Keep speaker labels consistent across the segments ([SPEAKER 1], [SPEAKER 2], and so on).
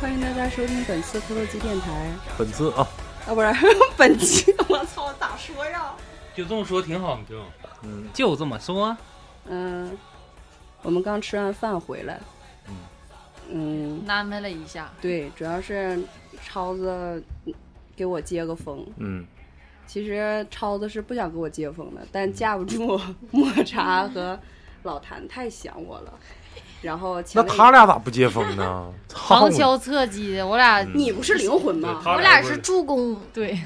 [SPEAKER 1] 欢迎大家收听本次骷髅机电台，
[SPEAKER 2] 本次啊，
[SPEAKER 1] 啊，不是 本期，我操，咋说呀？
[SPEAKER 3] 就这么说挺好，就
[SPEAKER 2] 嗯，
[SPEAKER 3] 就这么说。
[SPEAKER 1] 嗯、我们刚吃完饭回来，
[SPEAKER 2] 嗯
[SPEAKER 1] 嗯，
[SPEAKER 4] 难为了一下，
[SPEAKER 1] 对，主要是超子给我接个风，
[SPEAKER 2] 嗯，
[SPEAKER 1] 其实超子是不想给我接风的，但架不住抹茶和老谭太想我了，然后
[SPEAKER 2] 那
[SPEAKER 1] 前面
[SPEAKER 2] 他俩咋不接风 呢？操
[SPEAKER 4] 旁
[SPEAKER 2] 你！
[SPEAKER 4] 敲侧击的，我俩
[SPEAKER 2] 嗯
[SPEAKER 1] 你不是灵魂吗？
[SPEAKER 3] 他
[SPEAKER 4] 我俩是助攻，对，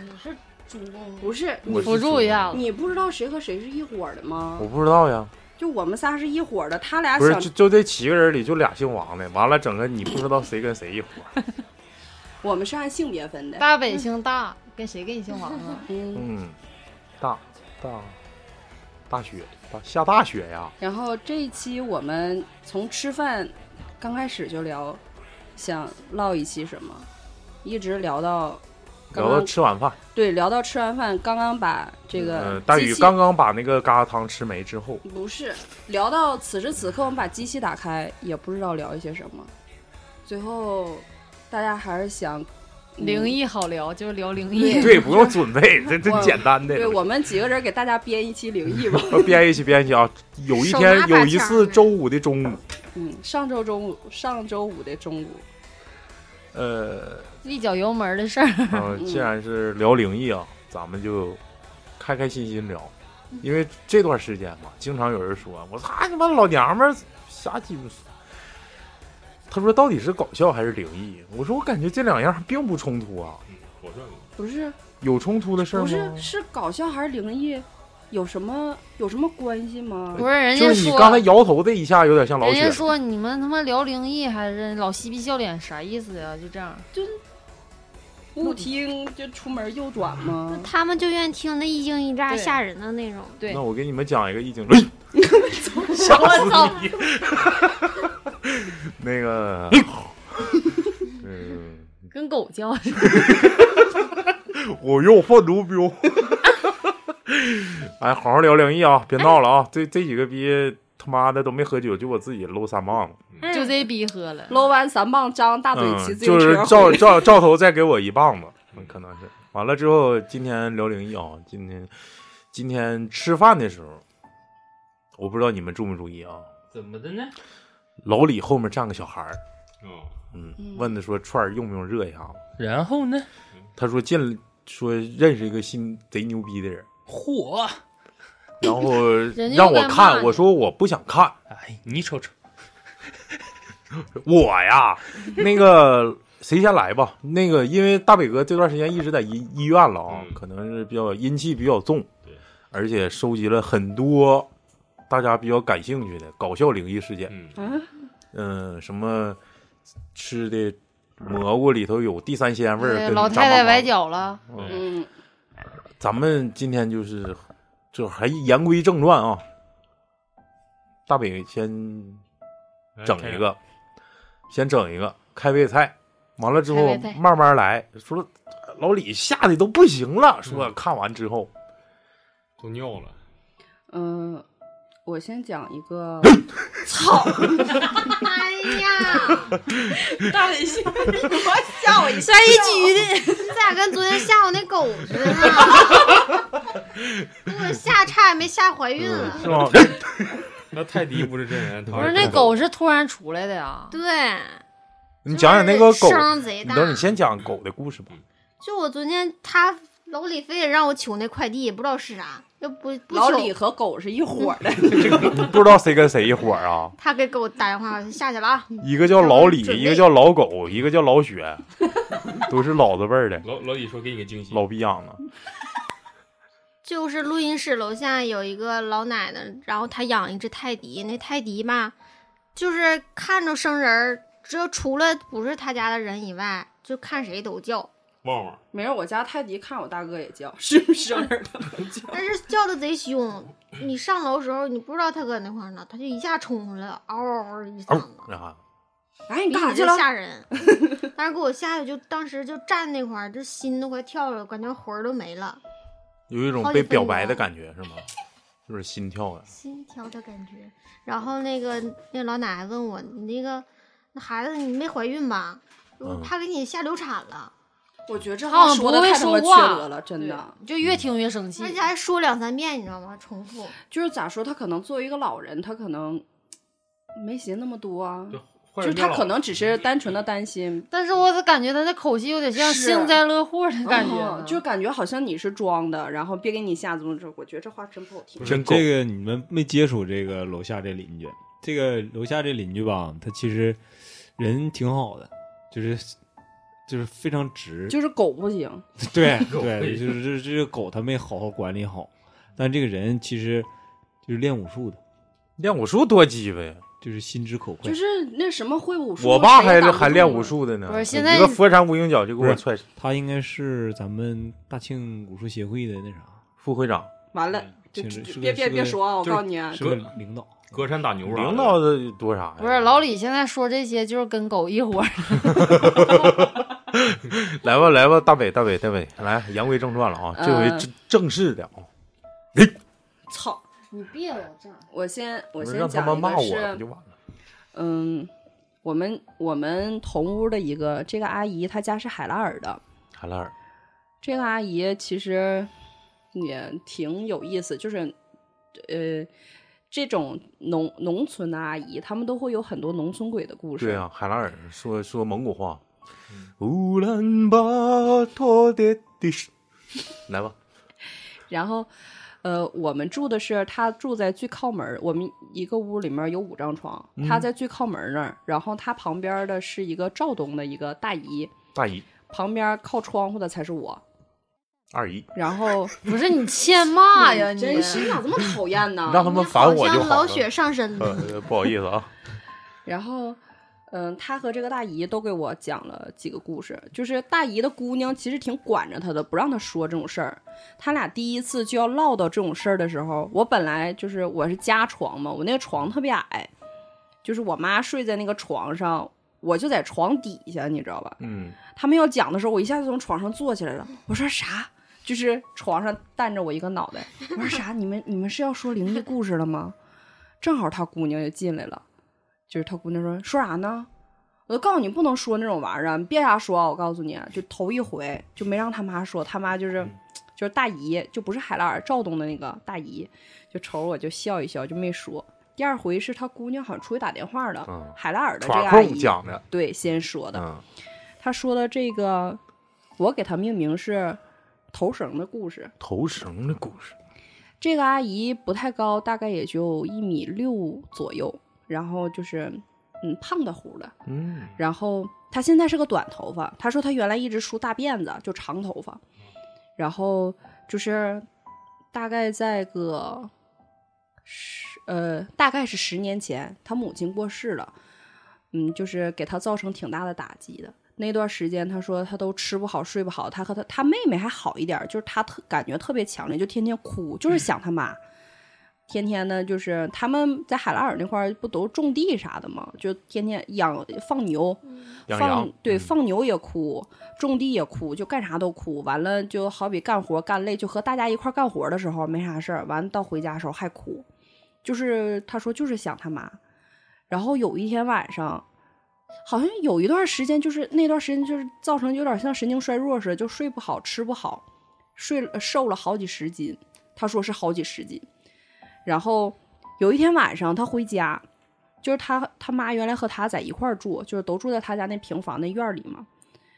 [SPEAKER 1] 不是
[SPEAKER 2] 我
[SPEAKER 1] 你
[SPEAKER 2] 是
[SPEAKER 4] 辅助一下子。
[SPEAKER 1] 你不知道谁和谁是一伙儿的吗
[SPEAKER 2] 我？不知道呀，
[SPEAKER 1] 就我们仨是一伙儿的，他俩
[SPEAKER 2] 不是
[SPEAKER 1] 想
[SPEAKER 2] 就就这七个人里就俩姓王的，完了整个你不知道谁跟谁一伙 儿，
[SPEAKER 1] 我们是按性别分的，
[SPEAKER 4] 大北姓大，跟谁跟你姓王啊？
[SPEAKER 1] 嗯，
[SPEAKER 2] 嗯，大大大雪大下大雪呀，
[SPEAKER 1] 然后这一期我们从吃饭刚开始就聊，想唠一期什么，一直聊到刚
[SPEAKER 2] 聊到
[SPEAKER 1] 刚
[SPEAKER 2] 吃晚饭，
[SPEAKER 1] 对聊到吃完饭，刚刚把这个
[SPEAKER 2] 嗯，大
[SPEAKER 1] 呃机
[SPEAKER 2] 宇
[SPEAKER 1] 器
[SPEAKER 2] 刚刚把那个疙瘩汤吃没之后，
[SPEAKER 1] 不是聊到此时此刻，我们把机器打开，也不知道聊一些什么，最后大家还是想嗯
[SPEAKER 4] 灵异好聊，就是聊灵
[SPEAKER 1] 对
[SPEAKER 4] 异。
[SPEAKER 2] 对，不用准备，这 这
[SPEAKER 1] 我
[SPEAKER 2] 简单的，
[SPEAKER 1] 对我们几个人给大家编一期灵异吧。
[SPEAKER 2] 编一期编一期啊，有一
[SPEAKER 4] 手
[SPEAKER 2] 天
[SPEAKER 4] 拿把
[SPEAKER 2] 有一
[SPEAKER 4] 掐
[SPEAKER 2] 次
[SPEAKER 4] 呢
[SPEAKER 2] 周五的中午，
[SPEAKER 1] 嗯，上周中午，上周五的中午，
[SPEAKER 2] 呃。
[SPEAKER 4] 一脚油门的事儿，
[SPEAKER 2] 啊，既然是聊灵异啊，咱们就开开心心聊，
[SPEAKER 4] 嗯
[SPEAKER 2] 因为这段时间嘛，经常有人说我操你妈老娘们儿瞎鸡巴说。他说：“到底是搞笑还是灵异？”我说：“我感觉这两样并不冲突啊，
[SPEAKER 3] 我说
[SPEAKER 1] 不是
[SPEAKER 2] 有冲突的事儿
[SPEAKER 1] 不
[SPEAKER 2] 吗？
[SPEAKER 1] 是是搞笑还是灵异，有什么有什么关系吗？
[SPEAKER 4] 不是人
[SPEAKER 2] 就
[SPEAKER 4] 家
[SPEAKER 2] 是你刚才
[SPEAKER 4] 说，
[SPEAKER 2] 摇头这一下，有点像老
[SPEAKER 4] 人
[SPEAKER 2] 雪
[SPEAKER 4] 家。说你们他妈聊灵异还是老嬉皮笑脸，啥意思呀？就 这样，
[SPEAKER 1] 不听就出门右转吗？
[SPEAKER 5] 他们就愿意听那一惊一乍
[SPEAKER 1] 对
[SPEAKER 5] 吓人的那种。
[SPEAKER 1] 对
[SPEAKER 2] 那我给你们讲一个易经，吓死你！ 那个，
[SPEAKER 4] 哎
[SPEAKER 2] 嗯，
[SPEAKER 4] 跟狗 叫似的。
[SPEAKER 2] 我用放毒标。 哎，好好聊灵异啊，别闹了
[SPEAKER 1] 哎
[SPEAKER 2] 啊！这这几个逼他妈的都没喝酒，就我自己搂三棒子。
[SPEAKER 4] 就这逼喝了，
[SPEAKER 1] 搂完三棒，张大嘴骑
[SPEAKER 2] 嗯，
[SPEAKER 1] 自行
[SPEAKER 2] 就是
[SPEAKER 1] 车
[SPEAKER 2] 照
[SPEAKER 1] 回来。
[SPEAKER 2] 照照头再给我一棒子，嗯可能是。完了之后，今天聊灵异啊，今天今天吃饭的时候，我不知道你们注没注意啊，
[SPEAKER 3] 怎么的呢？
[SPEAKER 2] 老李后面站个小孩儿，
[SPEAKER 3] 哦，
[SPEAKER 2] 嗯
[SPEAKER 1] 嗯，
[SPEAKER 2] 问他说串儿用不用热一下子？
[SPEAKER 3] 然后呢？
[SPEAKER 2] 他说见说认识一个新贼牛逼的人，
[SPEAKER 3] 嚯！
[SPEAKER 2] 然后
[SPEAKER 4] 家
[SPEAKER 2] 让
[SPEAKER 4] 又该
[SPEAKER 2] 我
[SPEAKER 4] 骂
[SPEAKER 2] 看，
[SPEAKER 4] 你
[SPEAKER 2] 我说我不想看。
[SPEAKER 3] 哎，你瞅瞅，
[SPEAKER 2] 我呀，那个谁先来吧？那个，因为大北哥这段时间一直在医医院了啊，
[SPEAKER 3] 嗯
[SPEAKER 2] 可能是比较阴气比较重
[SPEAKER 3] 对，
[SPEAKER 2] 而且收集了很多大家比较感兴趣的搞笑灵异事件。
[SPEAKER 3] 嗯，
[SPEAKER 1] 啊，
[SPEAKER 2] 嗯、什么吃的蘑菇里头有地三鲜味儿，
[SPEAKER 4] 哎
[SPEAKER 2] 跟
[SPEAKER 4] 老
[SPEAKER 2] 炸
[SPEAKER 4] 太太
[SPEAKER 2] 麻麻
[SPEAKER 4] 崴。脚了，
[SPEAKER 2] 嗯，
[SPEAKER 1] 嗯，
[SPEAKER 2] 咱们今天就是，就还言归正传啊。大北先整一个，先整一个开胃菜，完了之
[SPEAKER 4] 开
[SPEAKER 2] 后
[SPEAKER 4] 胃菜
[SPEAKER 2] 慢慢来。说老李吓得都不行了，说
[SPEAKER 3] 嗯
[SPEAKER 2] 看完之后，
[SPEAKER 3] 都尿了，
[SPEAKER 1] 嗯、我先讲一个，
[SPEAKER 5] 哎呀，
[SPEAKER 1] 大一下，我吓我一
[SPEAKER 2] 哎
[SPEAKER 5] 这一局 的，你咋跟昨天吓我那狗似的呢？给我吓差点没吓怀孕了。
[SPEAKER 2] 是吗？
[SPEAKER 3] 那泰迪不是真人，他
[SPEAKER 4] 不
[SPEAKER 2] 哎
[SPEAKER 4] 是那狗是突然出来的呀？
[SPEAKER 5] 对，
[SPEAKER 2] 你讲讲那个狗，
[SPEAKER 5] 声贼
[SPEAKER 2] 你
[SPEAKER 5] 大。
[SPEAKER 2] 等你先讲狗的故事吧。
[SPEAKER 5] 就我昨天他老李非得让我取那快递，不知道是啥，要不不
[SPEAKER 1] 老李
[SPEAKER 5] 取，
[SPEAKER 1] 和狗是一伙儿 的，
[SPEAKER 2] 你不知道谁跟谁一伙儿啊？
[SPEAKER 5] 他给给我打电话，下去了啊，
[SPEAKER 2] 一个叫老李，
[SPEAKER 5] 准备
[SPEAKER 2] 一个叫老狗，一个叫老雪，都是老子辈儿的，
[SPEAKER 3] 老老李说给你个惊喜，
[SPEAKER 2] 老逼养的。
[SPEAKER 5] 就是录音室楼下有一个老奶奶，然后她养一只泰迪，那泰迪吧，就是看着生人儿，只有除了不是他家的人以外，就看谁都叫，
[SPEAKER 3] 旺旺，
[SPEAKER 1] 没事，我家泰迪看我大哥也叫，是不是生日他们叫？
[SPEAKER 5] 但是叫的贼凶。你上楼的时候，你不知道他搁那块儿呢，他就一下冲出来了，嗷嗷嗷一嗓子。
[SPEAKER 2] 啊，
[SPEAKER 1] 哎，你
[SPEAKER 5] 比
[SPEAKER 1] 干啥
[SPEAKER 5] 你
[SPEAKER 1] 哦去
[SPEAKER 5] 这
[SPEAKER 1] 了？
[SPEAKER 5] 吓人！当时给我吓得就，当时就站那块儿，这心都快跳了，感觉魂儿都没了，
[SPEAKER 2] 有一种被表白的感觉是吗？ 就是心跳呀、
[SPEAKER 5] 心跳的感觉。然后那个那老奶奶问我：“你那个那孩子你没怀孕吧？我
[SPEAKER 2] 嗯
[SPEAKER 5] 怕给你吓流产了。
[SPEAKER 1] 我觉得这
[SPEAKER 4] 好
[SPEAKER 1] 话
[SPEAKER 4] 像
[SPEAKER 1] 哦说
[SPEAKER 4] 不
[SPEAKER 1] 的
[SPEAKER 4] 会
[SPEAKER 1] 太他妈
[SPEAKER 4] 说
[SPEAKER 1] 缺
[SPEAKER 4] 话
[SPEAKER 1] 德了，真的。
[SPEAKER 4] 就越听越生气
[SPEAKER 5] 而。且还说两三遍，你知道吗？重复。
[SPEAKER 1] 就是咋说，他可能作为一个老人，他可能没寻那么多啊，
[SPEAKER 3] 就
[SPEAKER 1] 就
[SPEAKER 3] 坏人
[SPEAKER 1] 是
[SPEAKER 3] 变
[SPEAKER 1] 他
[SPEAKER 3] 老
[SPEAKER 1] 可能只是单纯的担心，
[SPEAKER 4] 但是我咋感觉他的口气有点像
[SPEAKER 1] 是
[SPEAKER 4] 幸灾乐祸的感觉
[SPEAKER 1] 嗯
[SPEAKER 4] 呢，
[SPEAKER 1] 就感觉好像你是装的，然后别给你吓怎么着。我觉得这话真不好听
[SPEAKER 3] 不。是
[SPEAKER 2] 真够
[SPEAKER 6] 这个你们没接触这个楼下这邻居，这个楼下这邻居吧，他其实人挺好的，就是就是非常直，
[SPEAKER 1] 就是狗不行，
[SPEAKER 6] 对
[SPEAKER 3] 狗
[SPEAKER 6] 对，就是这这个狗它没好好管理好，但这个人其实就是练武术的，
[SPEAKER 2] 练武术多鸡巴呀！
[SPEAKER 6] 就是心直口快
[SPEAKER 1] 就。是那什么会武术，
[SPEAKER 2] 我爸
[SPEAKER 1] 谁也
[SPEAKER 2] 还
[SPEAKER 1] 挡不
[SPEAKER 2] 还
[SPEAKER 1] 住
[SPEAKER 2] 练
[SPEAKER 1] 啊
[SPEAKER 2] 武，术的呢，
[SPEAKER 4] 不是现在
[SPEAKER 2] 一个佛山无影脚就给我踹
[SPEAKER 6] 他应该是咱们大庆武术协会的那啥，
[SPEAKER 2] 副会长。
[SPEAKER 1] 完
[SPEAKER 2] 嗯
[SPEAKER 1] 了，就
[SPEAKER 6] 其实
[SPEAKER 1] 就是别
[SPEAKER 6] 个
[SPEAKER 1] 别
[SPEAKER 6] 是
[SPEAKER 1] 别
[SPEAKER 6] 个
[SPEAKER 1] 说啊！我
[SPEAKER 6] 就是
[SPEAKER 1] 告诉你啊，
[SPEAKER 6] 是个领导。
[SPEAKER 3] 隔山打牛啊啥的
[SPEAKER 2] 领导的多啥呀？
[SPEAKER 4] 不是老李现在说这些就是跟狗一伙儿，
[SPEAKER 2] 来吧来吧，大北大北大北，来言归正传了啊，这回
[SPEAKER 1] 嗯
[SPEAKER 2] 正正式的啊，
[SPEAKER 1] 操！
[SPEAKER 4] 你别老这样。
[SPEAKER 1] 我先我
[SPEAKER 2] 不是
[SPEAKER 1] 先
[SPEAKER 2] 让他
[SPEAKER 1] 讲
[SPEAKER 2] 们
[SPEAKER 1] 一
[SPEAKER 2] 骂
[SPEAKER 1] 个
[SPEAKER 2] 我不
[SPEAKER 1] 是，
[SPEAKER 2] 就完了？
[SPEAKER 1] 嗯，我们我们同屋的一个这个阿姨，她家是海拉尔的，
[SPEAKER 2] 海拉尔，
[SPEAKER 1] 这个阿姨其实也挺有意思，就是呃，这种农农村的阿姨，他们都会有很多农村鬼的故事。
[SPEAKER 2] 对，啊，海拉尔说说蒙古话，乌兰巴托的的， 来吧，
[SPEAKER 1] 然后。呃，我们住的是她住在最靠门儿，我们一个屋里面有五张床，
[SPEAKER 2] 嗯
[SPEAKER 1] 她在最靠门儿那儿，然后她旁边的是一个肇东的一个大姨，
[SPEAKER 2] 大姨
[SPEAKER 1] 旁边靠窗户的才是我，
[SPEAKER 2] 二姨，
[SPEAKER 1] 然后
[SPEAKER 4] 不是你欠骂哎呀，你
[SPEAKER 1] 真 是你咋这么讨厌 呢？
[SPEAKER 2] 让他们烦我
[SPEAKER 5] 好
[SPEAKER 2] 就
[SPEAKER 5] 像
[SPEAKER 2] 好
[SPEAKER 5] 老
[SPEAKER 2] 了。
[SPEAKER 5] 雪上身了。
[SPEAKER 2] 呃，不好意思啊，
[SPEAKER 1] 然后，嗯，他和这个大姨都给我讲了几个故事，就是大姨的姑娘其实挺管着他的，不让他说这种事儿。他俩第一次就要唠到这种事儿的时候，我本来就是我是加床嘛，我那个床特别矮，就是我妈睡在那个床上，我就在床底下，你知道吧？
[SPEAKER 2] 嗯，
[SPEAKER 1] 他们要讲的时候，我一下子从床上坐起来了。我说啥？就是床上担着我一个脑袋。我说啥？你们你们是要说灵异故事了吗？正好他姑娘就进来了，就是他姑娘说说啥呢？我就告诉你不能说那种玩意儿啊，你别瞎说啊！我告诉你，就头一回就没让他妈说，他妈就是就是大姨，就不是海拉尔赵东的那个大姨，就瞅着我就笑一笑，就没说。第二回是他姑娘好像出去打电话了，
[SPEAKER 2] 嗯
[SPEAKER 1] 海拉尔的这个
[SPEAKER 2] 耍
[SPEAKER 1] 阿
[SPEAKER 2] 空
[SPEAKER 1] 姨
[SPEAKER 2] 讲的，
[SPEAKER 1] 对先说的，
[SPEAKER 2] 嗯，
[SPEAKER 1] 他说的这个，我给他命名是头绳的故事。
[SPEAKER 2] 头绳的故事，
[SPEAKER 1] 这个阿姨不太高，大概也就一米六左右，然后就是嗯胖的乎的，
[SPEAKER 2] 嗯，
[SPEAKER 1] 然后她现在是个短头发。她说她原来一直梳大辫子，就长头发，然后就是大概在个十呃大概是十年前，她母亲过世了，嗯，就是给她造成挺大的打击的。那段时间，她说她都吃不好、睡不好，她和她她妹妹还好一点儿，就是她特感觉特别强烈，就天天哭，就是想她妈。天天呢，就是他们在海拉尔那块儿不都种地啥的吗？就天天养放牛，
[SPEAKER 2] 养
[SPEAKER 1] 放
[SPEAKER 2] 羊
[SPEAKER 1] 对
[SPEAKER 2] 嗯
[SPEAKER 1] 放牛也哭，种地也哭，就干啥都哭。完了就好比干活干累，就和大家一块儿干活的时候没啥事儿，完了到回家的时候还哭，就是他说就是想他妈。然后有一天晚上，好像有一段时间，就是那段时间就是造成有点像神经衰弱似的，就睡不好，吃不好，睡了呃瘦了好几十斤，他说是好几十斤。然后有一天晚上，他回家，就是他他妈原来和他在一块儿住，就是都住在他家那平房那院儿里嘛。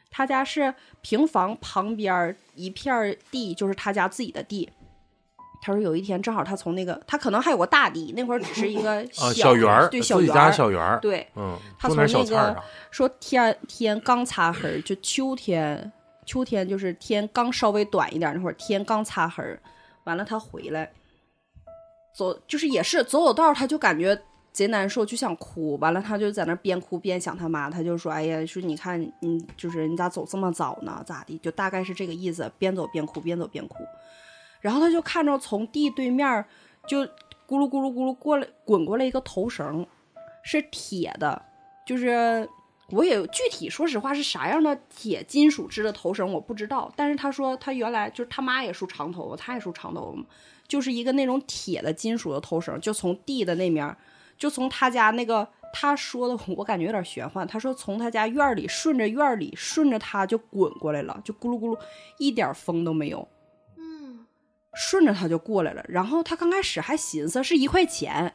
[SPEAKER 1] 他家是平房旁边儿一片儿地，就是他家自己的地。他说有一天正好他从那个，他可能还有个大地，那会儿只是一个小、
[SPEAKER 2] 啊，小圆儿，
[SPEAKER 1] 对
[SPEAKER 2] 自
[SPEAKER 1] 小
[SPEAKER 2] 己
[SPEAKER 1] 园
[SPEAKER 2] 家
[SPEAKER 1] 儿，
[SPEAKER 2] 小园儿，
[SPEAKER 1] 对，
[SPEAKER 2] 嗯，
[SPEAKER 1] 他
[SPEAKER 2] 种点
[SPEAKER 1] 从
[SPEAKER 2] 小
[SPEAKER 1] 那
[SPEAKER 2] 菜儿
[SPEAKER 1] 个
[SPEAKER 2] 啊，
[SPEAKER 1] 说天天刚擦黑儿，就秋天，秋天就是天刚稍微短一点儿那会儿，天刚擦黑儿，完了他回来，走就是也是走走道儿，他就感觉贼难受，就想哭，完了他就在那儿边哭边想他妈，他就说，哎呀，说你看你就是你咋走这么早呢，咋的，就大概是这个意思，边走边哭，边走边哭，然后他就看着从地对面儿就咕噜咕噜咕噜过来滚过来一个头绳，是铁的。就是我也具体说实话是啥样的铁金属制的头绳我不知道，但是他说他原来就是他妈也梳长头发，他也梳长头发嘛，就是一个那种铁的金属的头绳，就从地的那面儿，就从他家那个他说的我感觉有点玄幻，他说从他家院儿里顺着院儿里顺着他就滚过来了，就咕噜咕噜，一点风都没有。
[SPEAKER 5] 嗯，
[SPEAKER 1] 顺着他就过来了。然后他刚开始还寻思是一块钱，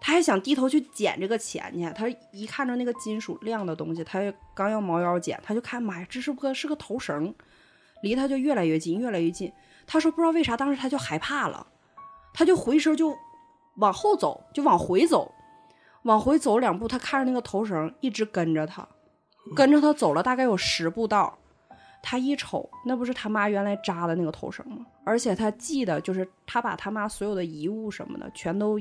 [SPEAKER 1] 他还想低头去捡这个钱去。他一看着那个金属亮的东西，他刚要猫腰捡，他就看，妈呀，这是不个是个头绳，离他就越来越近，越来越近。他说不知道为啥，当时他就害怕了，他就回身就往后走，就往回走，往回走两步，他看着那个头绳一直跟着他，
[SPEAKER 2] 嗯
[SPEAKER 1] 跟着他走了大概有十步道。他一瞅，那不是他妈原来扎的那个头绳吗？而且他记得，就是他把他妈所有的遗物什么的全都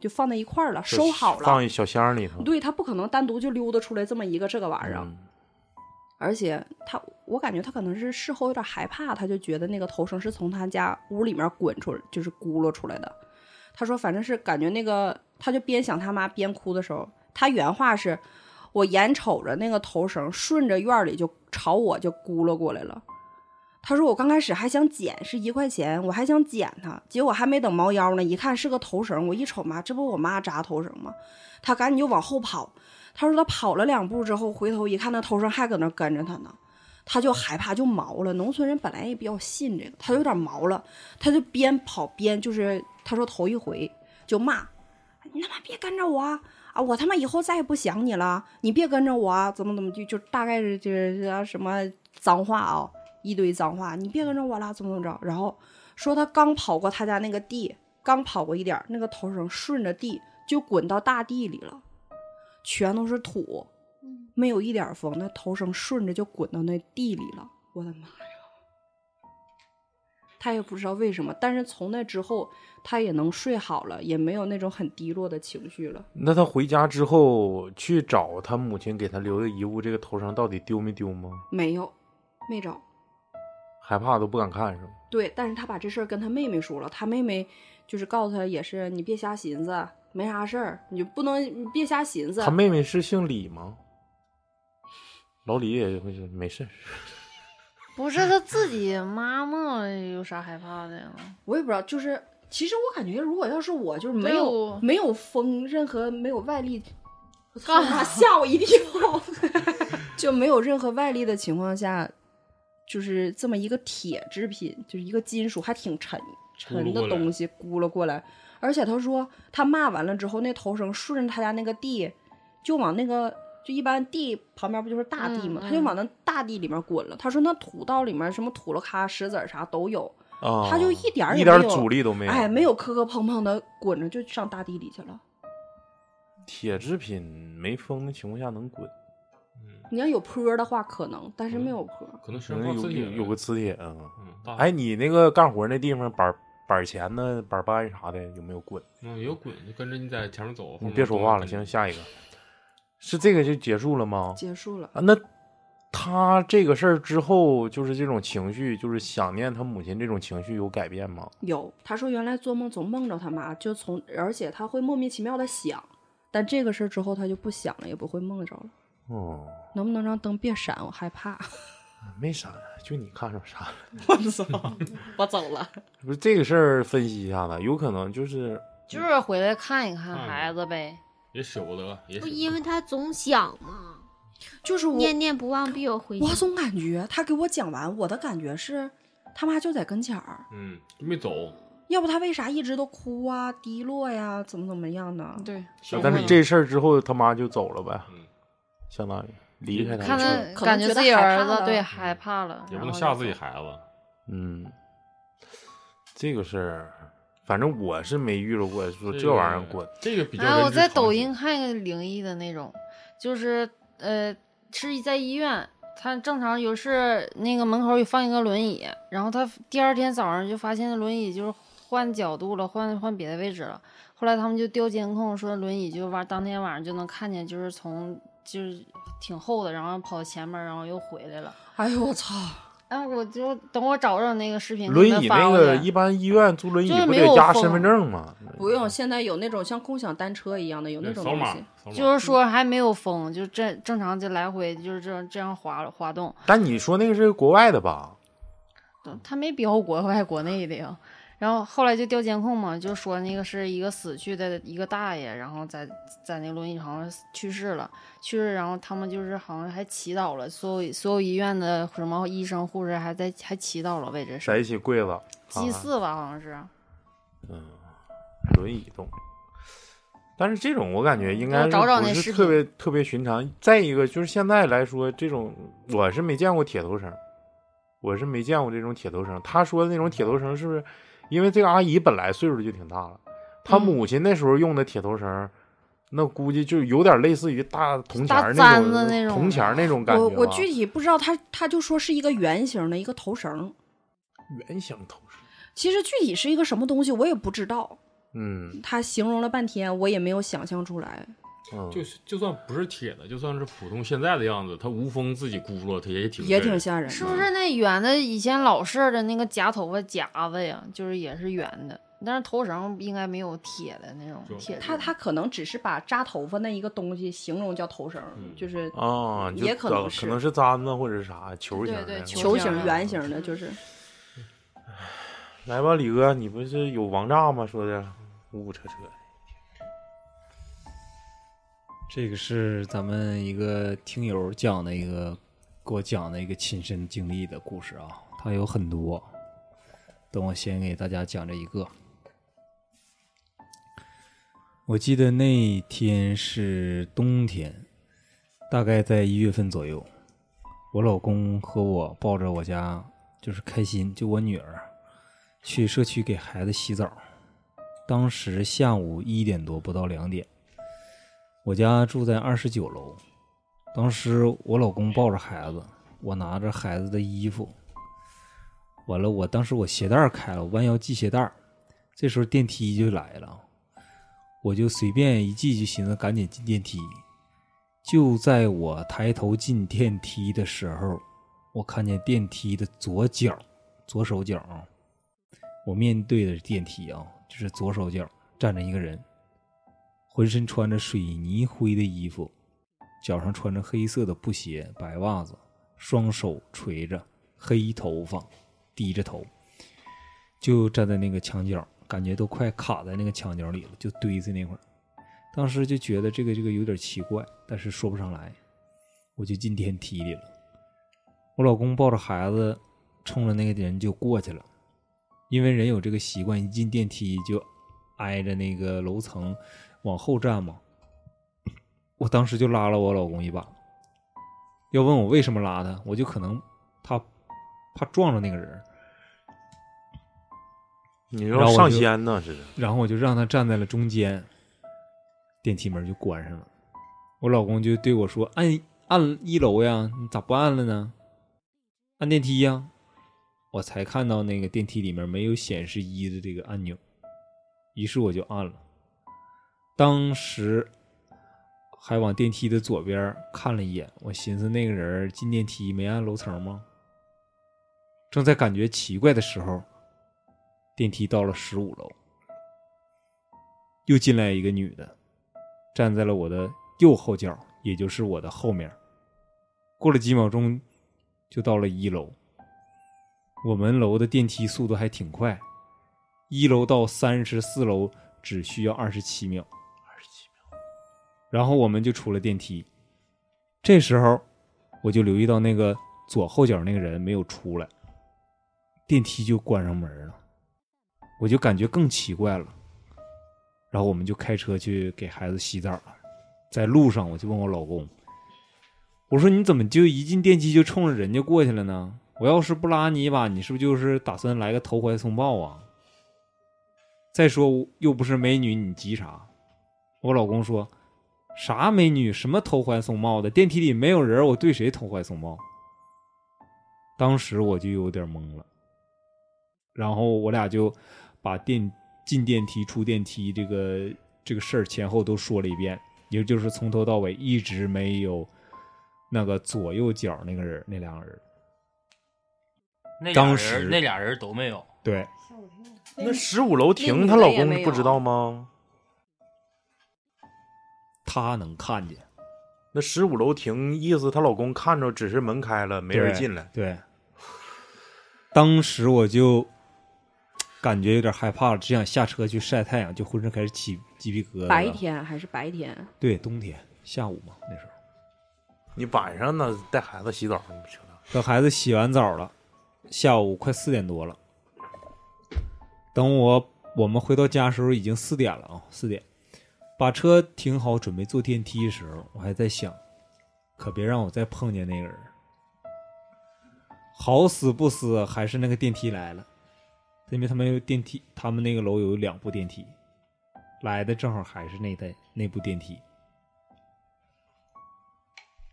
[SPEAKER 1] 就放在一块儿了，收好了。
[SPEAKER 2] 放一小箱儿里头，
[SPEAKER 1] 对他不可能单独就溜达出来这么一个这个玩意儿啊，
[SPEAKER 2] 嗯
[SPEAKER 1] 而且他，我感觉他可能是事后有点害怕，他就觉得那个头绳是从他家屋里面滚出来，就是咕噜出来的。他说，反正是感觉那个，他就边想他妈边哭的时候，他原话是：“我眼瞅着那个头绳顺着院儿里就朝我就咕噜过来了。”他说：“我刚开始还想捡，是一块钱，我还想捡它，结果还没等猫腰呢，一看是个头绳，我一瞅妈，这不我妈扎头绳吗？他赶紧就往后跑，他说他跑了两步之后，回头一看，那头绳还搁那跟着他呢，他就害怕，就毛了。农村人本来也比较信这个，他有点毛了，他就边跑边就是，他说头一回就骂：“你他妈别跟着我啊！啊，我他妈以后再也不想你了，你别跟着我啊！怎么怎么就就大概是就是啊什么脏话啊、一堆脏话，你别跟着我了，怎么怎么着？然后说他刚跑过他家那个地，刚跑过一点儿，那个头绳顺着地就滚到大地里了。全都是土，没有一点风，那头绳顺着就滚到那地里了。我的妈呀！他也不知道为什么，但是从那之后，他也能睡好了，也没有那种很低落的情绪了。
[SPEAKER 2] 那他回家之后去找他母亲给他留的遗物，这个头绳到底丢没丢吗？
[SPEAKER 1] 没有，没找。
[SPEAKER 2] 害怕都不敢看是吗？
[SPEAKER 1] 对，但是他把这事儿跟他妹妹说了，他妹妹就是告诉他，也是你别瞎寻思，没啥事儿，你就不能你别瞎寻思
[SPEAKER 2] 他。妹妹是姓李吗？老李也会说没事儿，
[SPEAKER 4] 不是他自己妈妈有啥害怕的呀？
[SPEAKER 1] 我也不知道，就是其实我感觉，如果要是我，就是没
[SPEAKER 4] 对哦
[SPEAKER 1] 有
[SPEAKER 4] 我
[SPEAKER 1] 没有风，任何没有外力，我操
[SPEAKER 4] 干
[SPEAKER 1] 妈吓我一跳， 就没有任何外力的情况下，就是这么一个铁制品，就是一个金属还挺沉沉的东西咕噜过来，而且他说他骂完了之后，那头绳顺着他家那个地，就往那个就一般地旁边不就是大地嘛，
[SPEAKER 4] 嗯
[SPEAKER 1] 他就
[SPEAKER 4] 嗯
[SPEAKER 1] 往那大地里面滚了。他说那土道里面什么土了咖、石子儿啥都有。
[SPEAKER 2] 啊，
[SPEAKER 1] 他就一点儿也
[SPEAKER 2] 一点儿
[SPEAKER 1] 没有
[SPEAKER 2] 阻力都没有，
[SPEAKER 1] 哎，没有磕磕碰碰的滚着就上大地里去了。
[SPEAKER 2] 铁制品没风的情况下能滚，
[SPEAKER 1] 你要有坡的话可能，但是没有坡。
[SPEAKER 3] 嗯可能
[SPEAKER 2] 可
[SPEAKER 3] 身
[SPEAKER 2] 能
[SPEAKER 3] 上
[SPEAKER 2] 有
[SPEAKER 3] 自己
[SPEAKER 2] 嗯有有个磁铁啊。
[SPEAKER 3] 嗯，大
[SPEAKER 2] 哎，你那个干活那地方板儿板儿前呢，板儿班啥的有没有滚？
[SPEAKER 3] 嗯有滚就跟着你在前面走，后
[SPEAKER 2] 你
[SPEAKER 3] 面
[SPEAKER 2] 别说话了，
[SPEAKER 3] 跟
[SPEAKER 2] 行，
[SPEAKER 3] 着
[SPEAKER 2] 下一个是这个就结束了吗？
[SPEAKER 1] 结束了，
[SPEAKER 2] 啊，那他这个事儿之后，就是这种情绪，就是想念他母亲这种情绪有改变吗？
[SPEAKER 1] 有他说原来做梦总梦着他妈，就从而且他会莫名其妙的想，但这个事儿之后他就不想了，也不会梦着了。
[SPEAKER 2] 哦，
[SPEAKER 1] 能不能让灯别闪？我害怕。
[SPEAKER 2] 没啥，就你看上啥了？
[SPEAKER 1] 我操！我走了。
[SPEAKER 2] 不是这个事儿分析一下子，有可能就是
[SPEAKER 4] 就是回来看一看
[SPEAKER 3] 看一
[SPEAKER 4] 孩
[SPEAKER 3] 看
[SPEAKER 4] 子呗。
[SPEAKER 3] 也舍不得，也舍
[SPEAKER 5] 不
[SPEAKER 3] 不得
[SPEAKER 5] 因为他总想嘛，
[SPEAKER 1] 就是我，
[SPEAKER 5] 念念不忘必有回
[SPEAKER 1] 我
[SPEAKER 5] 响。
[SPEAKER 1] 总感觉他给我讲完，我的感觉是他妈就在跟前儿，
[SPEAKER 3] 嗯就没走，
[SPEAKER 1] 要不他为啥一直都哭啊、低落呀、怎么怎么样呢？
[SPEAKER 4] 对，
[SPEAKER 3] 小
[SPEAKER 2] 但是
[SPEAKER 3] 姑娘
[SPEAKER 2] 这事儿之后他妈就走了呗，
[SPEAKER 3] 嗯
[SPEAKER 2] 相当于离开他
[SPEAKER 4] 看
[SPEAKER 2] 们
[SPEAKER 4] 他
[SPEAKER 1] 可能
[SPEAKER 4] 感
[SPEAKER 1] 觉
[SPEAKER 4] 觉
[SPEAKER 1] 得
[SPEAKER 4] 自己
[SPEAKER 1] 害
[SPEAKER 4] 儿
[SPEAKER 1] 怕
[SPEAKER 4] 子
[SPEAKER 1] 了
[SPEAKER 4] 对害怕了，
[SPEAKER 3] 也
[SPEAKER 4] 然
[SPEAKER 3] 不能
[SPEAKER 4] 后
[SPEAKER 3] 吓
[SPEAKER 4] 就
[SPEAKER 3] 自己
[SPEAKER 4] 走。
[SPEAKER 3] 孩子。
[SPEAKER 2] 嗯，这个事儿，反正我是没遇着过说
[SPEAKER 3] 个
[SPEAKER 2] 这玩意儿过，
[SPEAKER 3] 这个比较。
[SPEAKER 4] 哎，我在抖音，看个灵异的那种，就是呃是在医院，他正常有是那个门口有放一个轮椅，然后他第二天早上就发现轮椅就是换角度了，换换别的位置了。后来他们就调监控，说轮椅就玩当天晚上就能看见，就是从就是挺厚的，然后跑前面，然后又回来了。
[SPEAKER 1] 哎呦我操！
[SPEAKER 4] 哎，我就等我找着那个视频，
[SPEAKER 2] 轮
[SPEAKER 4] 给他
[SPEAKER 2] 椅
[SPEAKER 4] 发
[SPEAKER 2] 那
[SPEAKER 4] 过
[SPEAKER 2] 个
[SPEAKER 4] 去
[SPEAKER 2] 一般医院租轮椅
[SPEAKER 4] 就是
[SPEAKER 2] 不
[SPEAKER 4] 没
[SPEAKER 2] 得
[SPEAKER 4] 有
[SPEAKER 2] 压
[SPEAKER 4] 风
[SPEAKER 2] 身份证吗？
[SPEAKER 1] 不用，现在有那种像共享单车一样的，有那
[SPEAKER 3] 对
[SPEAKER 1] 种
[SPEAKER 3] 扫
[SPEAKER 1] 东
[SPEAKER 3] 码
[SPEAKER 1] 西。，
[SPEAKER 3] 扫码
[SPEAKER 4] 就是说还没有风，就正正常就来回就是这样这样滑滑动，
[SPEAKER 2] 但你说那个是国外的吧？
[SPEAKER 4] 他没标国外国内的呀。然后后来就调监控嘛，就说那个是一个死去的一个大爷，然后在在那轮椅好像去世了，去世，然后他们就是好像还祈祷了，所有所有医院的什么医生护士还在还祈祷了为这事
[SPEAKER 2] 在
[SPEAKER 4] 儿，
[SPEAKER 2] 一起跪了，
[SPEAKER 4] 祭
[SPEAKER 2] 啊
[SPEAKER 4] 祀吧好像是，
[SPEAKER 2] 轮椅动。但是这种我感觉应该
[SPEAKER 4] 要
[SPEAKER 2] 是
[SPEAKER 4] 找找
[SPEAKER 2] 不
[SPEAKER 4] 那
[SPEAKER 2] 是
[SPEAKER 4] 视
[SPEAKER 2] 特别特别寻常。再一个就是现在来说，这种我是没见过铁头绳，我是没见过这种铁头绳。他说的那种铁头绳是不是因为这个阿姨本来岁数就挺大了，她
[SPEAKER 4] 嗯
[SPEAKER 2] 母亲那时候用的铁头绳，那估计就有点类似于大铜钱儿
[SPEAKER 4] 大
[SPEAKER 2] 那
[SPEAKER 4] 簪子
[SPEAKER 2] 种
[SPEAKER 4] 那种
[SPEAKER 2] 铜钱儿那种感觉
[SPEAKER 1] 我
[SPEAKER 2] 吧。
[SPEAKER 1] 我具体不知道他，他就说是一个圆形的一个头绳，
[SPEAKER 2] 原想头绳，
[SPEAKER 1] 其实具体是一个什么东西我也不知道。
[SPEAKER 2] 嗯
[SPEAKER 1] 他形容了半天，我也没有想象出来。
[SPEAKER 2] 嗯，
[SPEAKER 3] 就是就算不是铁的，就算是普通现在的样子，它无风自己轱辘，它也挺
[SPEAKER 1] 也
[SPEAKER 3] 瘆
[SPEAKER 1] 挺
[SPEAKER 3] 人
[SPEAKER 1] 吓人的，
[SPEAKER 4] 是不是那圆的以前老式儿的那个夹头发夹子呀，就是也是圆的，但是头绳应该没有铁的那种
[SPEAKER 3] 就
[SPEAKER 4] 铁的。
[SPEAKER 1] 他他可能只是把扎头发那一个东西形容叫头绳，
[SPEAKER 3] 嗯
[SPEAKER 1] 就是
[SPEAKER 2] 啊，就
[SPEAKER 1] 也可能
[SPEAKER 2] 可
[SPEAKER 1] 是
[SPEAKER 2] 能是簪子或者是啥球形
[SPEAKER 4] 对
[SPEAKER 2] 的
[SPEAKER 4] 对
[SPEAKER 1] 球
[SPEAKER 4] 形啊
[SPEAKER 1] 形、
[SPEAKER 4] 的
[SPEAKER 1] 圆形的，就是
[SPEAKER 2] 来吧，李哥，你不是有王炸吗？说的呜呜扯扯。
[SPEAKER 6] 这个是咱们一个听友讲的一个给我讲的一个亲身经历的故事啊，他有很多。等我先给大家讲这一个。我记得那天是冬天，大概在一月份左右，我老公和我抱着我家就是开心，就我女儿去社区给孩子洗澡。当时下午一点多，不到两点。我家住在二十九楼，当时我老公抱着孩子，我拿着孩子的衣服，完了，我当时我鞋带儿开了，我弯腰系鞋带儿，这时候电梯就来了，我就随便一系，就寻思赶紧进电梯。就在我抬头进电梯的时候，我看见电梯的左角，左手角啊，我面对的是电梯啊，就是左手角站着一个人，浑身穿着水泥灰的衣服，脚上穿着黑色的布鞋、白袜子，双手垂着，黑头发，低着头，就站在那个墙角，感觉都快卡在那个墙角里了，就堆在那块儿。当时就觉得这个这个有点奇怪，但是说不上来，我就进电梯里了。我老公抱着孩子，冲着那个人就过去了，因为人有这个习惯，一进电梯就挨着那个楼层往后站嘛。我当时就拉了我老公一把，要问我为什么拉他，我就可能他怕撞着那个人儿，
[SPEAKER 2] 你
[SPEAKER 6] 然
[SPEAKER 2] 说
[SPEAKER 6] 后我
[SPEAKER 2] 上
[SPEAKER 6] 就
[SPEAKER 2] 仙呢？是
[SPEAKER 1] 哎
[SPEAKER 6] 然后我就让他站在了中间，电梯门就关上了。我老公就对我说：“按按一楼呀，你咋不按了呢？按电梯呀。”我才看到那个电梯里面没有显示一的这个按钮，于是我就按了。当时还往电梯的左边看了一眼，我寻思那个人进电梯没按楼层吗？正在感觉奇怪的时候，电梯到了十五楼，又进来一个女的，站在了我的右后角，也就是我的后面。过了几秒钟，就到了一楼。我们楼的电梯速度还挺快，一楼到三十四楼只需要二十七秒。二十七秒。然后我们就出了电梯。这时候，我就留意到那个左后角那个人没有出来，电梯就关上门了。我就感觉更奇怪了。然后我们就开车去给孩子洗澡了，在路上我就问我老公，我说你怎么就一进电梯就冲着人家过去了呢？我要是不拉你一把，你是不是就是打算来个投怀送抱啊？再说又不是美女，你急啥？我老公说啥美女什么投怀送抱的，电梯里没有人，我对谁投怀送抱？当时我就有点懵了，然后我俩就把电进电梯、出电梯这个这个事儿前后都说了一遍，也就是从头到尾一直没有那个左右脚那个人那两个人。
[SPEAKER 7] 那
[SPEAKER 6] 当
[SPEAKER 7] 俩
[SPEAKER 6] 时
[SPEAKER 7] 人那俩人都没有，
[SPEAKER 6] 对，
[SPEAKER 2] 那十五楼
[SPEAKER 1] 那
[SPEAKER 2] 停，
[SPEAKER 1] 女
[SPEAKER 2] 她
[SPEAKER 1] 的
[SPEAKER 2] 老
[SPEAKER 1] 也没
[SPEAKER 2] 公不
[SPEAKER 1] 有啊
[SPEAKER 2] 知道吗？
[SPEAKER 6] 他能看见，
[SPEAKER 2] 那十五楼停，意思她老公看着只是门开了，没人进来。
[SPEAKER 6] 对，当时我就感觉有点害怕了，只想下车去晒太阳，就浑身开始起鸡皮疙瘩。
[SPEAKER 1] 白，天还是白天？
[SPEAKER 6] 对，冬天下午嘛，那时候。
[SPEAKER 2] 你晚上呢带孩子洗澡，你不知道
[SPEAKER 6] 等孩子洗完澡了，下午快四点多了。等我我们回到家的时候已经四点了啊，四点，把车停好准备坐电梯的时候，我还在想，可别让我再碰见那个人儿。好死不死，还是那个电梯来了，因为他们有电梯，他们那个楼有两部电梯，来的正好还是那台那部电梯。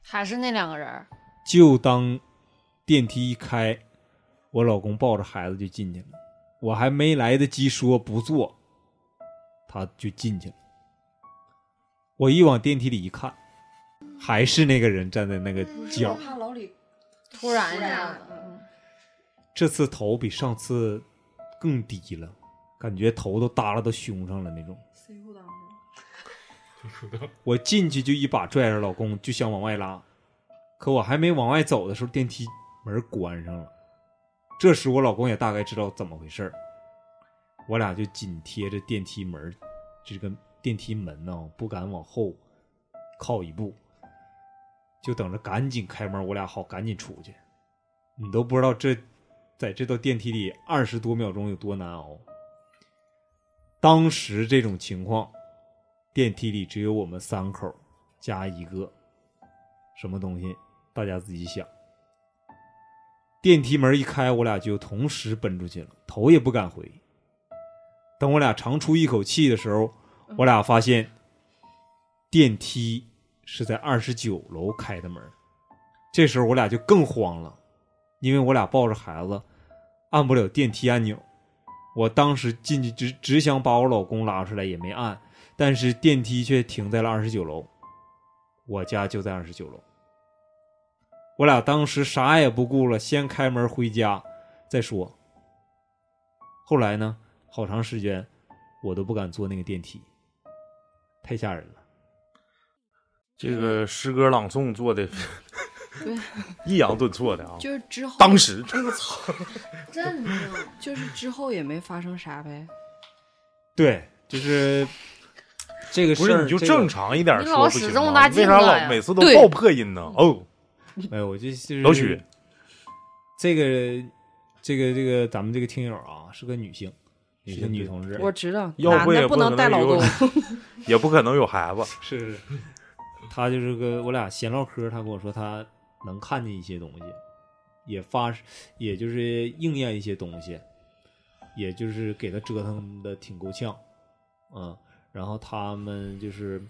[SPEAKER 4] 还是那两个人儿，
[SPEAKER 6] 就当电梯一开，我老公抱着孩子就进去了。我还没来得及说不坐，他就进去了。我一往电梯里一看，还是那个人站在那个角。
[SPEAKER 1] 老李
[SPEAKER 4] 突然一
[SPEAKER 1] 突然
[SPEAKER 4] 下
[SPEAKER 1] 啊
[SPEAKER 4] 子，嗯
[SPEAKER 6] 这次头比上次更低了，感觉头都耷拉到胸上了那种。
[SPEAKER 1] 塞裤裆上，
[SPEAKER 6] 我进去就一把拽着老公，就想往外拉，可我还没往外走的时候，电梯门关上了。这时我老公也大概知道怎么回事儿，我俩就紧贴着电梯门，这个电梯门呢、不敢往后靠一步，就等着赶紧开门，我俩好赶紧出去。你都不知道这在这道电梯里二十多秒钟有多难熬。当时这种情况，电梯里只有我们三口加一个什么东西，大家自己想。电梯门一开，我俩就同时奔出去了，头也不敢回。等我俩长出一口气的时候，我俩发现电梯是在二十九楼开的门。这时候我俩就更慌了，因为我俩抱着孩子，按不了电梯按钮。我当时进去只只想把我老公拉出来，也没按，但是电梯却停在了二十九楼，我家就在二十九楼。我俩当时啥也不顾了，先开门回家再说。后来呢，好长时间我都不敢坐那个电梯，太吓人了。
[SPEAKER 2] 这个诗歌朗诵做的 抑扬顿挫的啊，
[SPEAKER 1] 就是之后
[SPEAKER 2] 当时
[SPEAKER 1] 哎我操，
[SPEAKER 4] 震惊，
[SPEAKER 1] 就是之后也没发生啥呗。
[SPEAKER 6] 对，就是这个
[SPEAKER 2] 不
[SPEAKER 6] 事
[SPEAKER 2] 是
[SPEAKER 6] 儿，
[SPEAKER 2] 你就
[SPEAKER 6] 这个
[SPEAKER 2] 正常一点
[SPEAKER 4] 你
[SPEAKER 2] 说
[SPEAKER 4] 老
[SPEAKER 2] 不行
[SPEAKER 4] 使
[SPEAKER 2] 吗
[SPEAKER 4] 这么大
[SPEAKER 2] 为
[SPEAKER 4] 劲
[SPEAKER 2] 啥
[SPEAKER 4] 了
[SPEAKER 2] 老
[SPEAKER 4] 呀
[SPEAKER 2] 每次都
[SPEAKER 1] 啊对
[SPEAKER 2] 爆破音呢？哦，
[SPEAKER 6] 哎，我就就是
[SPEAKER 2] 老许，
[SPEAKER 6] 这个这个这个咱们这个听友啊，是个女性，
[SPEAKER 2] 女
[SPEAKER 6] 是
[SPEAKER 2] 性
[SPEAKER 6] 个女
[SPEAKER 2] 对
[SPEAKER 6] 同志，
[SPEAKER 1] 我知道，
[SPEAKER 2] 要
[SPEAKER 1] 男
[SPEAKER 2] 不也
[SPEAKER 1] 的
[SPEAKER 2] 不
[SPEAKER 1] 能带老
[SPEAKER 2] 有
[SPEAKER 1] 公，
[SPEAKER 2] 也不可能有孩子。
[SPEAKER 6] 是是是， 他就是个我俩闲唠嗑，他跟我说他能看见一些东西，也发，也就是应验一些东西，也就是给他折腾的挺够呛，嗯，然后他们就是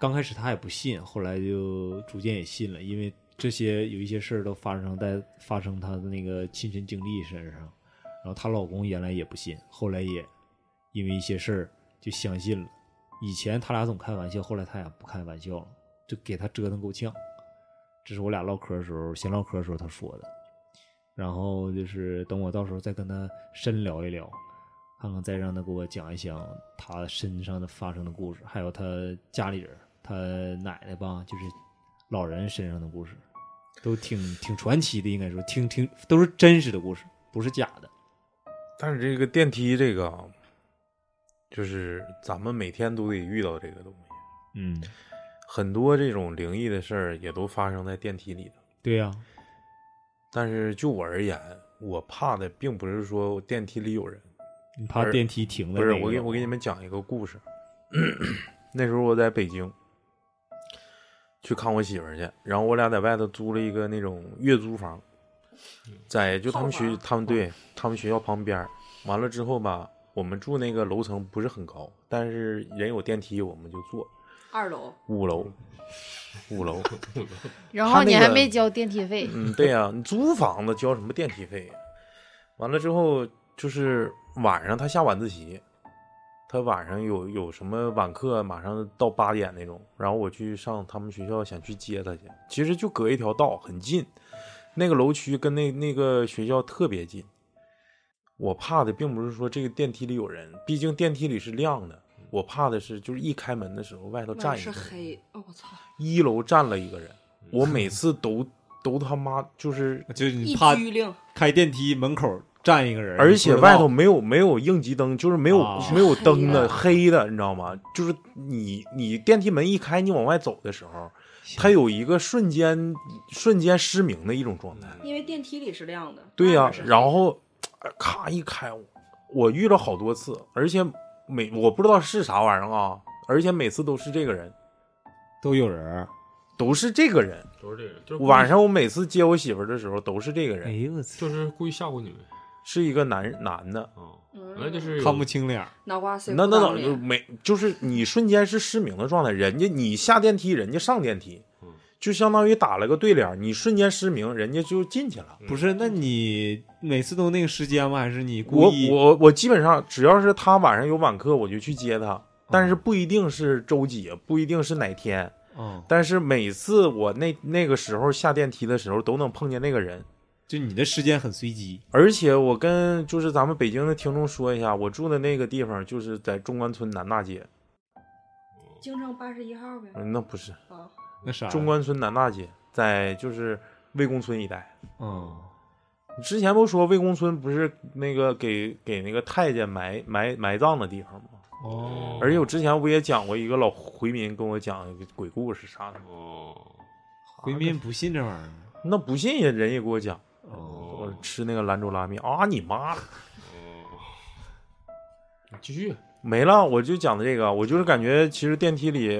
[SPEAKER 6] 刚开始他也不信，后来就逐渐也信了，因为这些有一些事儿都发生在发生他的那个亲身经历身上，然后她老公原来也不信，后来也因为一些事儿就相信了。以前他俩总开玩笑，后来他俩不开玩笑了，就给他折腾够呛。这是我俩唠嗑的时候，闲唠嗑的时候他说的。然后就是等我到时候再跟他深聊一聊，看看再让他给我讲一讲他身上的发生的故事，还有他家里人，他奶奶吧，就是老人身上的故事，都挺挺传奇的，应该说挺挺都是真实的故事，不是假的。
[SPEAKER 2] 但是这个电梯这个啊，就是咱们每天都得遇到这个东西，
[SPEAKER 6] 嗯，
[SPEAKER 2] 很多这种灵异的事儿也都发生在电梯里的。
[SPEAKER 6] 对呀、
[SPEAKER 2] 但是就我而言，我怕的并不是说电梯里有人，
[SPEAKER 6] 你怕电梯停了、
[SPEAKER 2] 不是我给我给你们讲一个故事。那时候我在北京，去看我媳妇儿去，然后我俩在外头租了一个那种月租房，在就他们学
[SPEAKER 1] 套房
[SPEAKER 2] 他们对他们学校旁边儿。完了之后吧，我们住那个楼层不是很高，但是人有电梯，我们就坐
[SPEAKER 1] 二楼
[SPEAKER 2] 五楼，五楼。
[SPEAKER 4] 然
[SPEAKER 2] 他
[SPEAKER 4] 后你
[SPEAKER 2] 那
[SPEAKER 4] 还
[SPEAKER 2] 个
[SPEAKER 4] 没交电梯费，
[SPEAKER 2] 嗯，对呀、你租房子交什么电梯费呀？完了之后就是晚上他下晚自习，他晚上有有什么晚课，马上到八点那种，然后我去上他们学校，想去接他去，其实就隔一条道，很近，那个楼区跟那那个学校特别近。我怕的并不是说这个电梯里有人，毕竟电梯里是亮的。我怕的是，就是一开门的时候，外头站一
[SPEAKER 1] 是
[SPEAKER 2] 个人。
[SPEAKER 1] 黑，哦我操！
[SPEAKER 2] 一楼站了一个人，
[SPEAKER 3] 嗯
[SPEAKER 2] 我每次都 都他妈就是，
[SPEAKER 6] 就是你
[SPEAKER 1] 一
[SPEAKER 6] 怕
[SPEAKER 1] 激灵，
[SPEAKER 6] 开电梯门口站一个人，
[SPEAKER 2] 而且外头没有没有应急灯，就是没有、
[SPEAKER 6] 啊
[SPEAKER 2] 没有灯的黑的，你知道吗？就是你你电梯门一开，你往外走的时候，它有一个瞬间瞬间失明的一种状态。
[SPEAKER 3] 嗯
[SPEAKER 1] 因为电梯里是亮的。
[SPEAKER 2] 对呀、
[SPEAKER 1] 外面是黑
[SPEAKER 2] 然后呃咔一开，我遇到好多次，而且每我不知道是啥玩意儿啊，而且每次都是这个人，
[SPEAKER 6] 都有人。
[SPEAKER 2] 都是这个人。
[SPEAKER 3] 都是这个人，就是哎
[SPEAKER 2] 晚上我每次接我媳妇儿的时候，都是这个人。
[SPEAKER 6] 哎呦我
[SPEAKER 3] 故意，就是故意吓唬你们
[SPEAKER 2] 是一个男男的，
[SPEAKER 3] 啊。
[SPEAKER 1] 嗯
[SPEAKER 3] 完了就是有
[SPEAKER 6] 看不清脸儿，
[SPEAKER 1] 脑瓜塞
[SPEAKER 2] 那
[SPEAKER 1] 裤
[SPEAKER 2] 那
[SPEAKER 1] 裆
[SPEAKER 2] 早
[SPEAKER 1] 里
[SPEAKER 2] 就没，就是你瞬间是失明的状态，人家你下电梯，人家上电梯
[SPEAKER 3] 嗯，
[SPEAKER 2] 就相当于打了个对联儿，你瞬间失明，人家就进去了。
[SPEAKER 3] 嗯
[SPEAKER 6] 不是？那你每次都那个时间吗？还是你故
[SPEAKER 2] 我
[SPEAKER 6] 意？
[SPEAKER 2] 我我基本上只要是他晚上有晚课，我就去接他，但是不一定是周几，不一定是哪天，
[SPEAKER 6] 嗯，
[SPEAKER 2] 但是每次我那那个时候下电梯的时候，都能碰见那个人。
[SPEAKER 6] 就你的时间很随机，
[SPEAKER 2] 而且我跟就是咱们北京的听众说一下，我住的那个地方就是在中关村南大街，
[SPEAKER 1] 京城八十一号呗。
[SPEAKER 2] 嗯，那不是，
[SPEAKER 1] 啊，
[SPEAKER 6] 那啥呀，
[SPEAKER 2] 中关村南大街，在就是魏公村一带。
[SPEAKER 6] 嗯，
[SPEAKER 2] 之前不说魏公村不是那个给给那个太监埋埋埋葬的地方吗？
[SPEAKER 6] 哦，
[SPEAKER 2] 而且我之前我也讲过一个老回民跟我讲一个鬼故事啥的，
[SPEAKER 3] 哦
[SPEAKER 6] 回民不信这玩意儿，
[SPEAKER 2] 那不信也人也给我讲，
[SPEAKER 6] 哦，
[SPEAKER 2] 我吃那个兰州拉面啊，你妈了
[SPEAKER 3] 哦，你继续
[SPEAKER 2] 没了，我就讲的这个，我就是感觉其实电梯里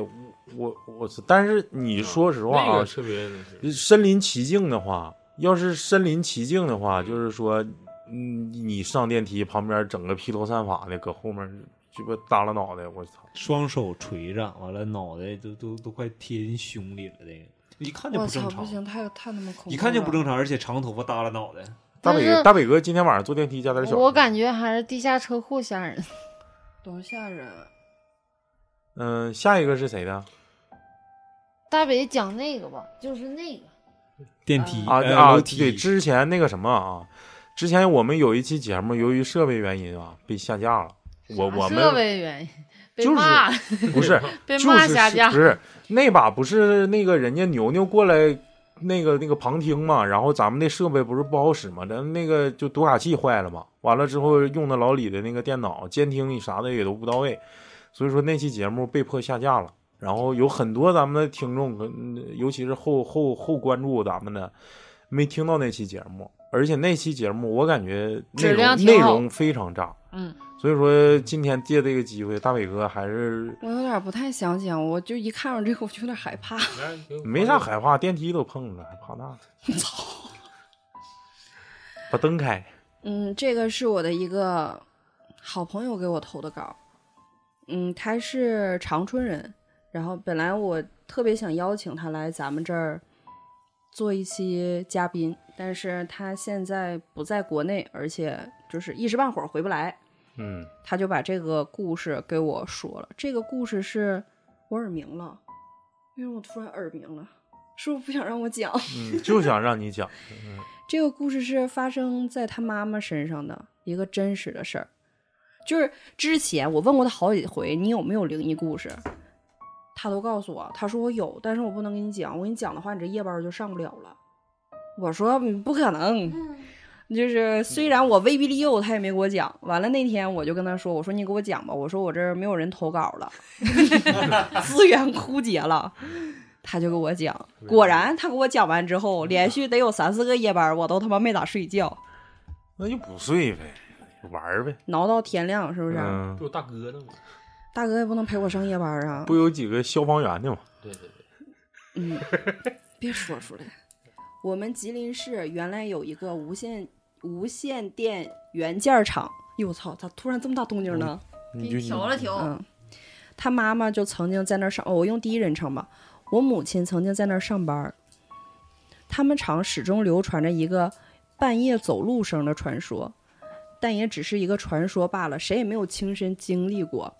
[SPEAKER 2] 我我，但是你说实话
[SPEAKER 3] 那
[SPEAKER 2] 啊
[SPEAKER 3] 个，特别那是
[SPEAKER 2] 身临其境的话，要是身临其境的话，就是说，嗯，你上电梯旁边整个披头散发的，搁后面鸡巴耷拉脑袋，我操！
[SPEAKER 6] 双手垂着，完了脑袋都都都快贴人胸里了，这个一看就
[SPEAKER 1] 我
[SPEAKER 6] 不
[SPEAKER 1] 操，
[SPEAKER 6] 正
[SPEAKER 1] 不行，
[SPEAKER 6] 常，
[SPEAKER 1] 太太他妈恐怖了。
[SPEAKER 6] 一看就不正常，而且长头发耷拉脑袋，
[SPEAKER 2] 大
[SPEAKER 4] 但
[SPEAKER 2] 北
[SPEAKER 4] 是
[SPEAKER 2] 大北哥今天晚上坐电梯加点小，
[SPEAKER 4] 我感觉还是地下车库吓人。
[SPEAKER 1] 多吓人！
[SPEAKER 2] 嗯、下一个是谁的？
[SPEAKER 4] 大北讲那个吧，就是那个
[SPEAKER 6] 电梯
[SPEAKER 2] 啊
[SPEAKER 6] 呃
[SPEAKER 2] 啊，
[SPEAKER 6] 楼梯
[SPEAKER 2] 对，之前那个什么啊，之前我们有一期节目，由于设备原因啊，被下架了。我我
[SPEAKER 4] 设
[SPEAKER 2] 们
[SPEAKER 4] 备原因被
[SPEAKER 2] 就是
[SPEAKER 4] 骂、
[SPEAKER 2] 不是
[SPEAKER 4] 被
[SPEAKER 2] 就
[SPEAKER 4] 骂
[SPEAKER 2] 是
[SPEAKER 4] 下
[SPEAKER 2] 是
[SPEAKER 4] 架
[SPEAKER 2] 不。是那把不是那个人家牛牛过来那个那个旁听嘛，然后咱们那设备不是不好使嘛，咱那个就读卡器坏了嘛，完了之后用的老李的那个电脑监听啥的也都不到位，所以说那期节目被迫下架了。然后有很多咱们的听众，嗯尤其是后后后关注咱们的，没听到那期节目，而且那期节目我感觉内
[SPEAKER 4] 质量
[SPEAKER 2] 容
[SPEAKER 4] 挺
[SPEAKER 2] 内
[SPEAKER 4] 好
[SPEAKER 2] 容非常炸，
[SPEAKER 4] 嗯，
[SPEAKER 2] 所以说今天借这个机会，大伟哥还是
[SPEAKER 1] 我有点不太想讲，我就一看到这个我就有点害怕。
[SPEAKER 3] 来给我
[SPEAKER 2] 没啥害怕，电梯都碰了，还怕 那？操！把灯开。
[SPEAKER 1] 嗯，这个是我的一个好朋友给我投的稿。嗯，他是长春人，然后本来我特别想邀请他来咱们这儿做一期嘉宾，但是他现在不在国内，而且就是一时半会儿回不来，
[SPEAKER 2] 嗯，
[SPEAKER 1] 他就把这个故事给我说了。这个故事是我耳鸣了，为什么我突然耳鸣了？是不是不想让我讲？
[SPEAKER 2] 嗯，就想让你讲。
[SPEAKER 1] 这个故事是发生在他妈妈身上的一个真实的事儿，就是之前我问过他好几回，你有没有灵异故事？他都告诉我，他说我有，但是我不能给你讲，我给你讲的话，你这夜班就上不了了。我说嗯不可能，
[SPEAKER 5] 嗯，
[SPEAKER 1] 就是虽然我威逼利诱，他也没给我讲。完了那天我就跟他说，我说你给我讲吧，我说我这儿没有人投稿了， 资源枯竭了。他就给我讲，果然他给我讲完之后，连续得有三四个夜班，我都他妈没咋睡觉，
[SPEAKER 2] 那就不睡呗，玩儿呗。
[SPEAKER 1] 挠到天亮，是不是？啊
[SPEAKER 2] 嗯
[SPEAKER 3] 不，有大哥呢吗？
[SPEAKER 1] 大哥也不能陪我上夜班啊。
[SPEAKER 2] 不有几个消防员的吗？
[SPEAKER 3] 对对对，
[SPEAKER 1] 嗯，别说出来。我们吉林市原来有一个无线无线电元件厂，哟我操，咋突然这么大动静呢？
[SPEAKER 2] 你就
[SPEAKER 5] 调了调，
[SPEAKER 1] 嗯，他妈妈就曾经在那儿上，哦我用第一人称吧。我母亲曾经在那儿上班儿，他们厂始终流传着一个半夜走路声的传说，但也只是一个传说罢了，谁也没有亲身经历过。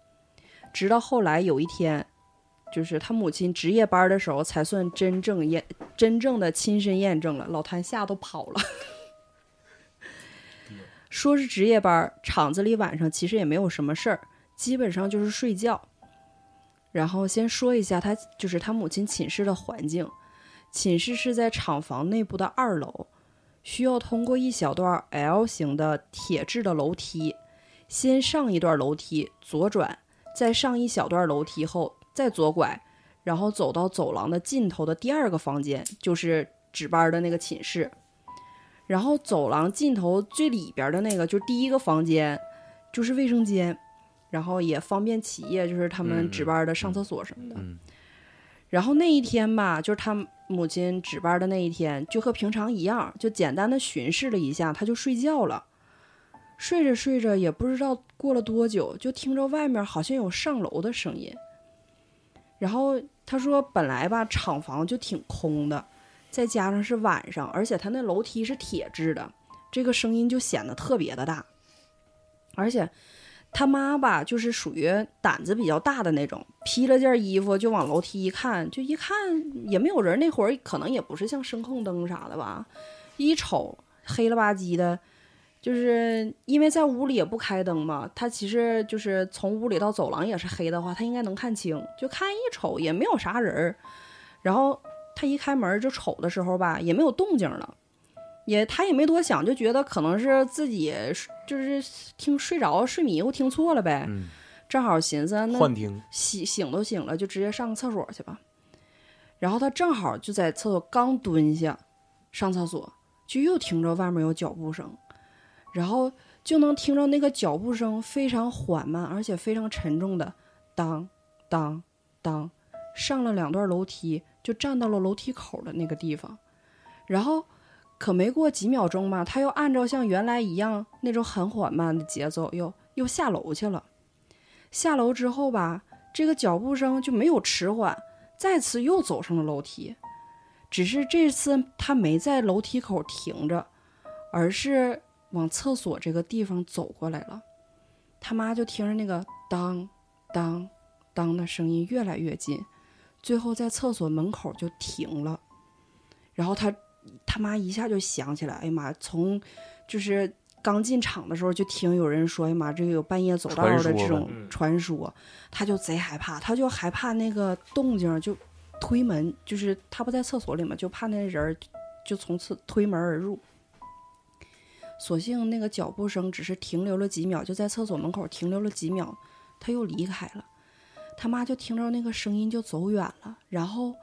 [SPEAKER 1] 直到后来有一天，就是他母亲值夜班的时候，才算真正验真正的亲身验证了。老谭吓都跑了。说是值夜班儿，厂子里晚上其实也没有什么事儿，基本上就是睡觉。然后先说一下他就是他母亲寝室的环境，寝室是在厂房内部的二楼，需要通过一小段 L 型的铁质的楼梯，先上一段楼梯左转，再上一小段楼梯后再左拐，然后走到走廊的尽头的第二个房间，就是值班的那个寝室。然后走廊尽头最里边的那个，就是第一个房间，就是卫生间。然后也方便企业，就是他
[SPEAKER 2] 嗯
[SPEAKER 1] 们
[SPEAKER 2] 嗯
[SPEAKER 1] 值班的上厕所什么的。
[SPEAKER 2] 嗯
[SPEAKER 1] 然后那一天吧，就是他母亲值班的那一天，就和平常一样，就简单的巡视了一下，他就睡觉了。睡着睡着，也不知道过了多久，就听着外面好像有上楼的声音。然后他说，本来吧厂房就挺空的，再加上是晚上，而且他那楼梯是铁制的，这个声音就显得特别的大。而且他妈吧，就是属于胆子比较大的那种，披了件衣服就往楼梯一看，就一看也没有人。那会儿可能也不是像声控灯啥的吧，一瞅黑了吧唧的，就是因为在屋里也不开灯嘛，他其实就是从屋里到走廊也是黑的话，他应该能看清，就看一瞅也没有啥人儿。然后他一开门就瞅的时候吧，也没有动静了。也他也没多想，就觉得可能是自己就是听睡着睡迷糊听错了呗，
[SPEAKER 2] 嗯，
[SPEAKER 1] 正好寻思哎那
[SPEAKER 2] 幻听，
[SPEAKER 1] 醒醒都醒了，就直接上个厕所去吧。然后他正好就在厕所刚蹲下上厕所，就又听着外面有脚步声，然后就能听着那个脚步声非常缓慢而且非常沉重的当当当，上了两段楼梯，就站到了楼梯口的那个地方。然后可没过几秒钟吧，他又按照像原来一样那种很缓慢的节奏，又又下楼去了。下楼之后吧，这个脚步声就没有迟缓，再次又走上了楼梯。只是这次他没在楼梯口停着，而是往厕所这个地方走过来了。他妈就听着那个当当当的声音越来越近，最后在厕所门口就停了。然后他他妈一下就想起来，哎呀妈，从就是刚进厂的时候就听有人说，哎呀妈，这个有半夜走道的
[SPEAKER 2] 传说
[SPEAKER 1] 这种
[SPEAKER 2] 呗
[SPEAKER 7] 嗯
[SPEAKER 1] 传说，他就贼害怕，他就害怕那个动静儿就推门，就是他不在厕所里嘛，就怕那人儿就从此推门而入。所幸那个脚步声只是停留了几秒，就在厕所门口停留了几秒，他又离开了。他妈就听着那个声音就走远了，然后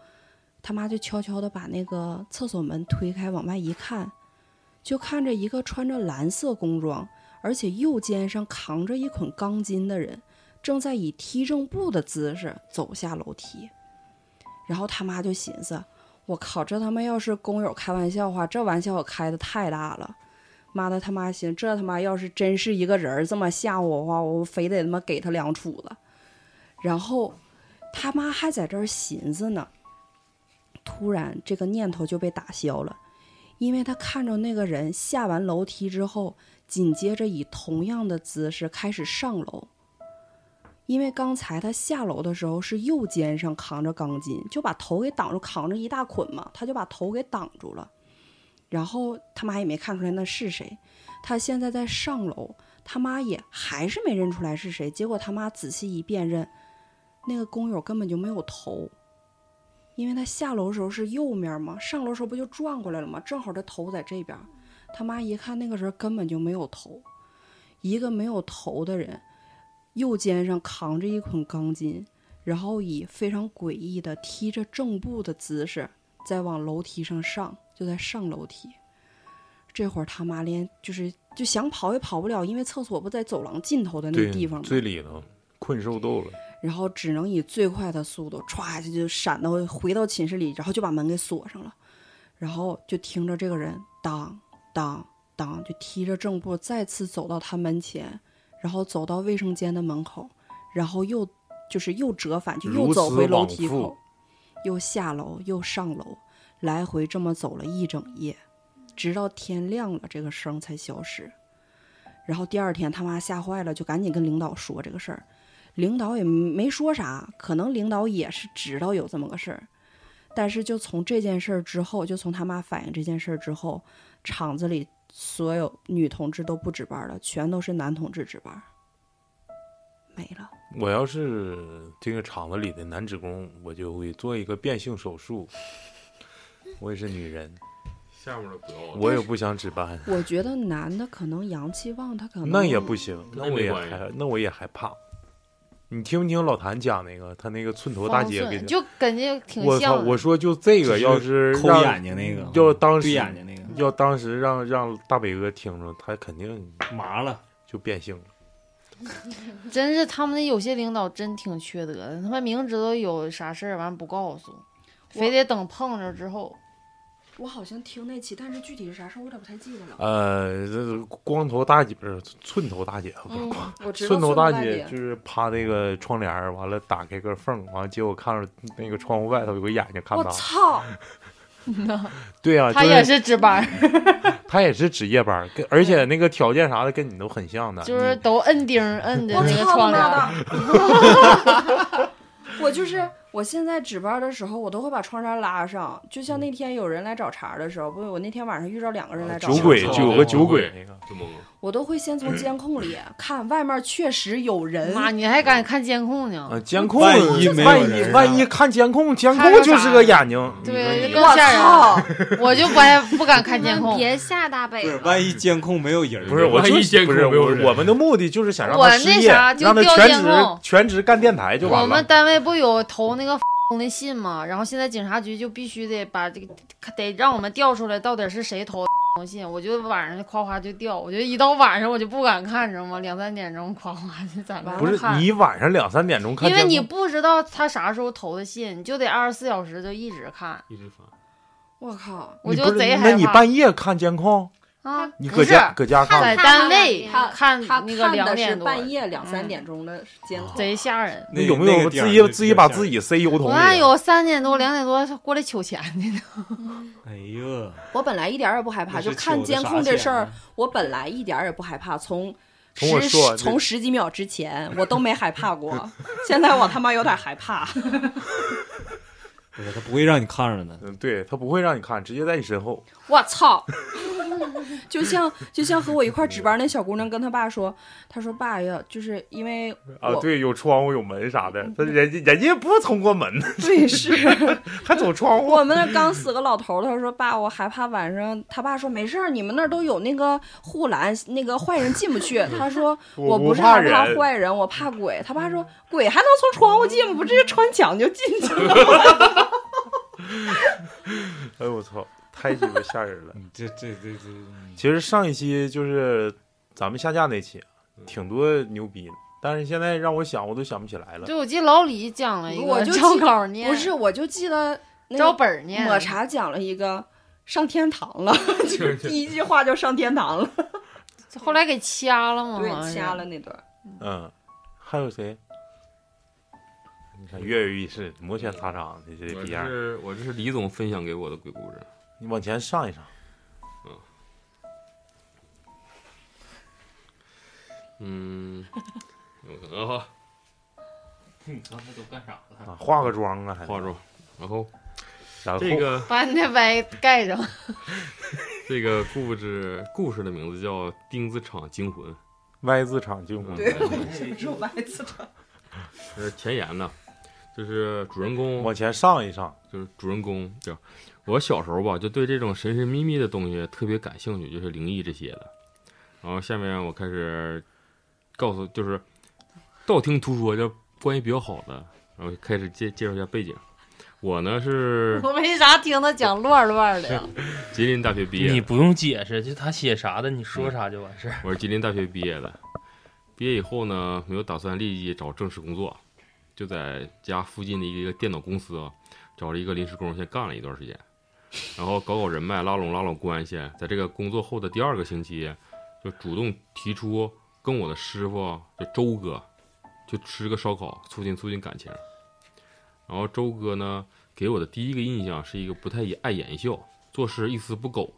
[SPEAKER 1] 他妈就悄悄地把那个厕所门推开，往外一看，就看着一个穿着蓝色工装，而且右肩上扛着一捆钢筋的人，正在以踢正步的姿势走下楼梯。然后他妈就寻思：“我靠，这他妈要是工友开玩笑的话，这玩笑开的太大了。”妈的，他妈寻这他妈要是真是一个人儿这么吓唬我的话，我非得他妈给他两杵子。然后他妈还在这儿寻思呢，突然这个念头就被打消了，因为他看着那个人下完楼梯之后，紧接着以同样的姿势开始上楼。因为刚才他下楼的时候是右肩上扛着钢筋，就把头给挡住，扛着一大捆嘛，他就把头给挡住了。然后他妈也没看出来那是谁，他现在在上楼，他妈也还是没认出来是谁。结果他妈仔细一辨认，那个工友根本就没有头，因为他下楼的时候是右面嘛，上楼的时候不就转过来了吗？正好他头在这边，他妈一看那个人根本就没有头，一个没有头的人，右肩上扛着一捆钢筋，然后以非常诡异的踢着正步的姿势，再往楼梯上上，就在上楼梯。这会儿他妈连就是就想跑也跑不了，因为厕所不在走廊尽头的那
[SPEAKER 2] 对
[SPEAKER 1] 个地方，嘛。
[SPEAKER 2] 最里头困兽斗了，
[SPEAKER 1] 然后只能以最快的速度歘就就闪到回到寝室里，然后就把门给锁上了，然后就听着这个人当当当就踢着正步再次走到他门前，然后走到卫生间的门口，然后又就是又折返，就又
[SPEAKER 2] 如
[SPEAKER 1] 走
[SPEAKER 2] 此
[SPEAKER 1] 回楼
[SPEAKER 2] 往
[SPEAKER 1] 梯
[SPEAKER 2] 复
[SPEAKER 1] 口，又下楼又上楼，来回这么走了一整夜，直到天亮了，这个声才消失。然后第二天他妈吓坏了，就赶紧跟领导说这个事儿，领导也没说啥，可能领导也是知道有这么个事儿，但是就从这件事儿之后，就从他妈反映这件事儿之后，厂子里所有女同志都不值班了，全都是男同志值班，没了。
[SPEAKER 2] 我要是这个厂子里的男职工，我就会做一个变性手术。我也是女人，
[SPEAKER 3] 下面的不要了。
[SPEAKER 2] 我也不想值班，
[SPEAKER 1] 我觉得男的可能阳气旺，他
[SPEAKER 4] 啊
[SPEAKER 1] 可能
[SPEAKER 2] 那
[SPEAKER 4] 哦
[SPEAKER 2] 也不行，
[SPEAKER 3] 那
[SPEAKER 2] 那我
[SPEAKER 3] 没
[SPEAKER 2] 也
[SPEAKER 3] 关系
[SPEAKER 2] 害，那我也害怕。你听没听老谭讲那个，他那个寸头大
[SPEAKER 4] 方
[SPEAKER 2] 姐
[SPEAKER 4] 寸
[SPEAKER 2] 给他，
[SPEAKER 4] 就感觉挺
[SPEAKER 2] 我操！
[SPEAKER 4] 像的。
[SPEAKER 2] 我说就这个，
[SPEAKER 6] 就是
[SPEAKER 2] 要是
[SPEAKER 6] 抠
[SPEAKER 2] 让
[SPEAKER 6] 眼睛那个啊
[SPEAKER 2] 要当时
[SPEAKER 6] 对眼睛那个
[SPEAKER 2] 要当时让让大北哥听着，他肯定
[SPEAKER 6] 麻了。
[SPEAKER 2] 就变性了。
[SPEAKER 4] 真是他们有些领导真挺缺德的，他们明知道有啥事儿，完不告诉，非得等碰着之后。
[SPEAKER 1] 我好像听那期，但是具体是啥事儿我有点不太记得了。
[SPEAKER 2] 呃，这光头大姐不是寸头大姐，啊不是
[SPEAKER 4] 嗯
[SPEAKER 2] 光、
[SPEAKER 1] 我知道
[SPEAKER 2] 寸头大
[SPEAKER 1] 姐
[SPEAKER 2] 就是趴那个窗帘儿，完了打开个缝儿，完了结果看着那个窗户外头有个眼睛看
[SPEAKER 1] 我
[SPEAKER 2] 她。
[SPEAKER 1] 操，
[SPEAKER 2] 对啊，
[SPEAKER 4] 他
[SPEAKER 2] 就
[SPEAKER 4] 也
[SPEAKER 2] 是
[SPEAKER 4] 是值班儿，
[SPEAKER 2] 她也是值夜班儿，跟而且那个条件啥的跟你都很像的。
[SPEAKER 4] 就是
[SPEAKER 2] 你
[SPEAKER 4] 都摁钉儿
[SPEAKER 2] 嗯
[SPEAKER 4] 摁的
[SPEAKER 1] 我
[SPEAKER 4] 那个
[SPEAKER 1] 操
[SPEAKER 4] 窗
[SPEAKER 1] 他
[SPEAKER 4] 帘
[SPEAKER 1] 妈
[SPEAKER 4] 儿。
[SPEAKER 1] 的！ 我就是我现在值班的时候，我都会把窗帘拉上。就
[SPEAKER 2] 嗯
[SPEAKER 1] 像那天有人来找茬的时候，不是我那天晚上遇着两个人来找
[SPEAKER 2] 啊酒
[SPEAKER 1] 茬，
[SPEAKER 2] 鬼
[SPEAKER 3] 我操
[SPEAKER 2] 就有个酒鬼
[SPEAKER 3] 我
[SPEAKER 2] 那个，
[SPEAKER 3] 就懵了。
[SPEAKER 1] 我都会
[SPEAKER 6] 嗯
[SPEAKER 1] 先从监控里看外面确实有人。
[SPEAKER 4] 妈，你还敢看监控呢？
[SPEAKER 2] 啊，监控
[SPEAKER 6] 万一没有
[SPEAKER 2] 万
[SPEAKER 6] 人
[SPEAKER 2] 一
[SPEAKER 6] 呢
[SPEAKER 2] 万一看监控，监控
[SPEAKER 4] 看着
[SPEAKER 2] 就是
[SPEAKER 4] 啥
[SPEAKER 2] 个眼睛，
[SPEAKER 4] 对，
[SPEAKER 3] 你
[SPEAKER 4] 就
[SPEAKER 3] 说
[SPEAKER 4] 更
[SPEAKER 1] 我
[SPEAKER 4] 吓人了。
[SPEAKER 1] 操！
[SPEAKER 4] 我就不爱不敢看
[SPEAKER 5] 你
[SPEAKER 4] 监
[SPEAKER 5] 们
[SPEAKER 4] 控。
[SPEAKER 5] 别吓大
[SPEAKER 6] 不
[SPEAKER 5] 北
[SPEAKER 6] 是，
[SPEAKER 5] 了。
[SPEAKER 6] 万一监控没有人呢，
[SPEAKER 2] 不是我
[SPEAKER 3] 万一
[SPEAKER 2] 就
[SPEAKER 3] 监
[SPEAKER 2] 不
[SPEAKER 3] 控
[SPEAKER 2] 是
[SPEAKER 3] 没有人
[SPEAKER 2] 我我们的目的就是想让
[SPEAKER 4] 我
[SPEAKER 2] 他
[SPEAKER 4] 那
[SPEAKER 2] 失业，
[SPEAKER 4] 啥就
[SPEAKER 2] 让他
[SPEAKER 4] 调
[SPEAKER 2] 全
[SPEAKER 4] 监
[SPEAKER 2] 职
[SPEAKER 4] 控
[SPEAKER 2] 全职干电台就
[SPEAKER 4] 我
[SPEAKER 2] 完
[SPEAKER 4] 们
[SPEAKER 2] 了。
[SPEAKER 4] 单位不有投那个 的信吗？然后现在警察局就必须得把这个得让我们调出来到底是谁投的 信。我就晚上就夸夸就调，我就一到晚上我就不敢看，知道吗？两三点钟夸夸就在那
[SPEAKER 1] 完
[SPEAKER 4] 儿
[SPEAKER 1] 了
[SPEAKER 2] 不是
[SPEAKER 4] 看。
[SPEAKER 2] 你晚上两三点钟看
[SPEAKER 4] 因
[SPEAKER 2] 监
[SPEAKER 4] 为
[SPEAKER 2] 控，
[SPEAKER 4] 你不知道他啥时候投的信，你就得二十四小时就一直看，
[SPEAKER 3] 一直翻，
[SPEAKER 1] 我靠！
[SPEAKER 4] 我
[SPEAKER 2] 你
[SPEAKER 4] 就
[SPEAKER 2] 不是
[SPEAKER 4] 贼害怕。
[SPEAKER 2] 那你半夜看监控，
[SPEAKER 4] 啊，
[SPEAKER 2] 你
[SPEAKER 4] 不
[SPEAKER 2] 搁
[SPEAKER 4] 是
[SPEAKER 2] 家搁家看
[SPEAKER 4] 在
[SPEAKER 5] 看
[SPEAKER 4] 单
[SPEAKER 5] 他
[SPEAKER 4] 位
[SPEAKER 5] 他
[SPEAKER 4] 看
[SPEAKER 1] 他
[SPEAKER 4] 那个
[SPEAKER 1] 看
[SPEAKER 4] 两
[SPEAKER 1] 的是
[SPEAKER 4] 点多，
[SPEAKER 1] 半夜两三
[SPEAKER 4] 嗯
[SPEAKER 1] 点钟的监控，
[SPEAKER 4] 贼吓人。
[SPEAKER 2] 那
[SPEAKER 6] 那
[SPEAKER 2] 有没有自己自己把自？己塞油
[SPEAKER 4] 我
[SPEAKER 2] 桶
[SPEAKER 4] 那
[SPEAKER 2] 里？
[SPEAKER 4] 有三点
[SPEAKER 1] 嗯
[SPEAKER 4] 多、两点多过来取钱的呢。
[SPEAKER 6] 那个地儿
[SPEAKER 1] 我本来一点儿也不害
[SPEAKER 6] 哎
[SPEAKER 1] 怕，
[SPEAKER 6] 呀，
[SPEAKER 1] 就
[SPEAKER 6] 哎那是
[SPEAKER 1] 看
[SPEAKER 6] 糗的
[SPEAKER 1] 监
[SPEAKER 6] 啥
[SPEAKER 1] 控这
[SPEAKER 6] 钱啊
[SPEAKER 1] 事儿
[SPEAKER 6] 呢，，
[SPEAKER 1] 我本来一点儿也不害怕，从
[SPEAKER 2] 从我
[SPEAKER 1] 十
[SPEAKER 2] 说这
[SPEAKER 1] 从十几秒之前我都没害怕过， 现在我他妈有点害 怕。
[SPEAKER 6] 不是他不会让你看着呢。
[SPEAKER 2] 嗯，对他不会让你看，直接在你身后。
[SPEAKER 1] 我操！就像就像和我一块儿值班那小姑娘跟她爸说，她说爸呀，就是因为
[SPEAKER 2] 啊，
[SPEAKER 1] 我
[SPEAKER 2] 对，有窗户有门啥的，他人家人家不通过门，
[SPEAKER 1] 对是
[SPEAKER 2] 还走窗户。
[SPEAKER 1] 我们那儿刚死个老头儿，他说爸，我害怕晚上。他爸说没事儿，你们那儿都有那个护栏，那个坏人进不去。他说
[SPEAKER 2] 我
[SPEAKER 1] 不
[SPEAKER 2] 不
[SPEAKER 1] 是
[SPEAKER 2] 怕
[SPEAKER 1] 害怕
[SPEAKER 2] 人，
[SPEAKER 1] 坏人，我怕鬼。他爸说鬼还能从窗户进吗，不直接穿墙就进去了吗？
[SPEAKER 2] 哎呦我操，太鸡 巴吓人了。
[SPEAKER 6] 嗯这这这这，嗯
[SPEAKER 2] 其实上一期就是咱们下架那期，
[SPEAKER 3] 嗯
[SPEAKER 2] 挺多牛逼的，但是现在让我想，我都想不起来了。
[SPEAKER 4] 对，我记得老李讲了一
[SPEAKER 1] 我
[SPEAKER 4] 个
[SPEAKER 1] 就
[SPEAKER 4] 照
[SPEAKER 1] 记
[SPEAKER 4] 稿念，
[SPEAKER 1] 不是，我就记得那
[SPEAKER 4] 照
[SPEAKER 1] 个
[SPEAKER 4] 本儿念，
[SPEAKER 1] 抹茶讲了一个上天堂 了，就是第一句话就上天堂了，
[SPEAKER 4] 后来给掐了吗？好像
[SPEAKER 1] 对，
[SPEAKER 4] 是
[SPEAKER 1] 掐了。那段儿。
[SPEAKER 2] 嗯，还有谁？你看跃跃欲试，摩拳擦掌的 这
[SPEAKER 3] 我
[SPEAKER 2] 逼
[SPEAKER 3] 这
[SPEAKER 2] 样儿。
[SPEAKER 3] 是我这是李总分享给我的鬼故事。
[SPEAKER 2] 你往前上一上，
[SPEAKER 3] 嗯， 有可能啊哈，
[SPEAKER 7] 你嗯刚才都干啥了？
[SPEAKER 2] 啊，化个妆啊，还
[SPEAKER 3] 化妆，然后
[SPEAKER 2] 然后
[SPEAKER 3] 这个
[SPEAKER 4] 把你那歪盖上，
[SPEAKER 3] 这个故事故事的名字叫《钉子厂惊魂》，
[SPEAKER 2] Y 字场进攻，
[SPEAKER 1] 对，
[SPEAKER 3] 嗯
[SPEAKER 1] 我谁说白字
[SPEAKER 3] 是前言呢，就是主人公
[SPEAKER 2] 往前上一上，
[SPEAKER 3] 就是主人公这样。我小时候吧，就对这种神神秘秘的东西特别感兴趣，就是灵异这些的。然后下面我开始告诉，就是道听途说，就关系比较好的，然后开始介介绍一下背景。我呢是
[SPEAKER 4] 我为啥听他讲乱乱的呀？
[SPEAKER 3] 吉林大学毕业的，
[SPEAKER 7] 你不用解释，就他写啥的，你说啥就完事儿。
[SPEAKER 3] 我是吉林大学毕业的，毕业以后呢，没有打算立即找正式工作，就在家附近的一个电脑公司啊，找了一个临时工，先干了一段时间，然后搞搞人脉，拉拢拉拢关系。在这个工作后的第二个星期，就主动提出跟我的师傅啊就周哥，就吃个烧烤，促进促进感情。然后周哥呢，给我的第一个印象是一个不太爱言笑，做事一丝不苟，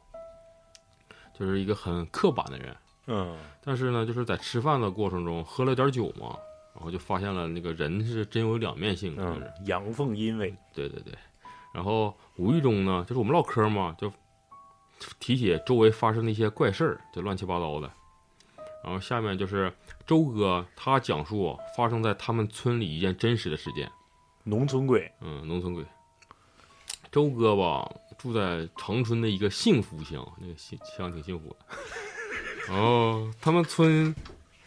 [SPEAKER 3] 就是一个很刻板的人。
[SPEAKER 2] 嗯，
[SPEAKER 3] 但是呢，就是在吃饭的过程中喝了点酒嘛，然后就发现了那个人是真有两面性的，就是、
[SPEAKER 2] 嗯，阳奉阴违，
[SPEAKER 3] 对对对。然后无意中呢，就是我们唠嗑嘛，就提起周围发生的一些怪事儿，就乱七八糟的。然后下面就是周哥他讲述发生在他们村里一件真实的事件，
[SPEAKER 2] 农村鬼，
[SPEAKER 3] 嗯，农村鬼。周哥吧住在长春的一个幸福乡，那个幸乡挺幸福的。哦，他们村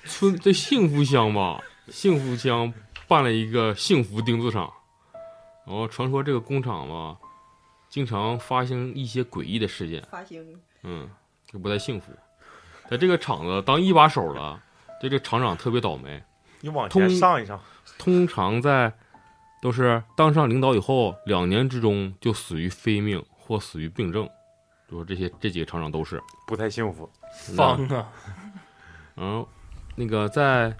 [SPEAKER 3] 村这幸福乡吧，幸福乡办了一个幸福钉子厂，然后传说这个工厂吧，经常发生一些诡异的事件，
[SPEAKER 1] 发型
[SPEAKER 3] 嗯，就不太幸福。在这个厂子当一把手了，这这厂长特别倒霉，
[SPEAKER 2] 你往前
[SPEAKER 3] 通
[SPEAKER 2] 上一上，
[SPEAKER 3] 通常在都是当上领导以后两年之中就死于非命或死于病症，就说这些这几个厂长都是。
[SPEAKER 2] 不太幸福。
[SPEAKER 7] 方啊，
[SPEAKER 3] 然后嗯那个在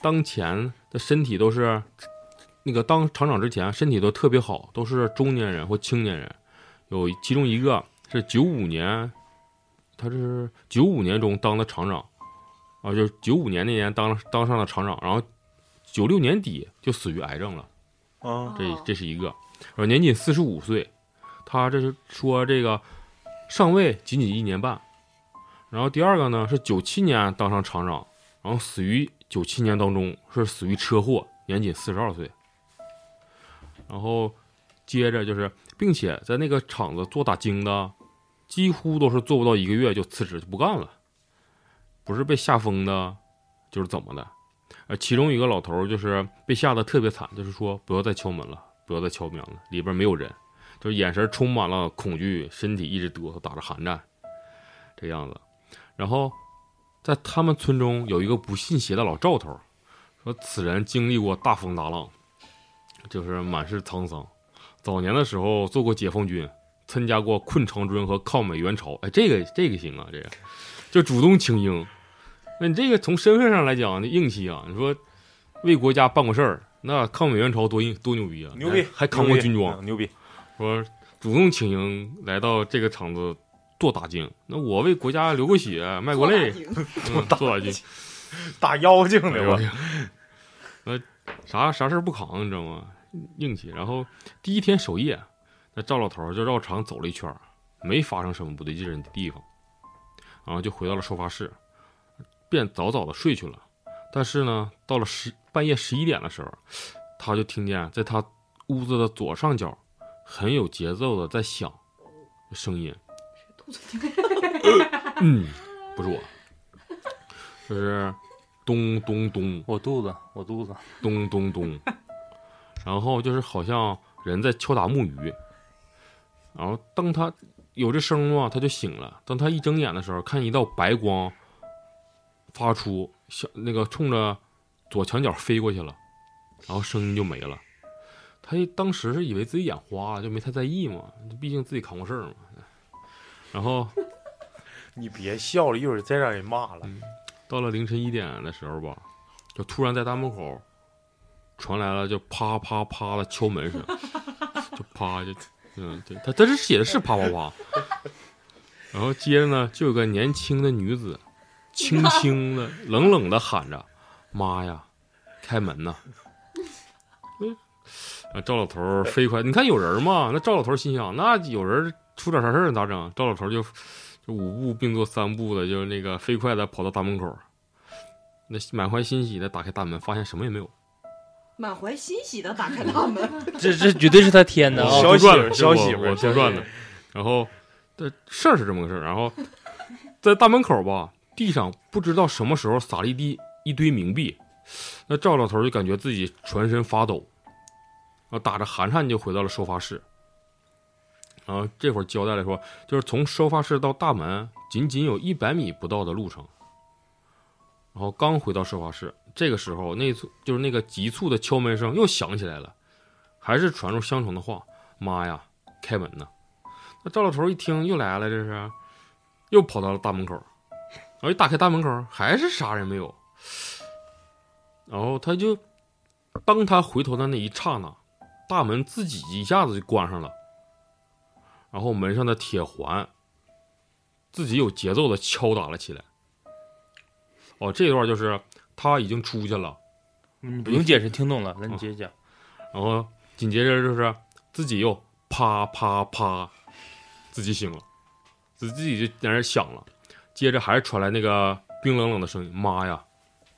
[SPEAKER 3] 当前的身体都是那个当厂长之前身体都特别好，都是中年人或青年人。有其中一个是九五年，他是九五年中当的厂长，啊，就是九五年那年当当上了厂长，然后九六年底就死于癌症了。
[SPEAKER 2] 啊，
[SPEAKER 3] 这
[SPEAKER 5] 哦
[SPEAKER 3] 这是一个，然后年仅四十五岁，他这是说这个上位仅仅一年半，然后第二个呢是九七年当上厂长，然后死于九七年当中是死于车祸，年仅四十二岁，然后接着就是，并且在那个厂子做打更的，几乎都是做不到一个月就辞职就不干了，不是被吓疯的，就是怎么的。呃，其中一个老头儿就是被吓得特别惨，就是说不要再敲门了，不要再敲门了，里边没有人，就是眼神充满了恐惧，身体一直哆嗦，打着寒战，这样子。然后在他们村中有一个不信邪的老赵头儿，说此人经历过大风大浪，就是满是沧桑。早年的时候做过解放军，参加过困长春和抗美援朝，哎，这个这个行啊，这个就主动请缨。那你这个从身份上来讲，那硬气啊！你说为国家办过事儿，那抗美援朝多硬多牛逼啊！
[SPEAKER 2] 牛逼，
[SPEAKER 3] 还还扛过
[SPEAKER 2] 牛逼
[SPEAKER 3] 军装，
[SPEAKER 2] 嗯牛逼。
[SPEAKER 3] 说主动请缨来到这个厂子做打更。那我为国家流过血，卖过泪， 嗯做打更。
[SPEAKER 2] 打妖精的我
[SPEAKER 3] 哎，呦 那啥啥事儿不扛，你知道吗？硬气。然后第一天守夜，那赵老头儿就绕场走了一圈儿，没发生什么不对劲儿的地方，然后就回到了收发室，便早早的睡去了。但是呢，到了十半夜十一点的时候，他就听见在他屋子的左上角很有节奏的在响声音。嗯，不是我，就是咚咚咚。
[SPEAKER 7] 我肚子，我肚子，
[SPEAKER 3] 咚咚咚，然后就是好像人在敲打木鱼，然后当他有这声儿嘛，他就醒了。当他一睁眼的时候，看一道白光发出，向那个冲着左墙角飞过去了，然后声音就没了。他一当时是以为自己眼花了，就没太在意嘛，毕竟自己扛过事儿嘛。然后
[SPEAKER 2] 你别笑了，一会儿再让人骂了。
[SPEAKER 3] 嗯到了凌晨一点的时候吧，就突然在大门口传来了就啪啪啪的敲门声，就啪就嗯，对，他他这写的是啪啪啪。然后接着呢，就有个年轻的女子，轻轻的、冷冷的喊着：“妈呀，开门呐！”嗯啊，赵老头儿飞快，你看有人吗？那赵老头儿心想，那有人出点啥事儿咋整？赵老头儿就就五步并作三步的，就那个飞快的跑到大门口，那满怀欣喜的打开大门，发现什么也没有。
[SPEAKER 8] 满怀欣喜的打开大 门，
[SPEAKER 7] 这这绝对是他添的啊！
[SPEAKER 2] 小媳妇
[SPEAKER 3] 我赚
[SPEAKER 2] 儿
[SPEAKER 3] 了，
[SPEAKER 2] 小媳妇
[SPEAKER 3] 我
[SPEAKER 2] 儿，
[SPEAKER 3] 我
[SPEAKER 2] 小媳妇
[SPEAKER 3] 杜
[SPEAKER 2] 儿
[SPEAKER 3] 撰的。然后，这事儿是这么个事儿。然后，在大门口吧，地上不知道什么时候撒了一地一堆冥币，那赵老头就感觉自己全身发抖，然后打着寒颤就回到了收发室。然后这会儿交代了说，就是从收发室到大门仅仅有一百米不到的路程。然后刚回到收发室，这个时候，那簇就是那个急促的敲门声又响起来了，还是传入相同的话：“妈呀，开门呐！”那赵老头一听又来了，这是又跑到了大门口，然后一打开大门口还是啥人没有，然后他就当他回头的那一刹那，大门自己一下子就关上了，然后门上的铁环自己有节奏的敲打了起来。哦，这段就是他已经出去了，
[SPEAKER 7] 你不用解释，听懂了。那你接着讲。
[SPEAKER 3] 然后紧接着就是自己又啪啪啪，自己醒了，自自己就在那儿响了。接着还是传来那个冰冷冷的声音：“妈呀，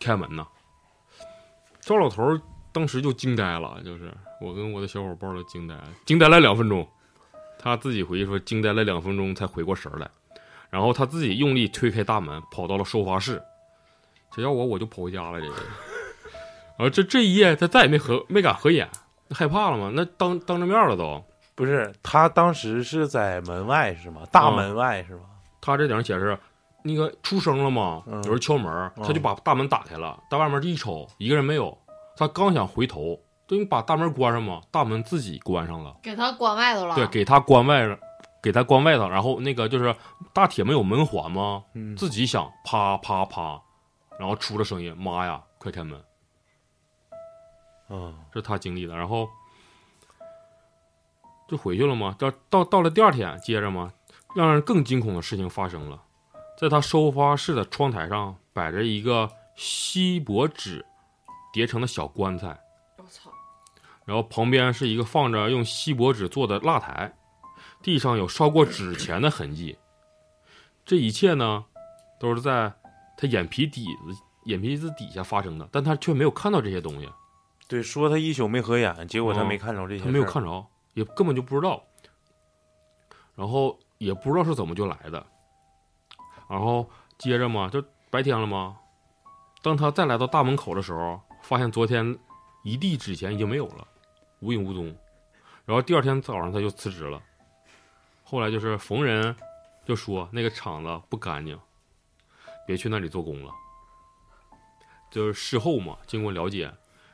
[SPEAKER 3] 开门呐！”赵老头儿当时就惊呆了，就是我跟我的小伙伴儿都惊呆了，惊呆了两分钟。他自己回忆说，惊呆了两分钟才回过神儿来，然后他自己用力推开大门，跑到了收发室。只要我，我就跑回家了。这个，然后这这一夜他再也没合没敢合眼，害怕了吗？那当当着面了都。
[SPEAKER 2] 不是，他当时是在门外是吗？大
[SPEAKER 3] 嗯
[SPEAKER 2] 门外是吗？
[SPEAKER 3] 他这顶上写是那个出声了嘛，
[SPEAKER 2] 嗯
[SPEAKER 3] 有人敲门，他就把大门打开了，到外面一瞅，一个人没有。他刚想回头，就你把大门关上嘛，大门自己关上了，
[SPEAKER 4] 给他关外头了。
[SPEAKER 3] 对，给他关外了，给他关外头。然后那个就是大铁没有门环吗？
[SPEAKER 2] 嗯，
[SPEAKER 3] 自己想啪啪啪，然后出了声音，妈呀，快开门！
[SPEAKER 2] 嗯，
[SPEAKER 3] 这是他经历的，然后就回去了嘛。到到到了第二天，接着嘛，让人更惊恐的事情发生了，在他收发室的窗台上摆着一个锡箔纸叠成的小棺材，
[SPEAKER 8] 我操！
[SPEAKER 3] 然后旁边是一个放着用锡箔纸做的蜡台，地上有烧过纸钱的痕迹。这一切呢，都是在他眼皮底子、眼皮子底下发生的，但他却没有看到这些东西。
[SPEAKER 2] 对，说他一宿没合眼，结果他
[SPEAKER 3] 嗯
[SPEAKER 2] 没看着这些，
[SPEAKER 3] 他没有，看着，也根本就不知道，然后也不知道是怎么就来的，然后接着嘛，就白天了嘛，当他再来到大门口的时候，发现昨天一地纸钱已经没有了，无影无踪，然后第二天早上他就辞职了，后来就是逢人就说那个厂子不干净，别去那里做工了。就是事后嘛，经过了解，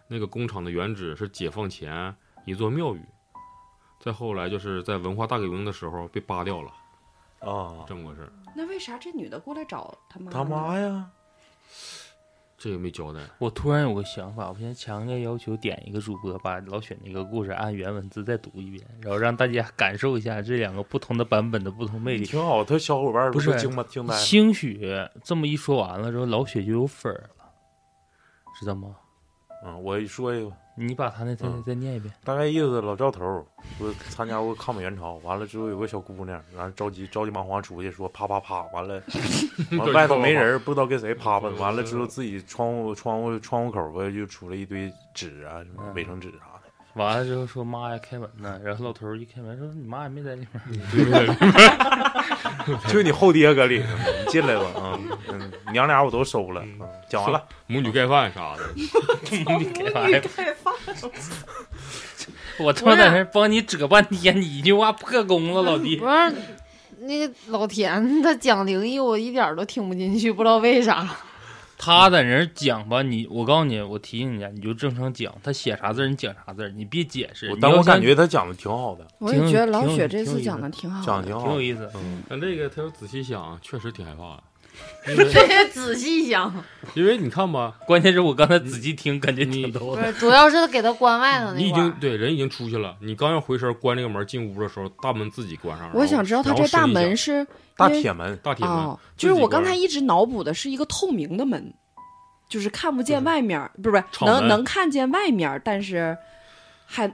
[SPEAKER 3] 那个工厂的原址是解放前一座庙宇。再后来就是在文化大革命的时候被扒掉了，
[SPEAKER 2] 啊，
[SPEAKER 3] 这么个事儿，
[SPEAKER 1] 那为啥这女的过来找他妈？
[SPEAKER 2] 他！妈呀，
[SPEAKER 3] 这也没交代。
[SPEAKER 7] 我突然有个想法，我现在强烈要求点一个主播把老雪那个故事按原文字再读一遍，然后让大家感受一下这两个不同的版本的不同魅力。
[SPEAKER 2] 挺好，他小伙伴儿
[SPEAKER 7] 不是
[SPEAKER 2] 说惊吧惊呆了，
[SPEAKER 7] 兴许这么一说完了之后，老雪就有粉儿了，知道吗？
[SPEAKER 2] 嗯，我说一个，
[SPEAKER 7] 你把他那再
[SPEAKER 2] 嗯
[SPEAKER 7] 再念一遍。
[SPEAKER 2] 大概意思，老赵头儿不是参加过抗美援朝，完了之后有个小姑娘，然后着急着急忙慌出去说啪啪啪，完 了，完了外头没人儿，不知道跟谁啪啪，
[SPEAKER 3] 嗯
[SPEAKER 2] 完了之后自己窗户窗户窗户口儿吧又出了一堆纸啊，什
[SPEAKER 3] 嗯
[SPEAKER 2] 么卫生纸啥的，
[SPEAKER 7] 完了之后说妈呀开门呢，然后老头儿一开门说你妈也没在里 面，
[SPEAKER 2] 就你后爹搁里头呢，你进来吧，嗯嗯，娘俩我都收了，嗯讲完了，
[SPEAKER 3] 母女盖饭啥的，
[SPEAKER 7] 你 给玩意儿
[SPEAKER 8] 哦开放
[SPEAKER 7] 我他妈在那儿帮你折半天，你一句话破功了，老弟
[SPEAKER 4] 不。是那个老田他讲灵异，我一点儿都听不进去，不知道为啥。
[SPEAKER 7] 他在那儿讲吧，你我告诉你，我提醒你一下，啊你就正常讲，他写啥字儿你讲啥字儿，你别解释
[SPEAKER 2] 我。但
[SPEAKER 7] 你
[SPEAKER 2] 我
[SPEAKER 7] 要想
[SPEAKER 2] 感觉他讲的挺好的，
[SPEAKER 1] 我也觉得
[SPEAKER 7] 挺有
[SPEAKER 1] 老雪
[SPEAKER 7] 挺
[SPEAKER 1] 这
[SPEAKER 7] 有
[SPEAKER 1] 次
[SPEAKER 7] 意
[SPEAKER 1] 讲
[SPEAKER 7] 思
[SPEAKER 1] 的挺好
[SPEAKER 2] 讲
[SPEAKER 1] 的
[SPEAKER 2] 的挺
[SPEAKER 7] 挺
[SPEAKER 2] 好
[SPEAKER 7] 有，意思，
[SPEAKER 3] 但这个他要仔细想，确实挺害怕的，
[SPEAKER 4] 仔细想，
[SPEAKER 3] 因为你看吧，
[SPEAKER 7] 关键是我刚才仔细听，感觉挺逗
[SPEAKER 4] 不
[SPEAKER 7] 的。
[SPEAKER 4] 是，主要是给他关外头
[SPEAKER 3] 你
[SPEAKER 4] 那
[SPEAKER 3] 已
[SPEAKER 4] 块儿
[SPEAKER 3] 经对人已经出去了，你刚要回身关这个门进屋的时候，大门自己关上。
[SPEAKER 1] 我想知道他
[SPEAKER 3] 然后
[SPEAKER 1] 这大
[SPEAKER 3] 声音响
[SPEAKER 1] 门是
[SPEAKER 2] 大
[SPEAKER 1] 因为
[SPEAKER 2] 铁门，
[SPEAKER 3] 大铁门，
[SPEAKER 1] 哦，
[SPEAKER 3] 自
[SPEAKER 1] 就是
[SPEAKER 3] 己
[SPEAKER 1] 我
[SPEAKER 3] 关
[SPEAKER 1] 刚才一直脑补的是一个透明的门，就是看不见
[SPEAKER 3] 是
[SPEAKER 1] 外面儿，不是不是
[SPEAKER 3] 敞
[SPEAKER 1] 能
[SPEAKER 3] 门
[SPEAKER 1] 能看见外面儿，但是还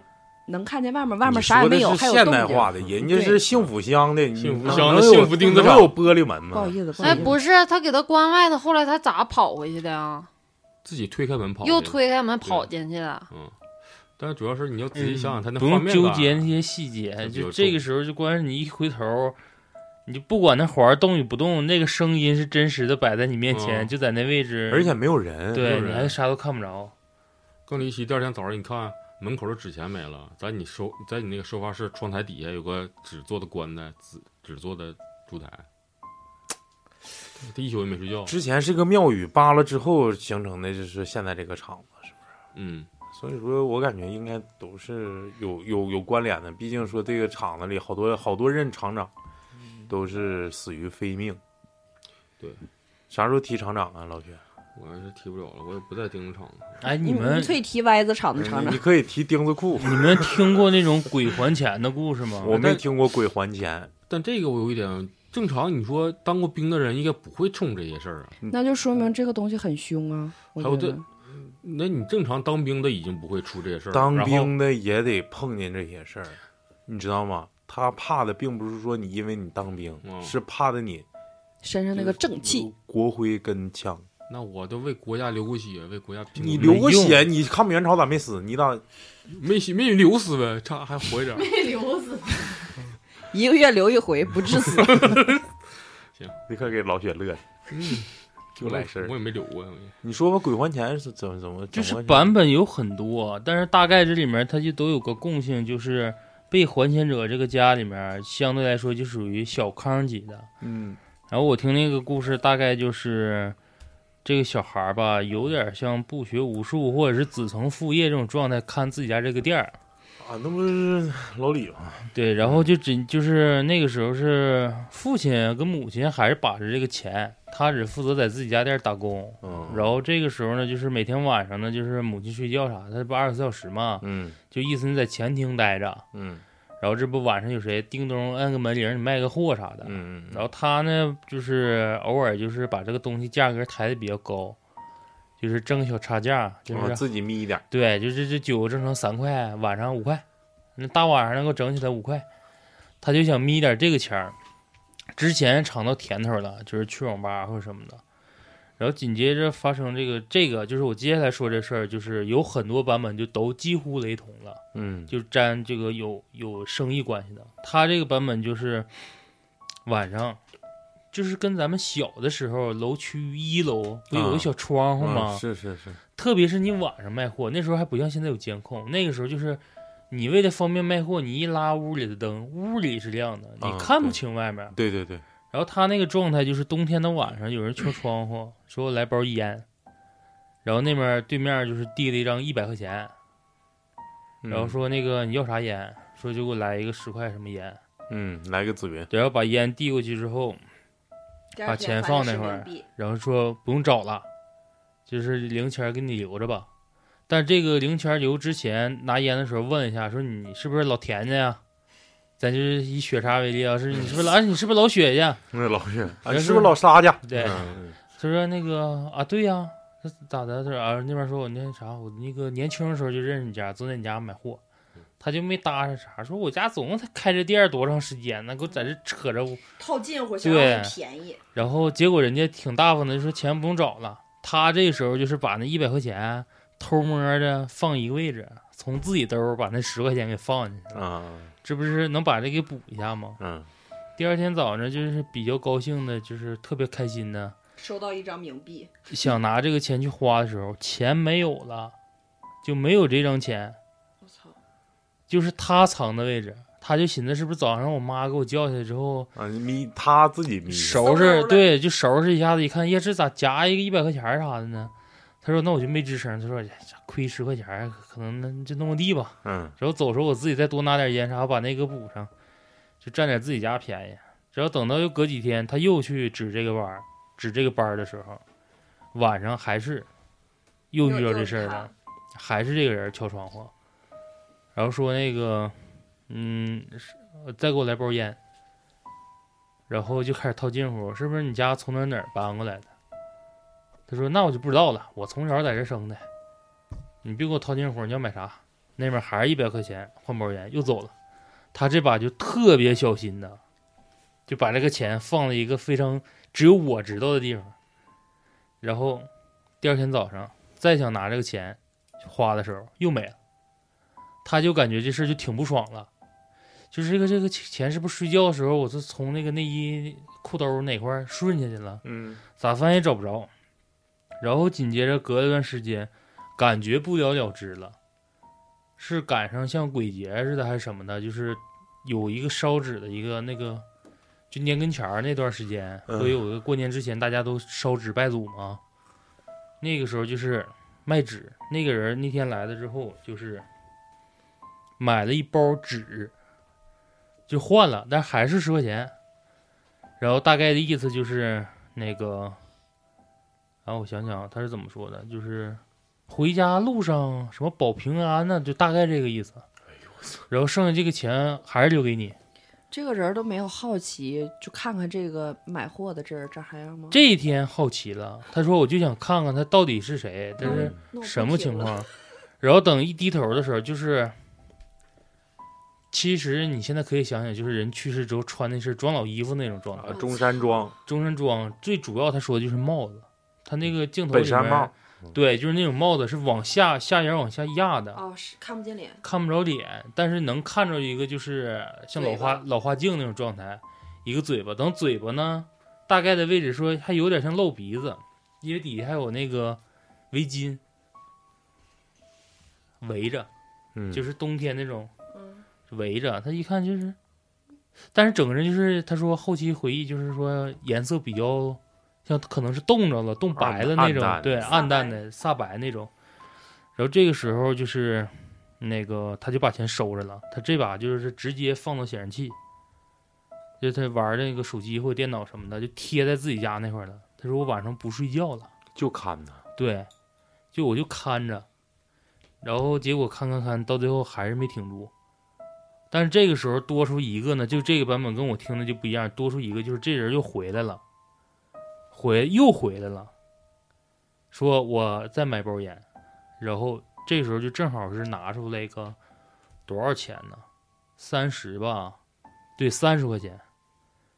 [SPEAKER 1] 能看见外面儿，外面
[SPEAKER 2] 你
[SPEAKER 1] 儿啥也
[SPEAKER 2] 说的
[SPEAKER 1] 没有，
[SPEAKER 2] 是
[SPEAKER 1] 还有
[SPEAKER 2] 现
[SPEAKER 1] 动
[SPEAKER 2] 代
[SPEAKER 1] 静。嗯
[SPEAKER 2] 化的，人家
[SPEAKER 1] 对
[SPEAKER 2] 是幸福乡的，你
[SPEAKER 3] 幸福
[SPEAKER 2] 能
[SPEAKER 3] 乡的
[SPEAKER 2] 能有
[SPEAKER 3] 幸福钉子
[SPEAKER 2] 能
[SPEAKER 3] 厂
[SPEAKER 2] 有玻璃门
[SPEAKER 1] 不
[SPEAKER 2] 吗
[SPEAKER 1] 好？意思，不好
[SPEAKER 4] 哎，
[SPEAKER 1] 意思，
[SPEAKER 4] 不是，他给他关外头，后来他咋跑回去的呀？
[SPEAKER 3] 自己推开门跑，
[SPEAKER 4] 又。推开门跑进去的。
[SPEAKER 3] 嗯，但主要是你要仔细想想他那
[SPEAKER 7] 嗯不
[SPEAKER 3] 画
[SPEAKER 7] 用
[SPEAKER 3] 面
[SPEAKER 7] 纠
[SPEAKER 3] 感
[SPEAKER 7] 结那些细
[SPEAKER 3] 它
[SPEAKER 7] 节，
[SPEAKER 3] 比较
[SPEAKER 7] 就这个时候就关键是你一回头，你就不管那环儿动与不动，那个声音是真实的摆在你面前，
[SPEAKER 3] 嗯
[SPEAKER 7] 就在那位置，
[SPEAKER 2] 而且没有人，
[SPEAKER 7] 对
[SPEAKER 3] 有
[SPEAKER 7] 你
[SPEAKER 3] 人
[SPEAKER 7] 还啥都看不着。
[SPEAKER 3] 更离奇，第二天早上你看门口的纸钱没了，在你收在你那个收发室窗台底下有个纸做的棺材，纸纸做的烛台，他一宿也没睡觉。
[SPEAKER 2] 之前是个庙宇扒了之后形成的，就是现在这个厂子，是吧
[SPEAKER 3] 嗯，
[SPEAKER 2] 所以说我感觉应该都是有有有关联的，毕竟说这个厂子里好多好多任厂长都是死于非命。
[SPEAKER 3] 对，
[SPEAKER 2] 啥时候提厂长啊，老薛？
[SPEAKER 3] 我还是提不了了，我也不在盯着厂子。
[SPEAKER 7] 哎，你
[SPEAKER 1] 你
[SPEAKER 7] 们
[SPEAKER 1] 退提嗯歪子厂子厂
[SPEAKER 2] 你
[SPEAKER 1] 长
[SPEAKER 2] 你，可以提钉子裤，
[SPEAKER 7] 你们听过那种鬼还钱的故事吗？
[SPEAKER 2] 我没听过鬼还钱，
[SPEAKER 3] 但这个我有一点，正常你说当过兵的人应该不会冲这些事儿啊。
[SPEAKER 1] 那就说明这个东西很凶啊。我
[SPEAKER 3] 还有
[SPEAKER 1] 觉
[SPEAKER 3] 这
[SPEAKER 1] 得，
[SPEAKER 3] 那你正常当兵的已经不会出这些事儿了，
[SPEAKER 2] 当
[SPEAKER 3] 然后
[SPEAKER 2] 兵的也得碰见这些事儿，你知道吗？他怕的并不是说你因为你当兵，
[SPEAKER 3] 嗯
[SPEAKER 2] 是怕的你
[SPEAKER 1] 身上那个正气，
[SPEAKER 2] 国徽跟枪。
[SPEAKER 3] 那我都为国家流过血，为国家拼过
[SPEAKER 2] 你
[SPEAKER 3] 命
[SPEAKER 2] 流过
[SPEAKER 7] 没用
[SPEAKER 2] 血，你抗美援朝咋没死？你咋
[SPEAKER 3] 没血没流死呗，差还活着。
[SPEAKER 8] 被流死。
[SPEAKER 1] 一个月留一回，不致死。
[SPEAKER 2] 立刻给老雪乐的？
[SPEAKER 3] 嗯，
[SPEAKER 2] 又来事儿
[SPEAKER 3] 我也没流过，我也
[SPEAKER 2] 你说吧，鬼还钱是怎么怎么？
[SPEAKER 7] 就是
[SPEAKER 2] 怎么回事
[SPEAKER 7] 版本有很多，但是大概这里面它就都有个共性，就是被还钱者这个家里面相对来说就属于小康级的。
[SPEAKER 2] 嗯，
[SPEAKER 7] 然后我听那个故事大概就是，这个小孩儿吧，有点像不学无术或者是子承父业这种状态，看自己家这个店儿。嗯
[SPEAKER 2] 啊，那不是老李吗？
[SPEAKER 7] 对，然后就只就是那个时候是父亲跟母亲还是把着这个钱，他只负责在自己家店儿打工。
[SPEAKER 2] 嗯，
[SPEAKER 7] 然后这个时候呢，就是每天晚上呢，就是母亲睡觉啥的，他不二十四小时嘛，
[SPEAKER 2] 嗯
[SPEAKER 7] 就意思你在前厅待着，
[SPEAKER 2] 嗯
[SPEAKER 7] 然后这不晚上有谁叮咚按个门铃，你卖个货啥的。
[SPEAKER 2] 嗯，
[SPEAKER 7] 然后他呢，就是偶尔就是把这个东西价格抬的比较高，就是挣个小差价，就是、
[SPEAKER 2] 啊自己眯一点，
[SPEAKER 7] 对，就是这酒正常三块，晚上五块，那大晚上能给我整起来五块，他就想眯点这个钱儿。之前尝到甜头了，就是去网吧或者什么的，然后紧接着发生这个这个，就是我接下来说这事儿，就是有很多版本就都几乎雷同了。
[SPEAKER 2] 嗯
[SPEAKER 7] 就沾这个有有生意关系的。他这个版本就是晚上，就是跟咱们小的时候楼区一楼不有
[SPEAKER 2] 啊
[SPEAKER 7] 个小窗户吗？
[SPEAKER 2] 嗯是是是，
[SPEAKER 7] 特别是你晚上卖货，那时候还不像现在有监控，那个时候就是你为了方便卖货，你一拉屋里的灯，屋里是亮的，你
[SPEAKER 2] 啊
[SPEAKER 7] 看不
[SPEAKER 2] 对
[SPEAKER 7] 清外面。
[SPEAKER 2] 对对对，
[SPEAKER 7] 然后他那个状态就是冬天的晚上，有 人敲窗户说来包烟，然后那边对面就是递了一张一百块钱。
[SPEAKER 2] 嗯
[SPEAKER 7] 然后说那个你要啥烟？说就给我来一个十块什么烟。
[SPEAKER 2] 嗯，来个紫云，
[SPEAKER 7] 对，然后把烟递过去之后，把钱放那块儿然后说不用找了，就是零钱儿给你留着吧。但这个零钱儿留之前拿烟的时候问一下，说你是不是老田家呀？咱就是以雪莎为例啊，是你是不是老、啊、你是不是老雪家？
[SPEAKER 2] 那老雪，啊，
[SPEAKER 7] 是
[SPEAKER 2] 是不是老沙家？
[SPEAKER 7] 对，
[SPEAKER 2] 嗯
[SPEAKER 7] 他说那个啊，对呀、他咋的？他说啊，那边说我那啥，我那个年轻的时候就认识你家，总在你家买货，他就没搭上啥，说我家总共才开着店儿多长时间呢，给我在这扯着我。
[SPEAKER 8] 套近乎想让你
[SPEAKER 7] 对
[SPEAKER 8] 便宜，
[SPEAKER 7] 然后结果人家挺大方的，就说钱不用找了。他这时候就是把那一百块钱偷摸的放一个位置，从自己兜儿把那十块钱给放进去了，
[SPEAKER 2] 啊
[SPEAKER 7] 这不是能把这给补一下吗？
[SPEAKER 2] 嗯，
[SPEAKER 7] 第二天早上就是比较高兴的，就是特别开心的，
[SPEAKER 8] 收到一张冥币，
[SPEAKER 7] 想拿这个钱去花的时候，钱没有了，就没有这张钱，
[SPEAKER 8] 我操！
[SPEAKER 7] 就是他藏的位置。他就寻思是不是早上我妈给我叫起来之后
[SPEAKER 2] 啊，眯他自己眯，
[SPEAKER 7] 收
[SPEAKER 8] 搜
[SPEAKER 7] 拾，
[SPEAKER 8] 着
[SPEAKER 7] 对，就收拾一下子，一看呀，这咋夹一个一百块钱儿啥的呢？他说那我就没吱声。他说哎呀亏十块钱儿，可能那就那么地吧。
[SPEAKER 2] 嗯
[SPEAKER 7] 然后走时候我自己再多拿点烟啥，把那个补上，就占点自己家便宜。只要等到又隔几天，他又去值这个班儿，值这个班儿的时候，晚上还是又遇到这事儿了，还是这个人敲窗户，然后说那个，嗯，是呃再给我来包烟，然后就开始套近乎，是不是你家从哪儿哪儿搬过来的？他说那我就不知道了，我从小在这生的，你别给我套近乎，你要买啥？那边还是一百块钱换包烟，又走了。他这把就特别小心的，就把这个钱放在一个非常只有我知道的地方。然后第二天早上再想拿这个钱花的时候又没了，他就感觉这事儿就挺不爽了。就是这个这个钱是不是睡觉的时候我是从那个内衣裤兜哪块儿顺下去了？
[SPEAKER 2] 嗯
[SPEAKER 7] 咋翻也找不着。然后紧接着隔了段时间，感觉不了了之了，是赶上像鬼节似的还是什么的，就是有一个烧纸的一个那个就年跟前儿那段时间，
[SPEAKER 2] 嗯
[SPEAKER 7] 不有个过年之前大家都烧纸拜祖吗？那个时候就是卖纸，那个人那天来了之后，就是买了一包纸，就换了，但还是十块钱。然后大概的意思就是那个，然后我想想他是怎么说的，就是回家路上什么保平安啊呢，就大概这个意思。然后剩下这个钱还是留给你。
[SPEAKER 1] 这个人都没有好奇，就看看这个买货的这人长啥样吗？
[SPEAKER 7] 这一天好奇了，他说我就想看看他到底是谁，但是
[SPEAKER 8] 那我嗯不
[SPEAKER 7] 什么
[SPEAKER 8] 听
[SPEAKER 7] 情
[SPEAKER 8] 了？
[SPEAKER 7] 况？然后等一低头的时候，就是，其实你现在可以想想，就是人去世之后穿的是装老衣服那种状态
[SPEAKER 2] 啊，，中山装
[SPEAKER 7] 中山装。最主要他说的就是帽子，他那个镜头
[SPEAKER 2] 本
[SPEAKER 7] 里
[SPEAKER 2] 山
[SPEAKER 7] 面
[SPEAKER 2] 帽，
[SPEAKER 7] 对，就是那种帽子是往下下沿往下压的，
[SPEAKER 8] 哦，是看不见脸，
[SPEAKER 7] 看不着脸，但是能看着一个就是像老
[SPEAKER 8] 嘴
[SPEAKER 7] 花
[SPEAKER 8] 巴
[SPEAKER 7] 老花镜那种状态，一个嘴巴，等嘴巴呢大概的位置说还有点像露鼻子，因为底下还有那个围巾围着，
[SPEAKER 2] 嗯，
[SPEAKER 7] 就是冬天那种
[SPEAKER 8] 嗯，
[SPEAKER 7] 围着，他一看就是，但是整个人就是他说后期回忆就是说颜色比较像可能是冻着了冻白了那
[SPEAKER 2] 暗
[SPEAKER 7] 种，
[SPEAKER 2] 淡
[SPEAKER 7] 对，
[SPEAKER 8] 煞
[SPEAKER 7] 暗淡
[SPEAKER 8] 白
[SPEAKER 7] 的煞白那种。然后这个时候就是那个他就把钱收着了，他这把就是直接放到显示器，就他玩那个手机或者电脑什么的，就贴在自己家那块儿了。他说我晚上不睡觉了。
[SPEAKER 2] 就看他，
[SPEAKER 7] 对，就我就看着，然后结果看看看到最后还是没挺住。但是这个时候多出一个呢，就这个版本跟我听的就不一样，多出一个就是这人又回来了，回又回来了，说我再买包烟，然后这时候就正好是拿出来一个多少钱呢？三十吧，对，三十块钱，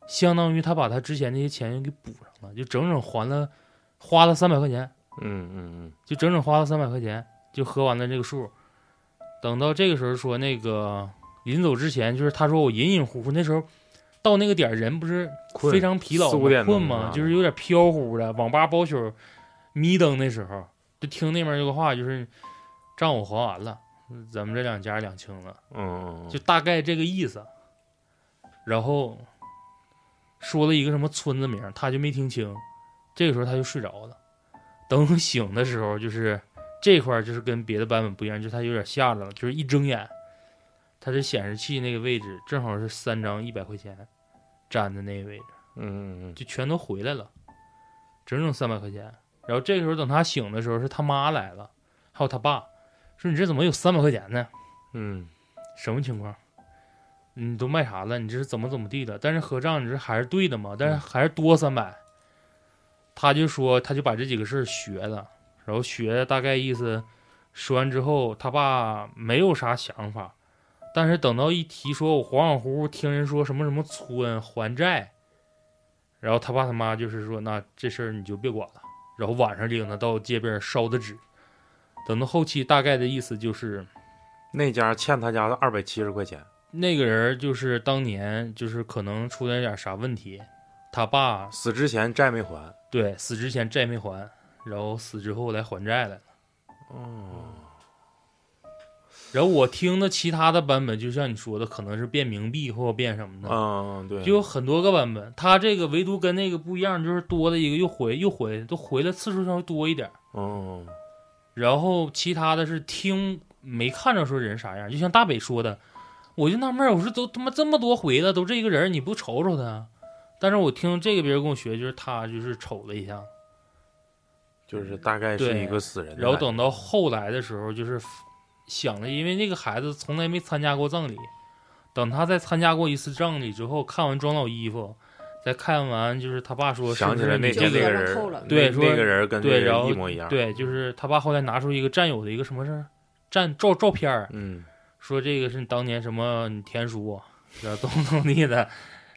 [SPEAKER 7] 相当于他把他之前那些钱又给补上了，就整整还了花了三百块钱。
[SPEAKER 2] 嗯嗯
[SPEAKER 7] 就整整花了三百块钱，就喝完了这个数。等到这个时候说那个临走之前，就是他说我隐隐乎乎那时候到那个点儿人不是
[SPEAKER 2] 困
[SPEAKER 7] 非常疲劳
[SPEAKER 2] 四五
[SPEAKER 7] 吗
[SPEAKER 2] 点钟
[SPEAKER 7] 困嘛
[SPEAKER 2] 啊，
[SPEAKER 7] 就是有点飘忽的。网吧包宿迷瞪那时候，就听那边有个话，就是账我还完了，咱们这两家两清了。
[SPEAKER 2] 嗯嗯，
[SPEAKER 7] 就大概这个意思。然后说了一个什么村子名儿，他就没听清。这个时候他就睡着了。等醒的时候，就是这块儿就是跟别的版本不一样，就是他有点吓着了，就是一睁眼，他这显示器那个位置正好是三张一百块钱粘的那个位置。
[SPEAKER 2] 嗯嗯
[SPEAKER 7] 就全都回来了，整整三百块钱。然后这个时候等他醒的时候，是他妈来了，还有他爸，说你这怎么有三百块钱呢？
[SPEAKER 2] 嗯
[SPEAKER 7] 什么情况？你都卖啥了？你这是怎么怎么地的？但是合账你这还是对的嘛？但是还是多三百。他就说，他就把这几个事儿学了，然后学大概意思，说完之后，他爸没有啥想法，但是等到一提说，我恍恍惚惚听人说什么什么村还债，然后他爸他妈就是说，那这事儿你就别管了，然后晚上领他到街边烧的纸，等到后期大概的意思就是，
[SPEAKER 2] 那家欠他家的二百七十块钱，
[SPEAKER 7] 那个人就是当年就是可能出了点啥问题，他爸
[SPEAKER 2] 死之前债没还，
[SPEAKER 7] 对死之前债没还，然后死之后来还债来了。
[SPEAKER 2] 哦，
[SPEAKER 7] 然后我听的其他的版本，就像你说的，可能是变冥币或者变什么的，
[SPEAKER 2] 嗯对，
[SPEAKER 7] 就有很多个版本。他这个唯独跟那个不一样，就是多了一个又回又回，都回的次数稍微多一点。
[SPEAKER 2] 嗯
[SPEAKER 7] 然后其他的是听没看着说人啥样，就像大北说的，我就纳闷儿，我说都他妈这么多回了，都这一个人儿，你不瞅瞅他？但是我听这个别人跟我学，就是他就是瞅了一下，
[SPEAKER 2] 就是大概是
[SPEAKER 7] 对
[SPEAKER 2] 一个死人的感觉，
[SPEAKER 7] 然后等到后来的时候，就是想了，因为那个孩子从来没参加过葬礼，等他再参加过一次葬礼之后，看完装老衣服，再看完就是他爸说是
[SPEAKER 2] 想
[SPEAKER 7] 不
[SPEAKER 2] 起
[SPEAKER 7] 是
[SPEAKER 2] 来那
[SPEAKER 7] 你
[SPEAKER 2] 天
[SPEAKER 7] 这
[SPEAKER 2] 那个
[SPEAKER 7] 个，
[SPEAKER 8] 就扣了
[SPEAKER 2] 人，
[SPEAKER 7] 对
[SPEAKER 2] 那那
[SPEAKER 7] 说
[SPEAKER 2] 个人跟这
[SPEAKER 7] 对
[SPEAKER 2] 个
[SPEAKER 7] 然
[SPEAKER 2] 人
[SPEAKER 7] 后
[SPEAKER 2] 一模一样，，
[SPEAKER 7] 对，就是他爸后来拿出一个战友的一个什么事儿，战照照片儿。
[SPEAKER 2] 嗯
[SPEAKER 7] 说这个是你当年什么你田啊叔，然后怎么怎么地的，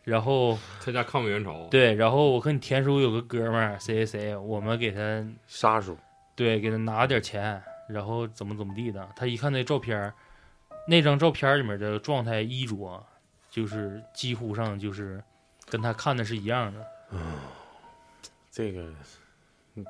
[SPEAKER 7] 然后
[SPEAKER 3] 参加抗美援朝，
[SPEAKER 7] 对，然后我和你田叔有个哥们儿谁谁谁，我们给他
[SPEAKER 2] 杀手，
[SPEAKER 7] 对给他拿点钱，然后怎么怎么地的，他一看那照片儿，那张照片儿里面的状态衣着，就是几乎上就是跟他看的是一样的，
[SPEAKER 2] 这个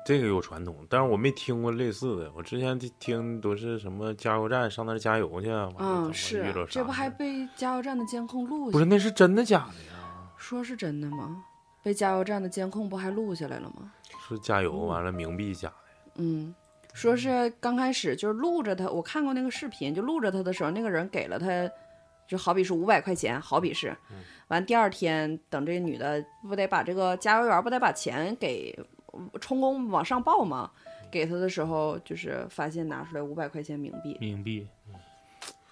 [SPEAKER 2] 这个有传统，但是我没听过类似的。我之前听都是什么加油站上那儿加油去，完了怎么
[SPEAKER 1] 嗯，
[SPEAKER 2] 遇
[SPEAKER 1] 是
[SPEAKER 2] 着啥
[SPEAKER 1] 这不还
[SPEAKER 2] 事儿
[SPEAKER 1] 被加油站的监控录下
[SPEAKER 2] 不是那是真的假的呀？
[SPEAKER 1] 说是真的吗？被加油站的监控不还录下来了吗？
[SPEAKER 2] 说加油完了冥币加的，
[SPEAKER 1] 嗯，说是刚开始就是录着他，我看过那个视频，就录着他的时候，那个人给了他，就好比是五百块钱，好比是，
[SPEAKER 7] 嗯
[SPEAKER 1] 完第二天等这女的不得把这个加油员不得把钱给充公往上报吗？给他的时候，就是发现拿出来五百块钱冥币，
[SPEAKER 7] 冥币，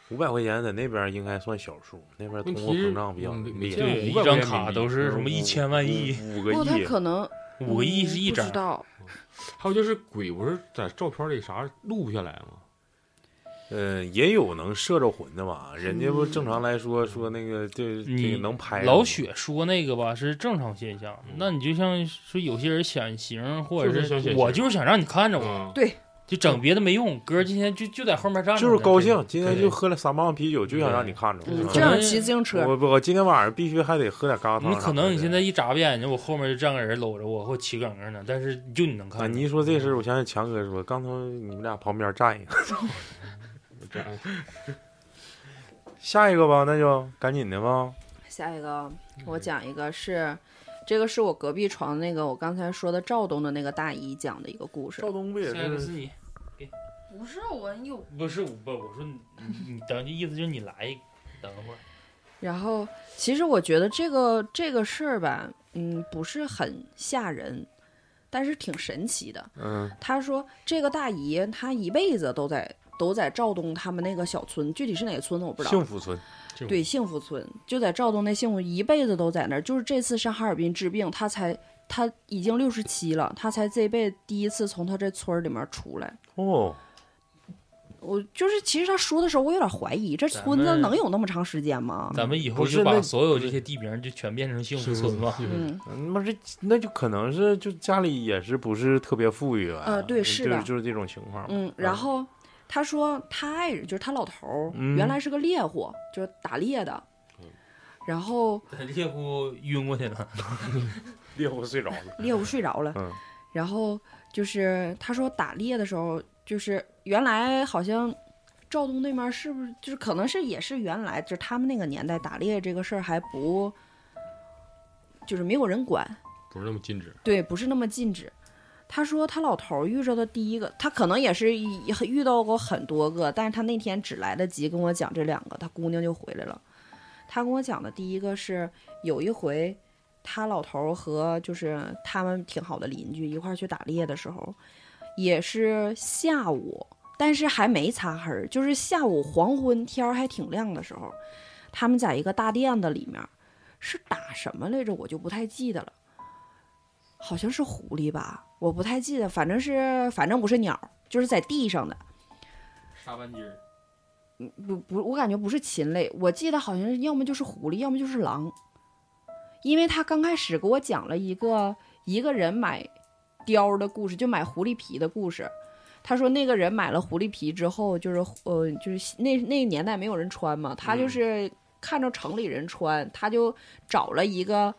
[SPEAKER 2] 五百块钱在那边应该算小数，那边通货膨胀比较
[SPEAKER 3] 问题
[SPEAKER 2] 厉害
[SPEAKER 3] 是这个
[SPEAKER 7] 对，一
[SPEAKER 3] 500
[SPEAKER 7] 张
[SPEAKER 3] 块钱
[SPEAKER 7] 卡
[SPEAKER 3] 冥币
[SPEAKER 7] 都是什么一千嗯万亿、
[SPEAKER 2] 五五
[SPEAKER 1] 不
[SPEAKER 2] 个
[SPEAKER 1] 过哦他
[SPEAKER 2] 亿，
[SPEAKER 1] 可能
[SPEAKER 7] 五个亿是
[SPEAKER 1] 嗯
[SPEAKER 7] 一
[SPEAKER 1] 不
[SPEAKER 7] 张
[SPEAKER 1] 知，道，
[SPEAKER 3] 还有就是鬼不是在照片里啥录不下来吗？
[SPEAKER 2] 呃，也有能摄着魂的吧？人家不正常来说说那个这这
[SPEAKER 7] 你
[SPEAKER 2] 个能拍
[SPEAKER 7] 老
[SPEAKER 2] 雪。
[SPEAKER 7] 雪说那个吧是正常现象，
[SPEAKER 3] 嗯
[SPEAKER 7] 那你就像是有些人显形，或
[SPEAKER 3] 就
[SPEAKER 7] 者
[SPEAKER 3] 是想显形
[SPEAKER 7] 是我就是想让你看着我，
[SPEAKER 3] 嗯，
[SPEAKER 7] 就整别的没用。哥今天就就在后面站着呢，
[SPEAKER 2] 就是高
[SPEAKER 7] 这
[SPEAKER 2] 兴
[SPEAKER 7] 个，
[SPEAKER 2] 今天就喝了三磅啤酒，就想让你看着
[SPEAKER 1] 嗯，
[SPEAKER 2] 我。
[SPEAKER 1] 就想骑自行车，
[SPEAKER 2] 我我今天晚上必须还得喝点疙瘩汤啥的。
[SPEAKER 7] 你可能你现在一眨巴眼睛，我后面就站个人搂着我或骑梗梗呢，但是就你能
[SPEAKER 2] 啊，
[SPEAKER 7] 看。
[SPEAKER 2] 你一说这事儿，我想起强哥说，刚才你们俩旁边站一个，
[SPEAKER 3] 这样
[SPEAKER 2] 下一个吧，那就赶紧的吧。
[SPEAKER 1] 下一个
[SPEAKER 7] 嗯
[SPEAKER 1] 我讲一个是，这个是我隔壁床那个我刚才说的赵东的那个大姨讲的一个故事。
[SPEAKER 2] 东不也
[SPEAKER 7] 下一个是你，
[SPEAKER 4] 不是我有
[SPEAKER 7] 不是我不，我说你你你等意思就是你来一个，等会儿。
[SPEAKER 1] 然后其实我觉得这个这个事儿吧，嗯，不是很吓人，但是挺神奇的。
[SPEAKER 2] 嗯，
[SPEAKER 1] 他说这个大姨她一辈子都在都在赵东他们那个小村，具体是哪个村子我不知道。
[SPEAKER 2] 幸福村，
[SPEAKER 1] 对，幸福村就在赵东那幸福，一辈子都在那儿。就是这次上哈尔滨治病，他才他已经六十七了，他才这辈子第一次从他这村儿里面出来。
[SPEAKER 2] 哦，
[SPEAKER 1] 我就是，其实他说的时候，我有点怀疑，这
[SPEAKER 7] 咱
[SPEAKER 1] 村子
[SPEAKER 7] 们
[SPEAKER 1] 能有那么长时间吗？
[SPEAKER 7] 咱们以后
[SPEAKER 2] 嗯不
[SPEAKER 7] 就是把
[SPEAKER 2] 那
[SPEAKER 7] 所有这些地名就全变成幸福村吧。
[SPEAKER 1] 嗯，
[SPEAKER 2] 那么这那就可能是就家里也是不是特别富裕啊？
[SPEAKER 1] 呃对是
[SPEAKER 2] 就
[SPEAKER 1] 的
[SPEAKER 2] 就是这种情况。
[SPEAKER 1] 嗯，然后他说他爱人就是他老头儿，
[SPEAKER 2] 嗯
[SPEAKER 1] 原来是个猎户，就是打猎的，然后
[SPEAKER 7] 在猎户晕过去了，
[SPEAKER 2] 猎户睡着了，
[SPEAKER 1] 猎户睡着了，
[SPEAKER 2] 嗯
[SPEAKER 1] 然后就是他说打猎的时候，就是原来好像赵东那边是不是就是可能是也是原来就是他们那个年代打猎这个事儿还不就是没有人管，
[SPEAKER 3] 不是那么禁止，
[SPEAKER 1] 对，不是那么禁止。他说他老头儿遇着的第一个，他可能也是一遇到过很多个，但是他那天只来得及跟我讲这两个，他姑娘就回来了。他跟我讲的第一个是有一回，他老头儿和就是他们挺好的邻居一块儿去打猎的时候，也是下午，但是还没擦黑儿，就是下午黄昏天儿还挺亮的时候，他们在一个大垫子里面，是打什么来着，我就不太记得了。好像是狐狸吧，我不太记得，反正是反正不是鸟，就是在地上的，
[SPEAKER 3] 沙班鸡
[SPEAKER 1] 不不，我感觉不是禽类，我记得好像是要么就是狐狸，要么就是狼，因为他刚开始给我讲了一个一个人买貂儿的故事，就买狐狸皮的故事。他说那个人买了狐狸皮之后，就是呃，就是那那个年代没有人穿嘛，他
[SPEAKER 2] 嗯
[SPEAKER 1] 就是看着城里人穿，他就找了一个，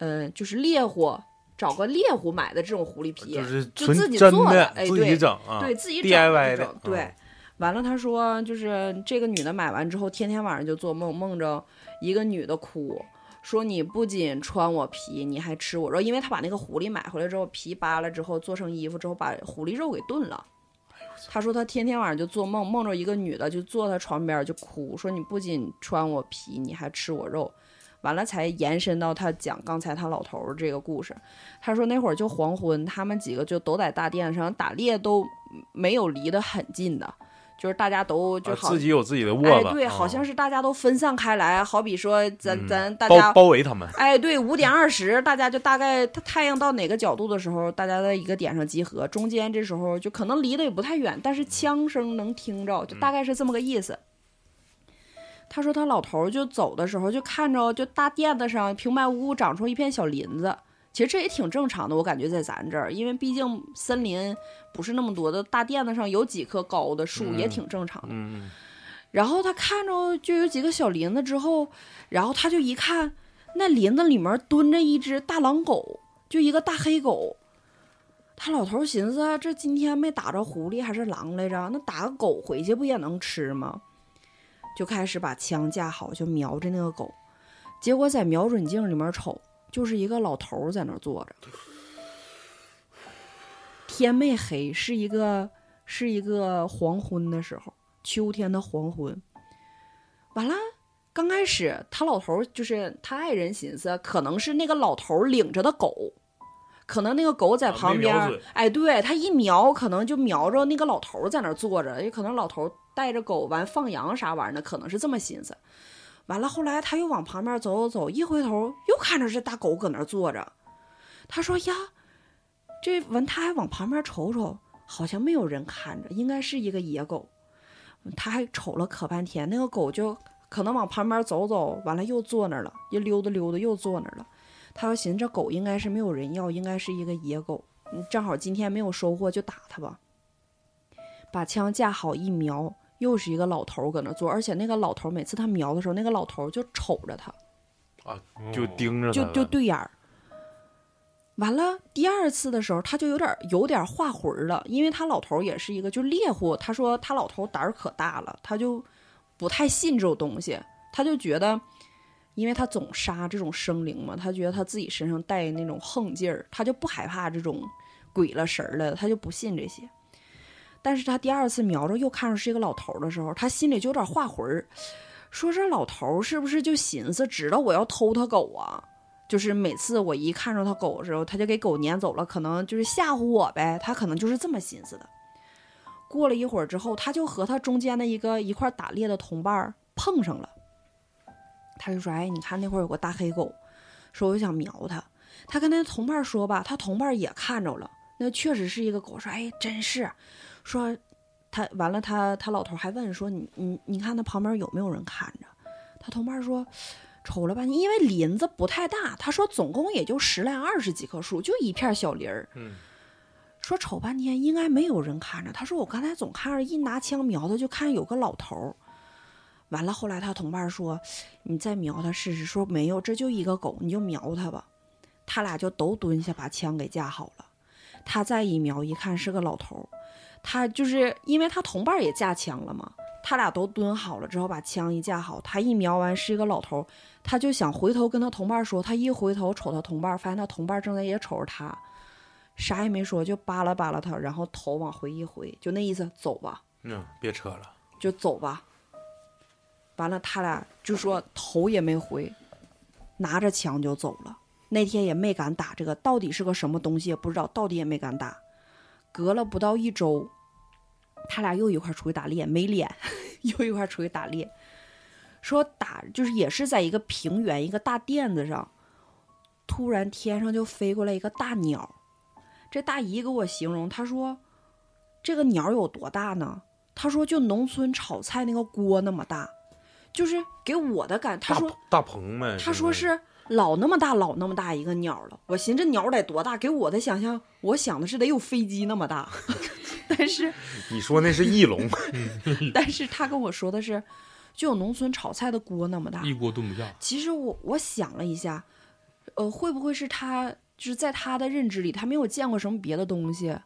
[SPEAKER 1] 嗯、就是猎户，找个猎户买的这种狐狸皮，
[SPEAKER 2] 就是
[SPEAKER 1] 就
[SPEAKER 2] 纯
[SPEAKER 1] 自己
[SPEAKER 2] 真
[SPEAKER 1] 做的哎
[SPEAKER 2] 自己
[SPEAKER 1] 对
[SPEAKER 2] 整啊，
[SPEAKER 1] 对自己
[SPEAKER 2] DIY
[SPEAKER 1] 整
[SPEAKER 2] 的
[SPEAKER 1] 的
[SPEAKER 2] 嗯
[SPEAKER 1] 对。完了，他说就是这个女的买完之后，天天晚上就做梦，梦着一个女的哭，说你不仅穿我皮，你还吃我肉，因为他把那个狐狸买回来之后，皮扒了之后做成衣服之后，把狐狸肉给炖了。他说他天天晚上就做梦，梦着一个女的就坐他床边儿就哭，说你不仅穿我皮，你还吃我肉。完了才延伸到他讲刚才他老头儿这个故事。他说那会儿就黄昏，他们几个就都在大殿上打猎，都没有离得很近的，就是大家都就
[SPEAKER 2] 啊
[SPEAKER 1] 好、
[SPEAKER 2] 自己有自己的窝
[SPEAKER 1] 哎
[SPEAKER 2] 子，
[SPEAKER 1] 对，
[SPEAKER 2] 啊
[SPEAKER 1] 好像是大家都分散开来，好比说咱、
[SPEAKER 2] 嗯
[SPEAKER 1] 咱大家
[SPEAKER 2] 包包围他们。
[SPEAKER 1] 哎，对，五点二十，大家就大概它太阳到哪个角度的时候，大家在一个点上集合，中间这时候就可能离得也不太远，但
[SPEAKER 2] 嗯
[SPEAKER 1] 是枪声能听着，就大概是这么个意思。他说他老头儿就走的时候，就看着就大垫子上平白无故长出一片小林子，其实这也挺正常的，我感觉在咱这儿，因为毕竟森林不是那么多的，大垫子上有几棵高的树也
[SPEAKER 2] 嗯
[SPEAKER 1] 挺正常的。
[SPEAKER 2] 嗯，嗯
[SPEAKER 1] 然后他看着就有几个小林子之后，然后他就一看，那林子里面蹲着一只大狼狗，就一个大黑狗。他老头儿寻思，啊这今天没打着狐狸还是狼来着？那打个狗回去不也能吃吗？就开始把枪架好，就瞄着那个狗。结果在瞄准镜里面瞅，就是一个老头儿在那儿坐着，天没黑，是一个是一个黄昏的时候，秋天的黄昏。完了，刚开始他老头儿就是他爱人，寻思可能是那个老头儿领着的狗，可能那个狗在
[SPEAKER 2] 啊没
[SPEAKER 1] 旁边
[SPEAKER 2] 瞄
[SPEAKER 1] 儿
[SPEAKER 2] 准，
[SPEAKER 1] 哎，对他一瞄，可能就瞄着那个老头儿在那儿坐着，也可能老头儿带着狗完放羊啥玩意儿的，可能是这么寻思。完了，后来他又往旁边走走走，一回头又看着这大狗搁那儿坐着。他说：“呀，这完他还往旁边瞅瞅，好像没有人看着，应该是一个野狗。”他还瞅了可半天，那个狗就可能往旁边走走，完了又坐那儿了，又溜达溜达又坐那儿了。他就寻思这狗应该是没有人要，应该是一个野狗，嗯正好今天没有收获，就打它吧。把枪架好一瞄，又是一个老头儿搁那坐，而且那个老头儿每次他瞄的时候，那个老头儿就瞅着他，
[SPEAKER 3] 哦
[SPEAKER 2] 就盯着他
[SPEAKER 1] 就
[SPEAKER 2] 了，
[SPEAKER 1] 就对眼儿。完了，第二次的时候，他就有点儿有点儿画魂儿了，因为他老头儿也是一个就猎户，他说他老头儿胆儿可大了，他就不太信这种东西，他就觉得，因为他总杀这种生灵嘛，他觉得他自己身上带那种横劲儿，他就不害怕这种鬼了神儿了，他就不信这些。但是他第二次瞄着又看着是一个老头儿的时候，他心里就有点儿画魂儿，说这老头儿是不是就寻思知道我要偷他狗啊？就是每次我一看着他狗的时候，他就给狗撵走了，可能就是吓唬我呗，他可能就是这么寻思的。过了一会儿之后，他就和他中间的一个一块儿打猎的同伴儿碰上了，他就说：“哎，你看那块儿有个大黑狗，说我想瞄它。”他跟他同伴儿说吧，他同伴儿也看着了，那确实是一个狗，说：“哎，真是。”说他完了他，他老头儿还问说：“你你你看他旁边有没有人看着？”他同伴儿说：“瞅了半天，因为林子不太大，他说总共也就十来二十几棵树，就一片小林儿。
[SPEAKER 2] 嗯，
[SPEAKER 1] 说瞅半天应该没有人看着。他说我刚才总看着一拿枪瞄他，就看有个老头儿。完了，后来他同伴说：“你再瞄他试试。”说没有，这就一个狗，你就瞄他吧。他俩就都蹲下，把枪给架好了。他再一瞄，一看是个老头儿。他就是因为他同伴也架枪了嘛，他俩都蹲好了之后，把枪一架好，他一瞄完是一个老头儿，他就想回头跟他同伴说，他一回头瞅他同伴，发现他同伴正在也瞅着他，啥也没说，就扒拉扒拉他，然后头往回一回，就那意思，走吧，
[SPEAKER 2] 嗯，别扯了，
[SPEAKER 1] 就走吧。完了，他俩就说头也没回，拿着枪就走了。那天也没敢打这个，到底是个什么东西也不知道，到底也没敢打。隔了不到一周，他俩又一块儿出去打猎，没脸， 又一块儿出去打猎。说打就是也是在一个平原一个大垫子上，突然天上就飞过来一个大鸟。这大姨给我形容，她说这个鸟有多大呢？她说就农村炒菜那个锅那么大，就是给我的感，她
[SPEAKER 2] 大
[SPEAKER 1] 说
[SPEAKER 2] 大鹏呗，
[SPEAKER 1] 他说
[SPEAKER 2] 现在
[SPEAKER 1] 是老那么大老那么大一个鸟了，我寻思这鸟得多大，给我的想象，我想的是得有飞机那么大，但是
[SPEAKER 2] 你说那是 翼龙，
[SPEAKER 1] 但是他跟我说的是，就有农村炒菜的锅那么大。
[SPEAKER 3] 一锅炖不下。
[SPEAKER 1] 其实我我想了一下，呃，会不会是他就是在他的认知里，他没有见过什么别的东西，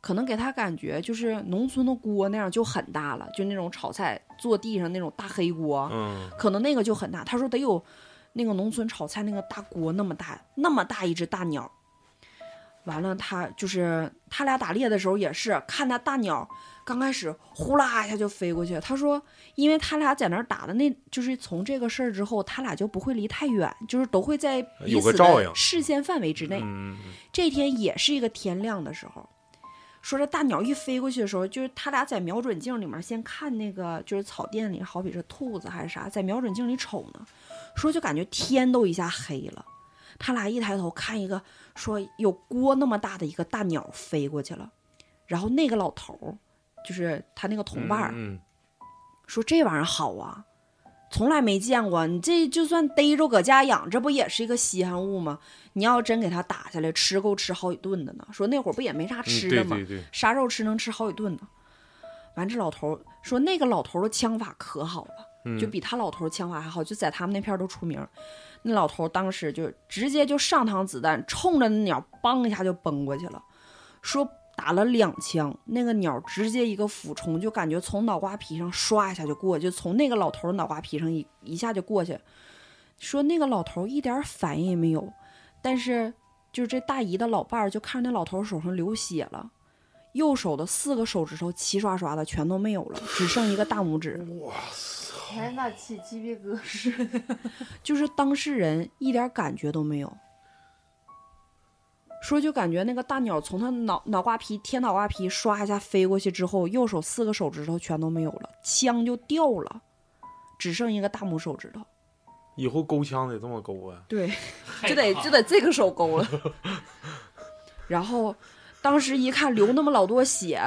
[SPEAKER 1] 可能给他感觉就是农村的锅那样就很大了，就那种炒菜坐地上那种大黑锅，
[SPEAKER 2] 嗯，
[SPEAKER 1] 可能那个就很大。他说得有那个农村炒菜那个大锅那么大，那么大一只大鸟。完了，他就是他俩打猎的时候也是看那大鸟，刚开始呼啦一下就飞过去。他说，因为他俩在那儿打的那，就是从这个事儿之后，他俩就不会离太远，就是都会在彼
[SPEAKER 2] 有个
[SPEAKER 1] 此
[SPEAKER 2] 照应
[SPEAKER 1] 的视线范围之内。
[SPEAKER 2] 嗯，嗯
[SPEAKER 1] 这天也是一个天亮的时候，说这大鸟一飞过去的时候，就是他俩在瞄准镜里面先看那个，就是草甸里，好比是兔子还是啥，在瞄准镜里瞅呢，说就感觉天都一下黑了。他俩一抬头看一个，说有锅那么大的一个大鸟飞过去了，然后那个老头儿，就是他那个同伴儿，
[SPEAKER 2] 嗯，
[SPEAKER 1] 说这玩意儿好啊，从来没见过。啊你这就算逮着搁家养，这不也是一个稀罕物吗？你要真给它打下来，吃够吃好几顿的呢。说那会儿不也没啥
[SPEAKER 2] 嗯
[SPEAKER 1] 吃的
[SPEAKER 2] 对
[SPEAKER 1] 吗？
[SPEAKER 2] 对对，
[SPEAKER 1] 啥肉吃能吃好几顿呢？完，这老头儿说那个老头儿的枪法可好了。
[SPEAKER 2] 嗯
[SPEAKER 1] 就比他老头儿枪法还好，就在他们那片儿都出名儿。那老头儿当时就直接就上膛子弹，冲着那鸟梆一下就崩过去了，说打了两枪，那个鸟直接一个俯冲，就感觉从脑瓜皮上唰一下就过去，就从那个老头儿脑瓜皮上一一下就过去。说那个老头一点反应也没有，但是就是这大姨的老伴儿就看着那老头手上流血了，右手的四个手指头齐刷刷的全都没有了，只剩一个大拇指。
[SPEAKER 4] 天呐，起鸡皮疙瘩！
[SPEAKER 1] 就是当事人一点感觉都没有。说就感觉那个大鸟从他脑脑瓜皮贴脑瓜皮刷一下飞过去之后，右手四个手指头全都没有了，枪就掉了，只剩一个大拇手指头。
[SPEAKER 2] 以后勾枪得这么勾啊！
[SPEAKER 1] 对， 就得就得这个手勾了。然后当时一看流那么老多血，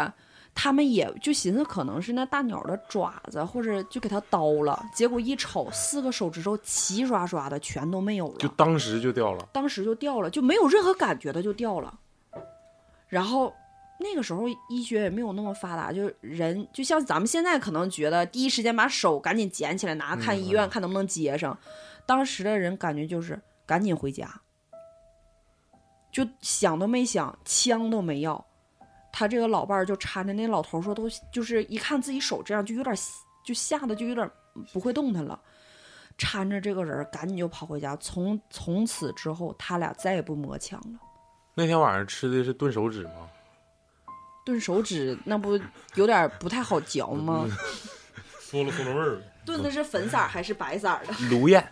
[SPEAKER 1] 他们也就寻思可能是那大鸟的爪子或者就给它刀了，结果一瞅四个手指头齐刷刷的全都没有
[SPEAKER 2] 就
[SPEAKER 1] 了，
[SPEAKER 2] 当时就掉了。
[SPEAKER 1] 当时就掉了，就没有任何感觉的就掉了。然后那个时候医学也没有那么发达，就人就像咱们现在可能觉得第一时间把手赶紧捡起来拿看医院、看能不能接上，当时的人感觉就是赶紧回家，就想都没想，枪都没要。他这个老伴儿就搀着那老头儿说都就是一看自己手这样就有点吓就吓得就有点不会动弹了，搀着这个人儿赶紧就跑回家。从从此之后，他俩再也不磨枪了。
[SPEAKER 2] 那天晚上吃的是炖手指吗？
[SPEAKER 1] 炖手指那不有点不太好嚼吗？
[SPEAKER 3] 嗦了嗦了味儿。
[SPEAKER 1] 炖的是粉色儿还是白色儿的？
[SPEAKER 2] 卢燕，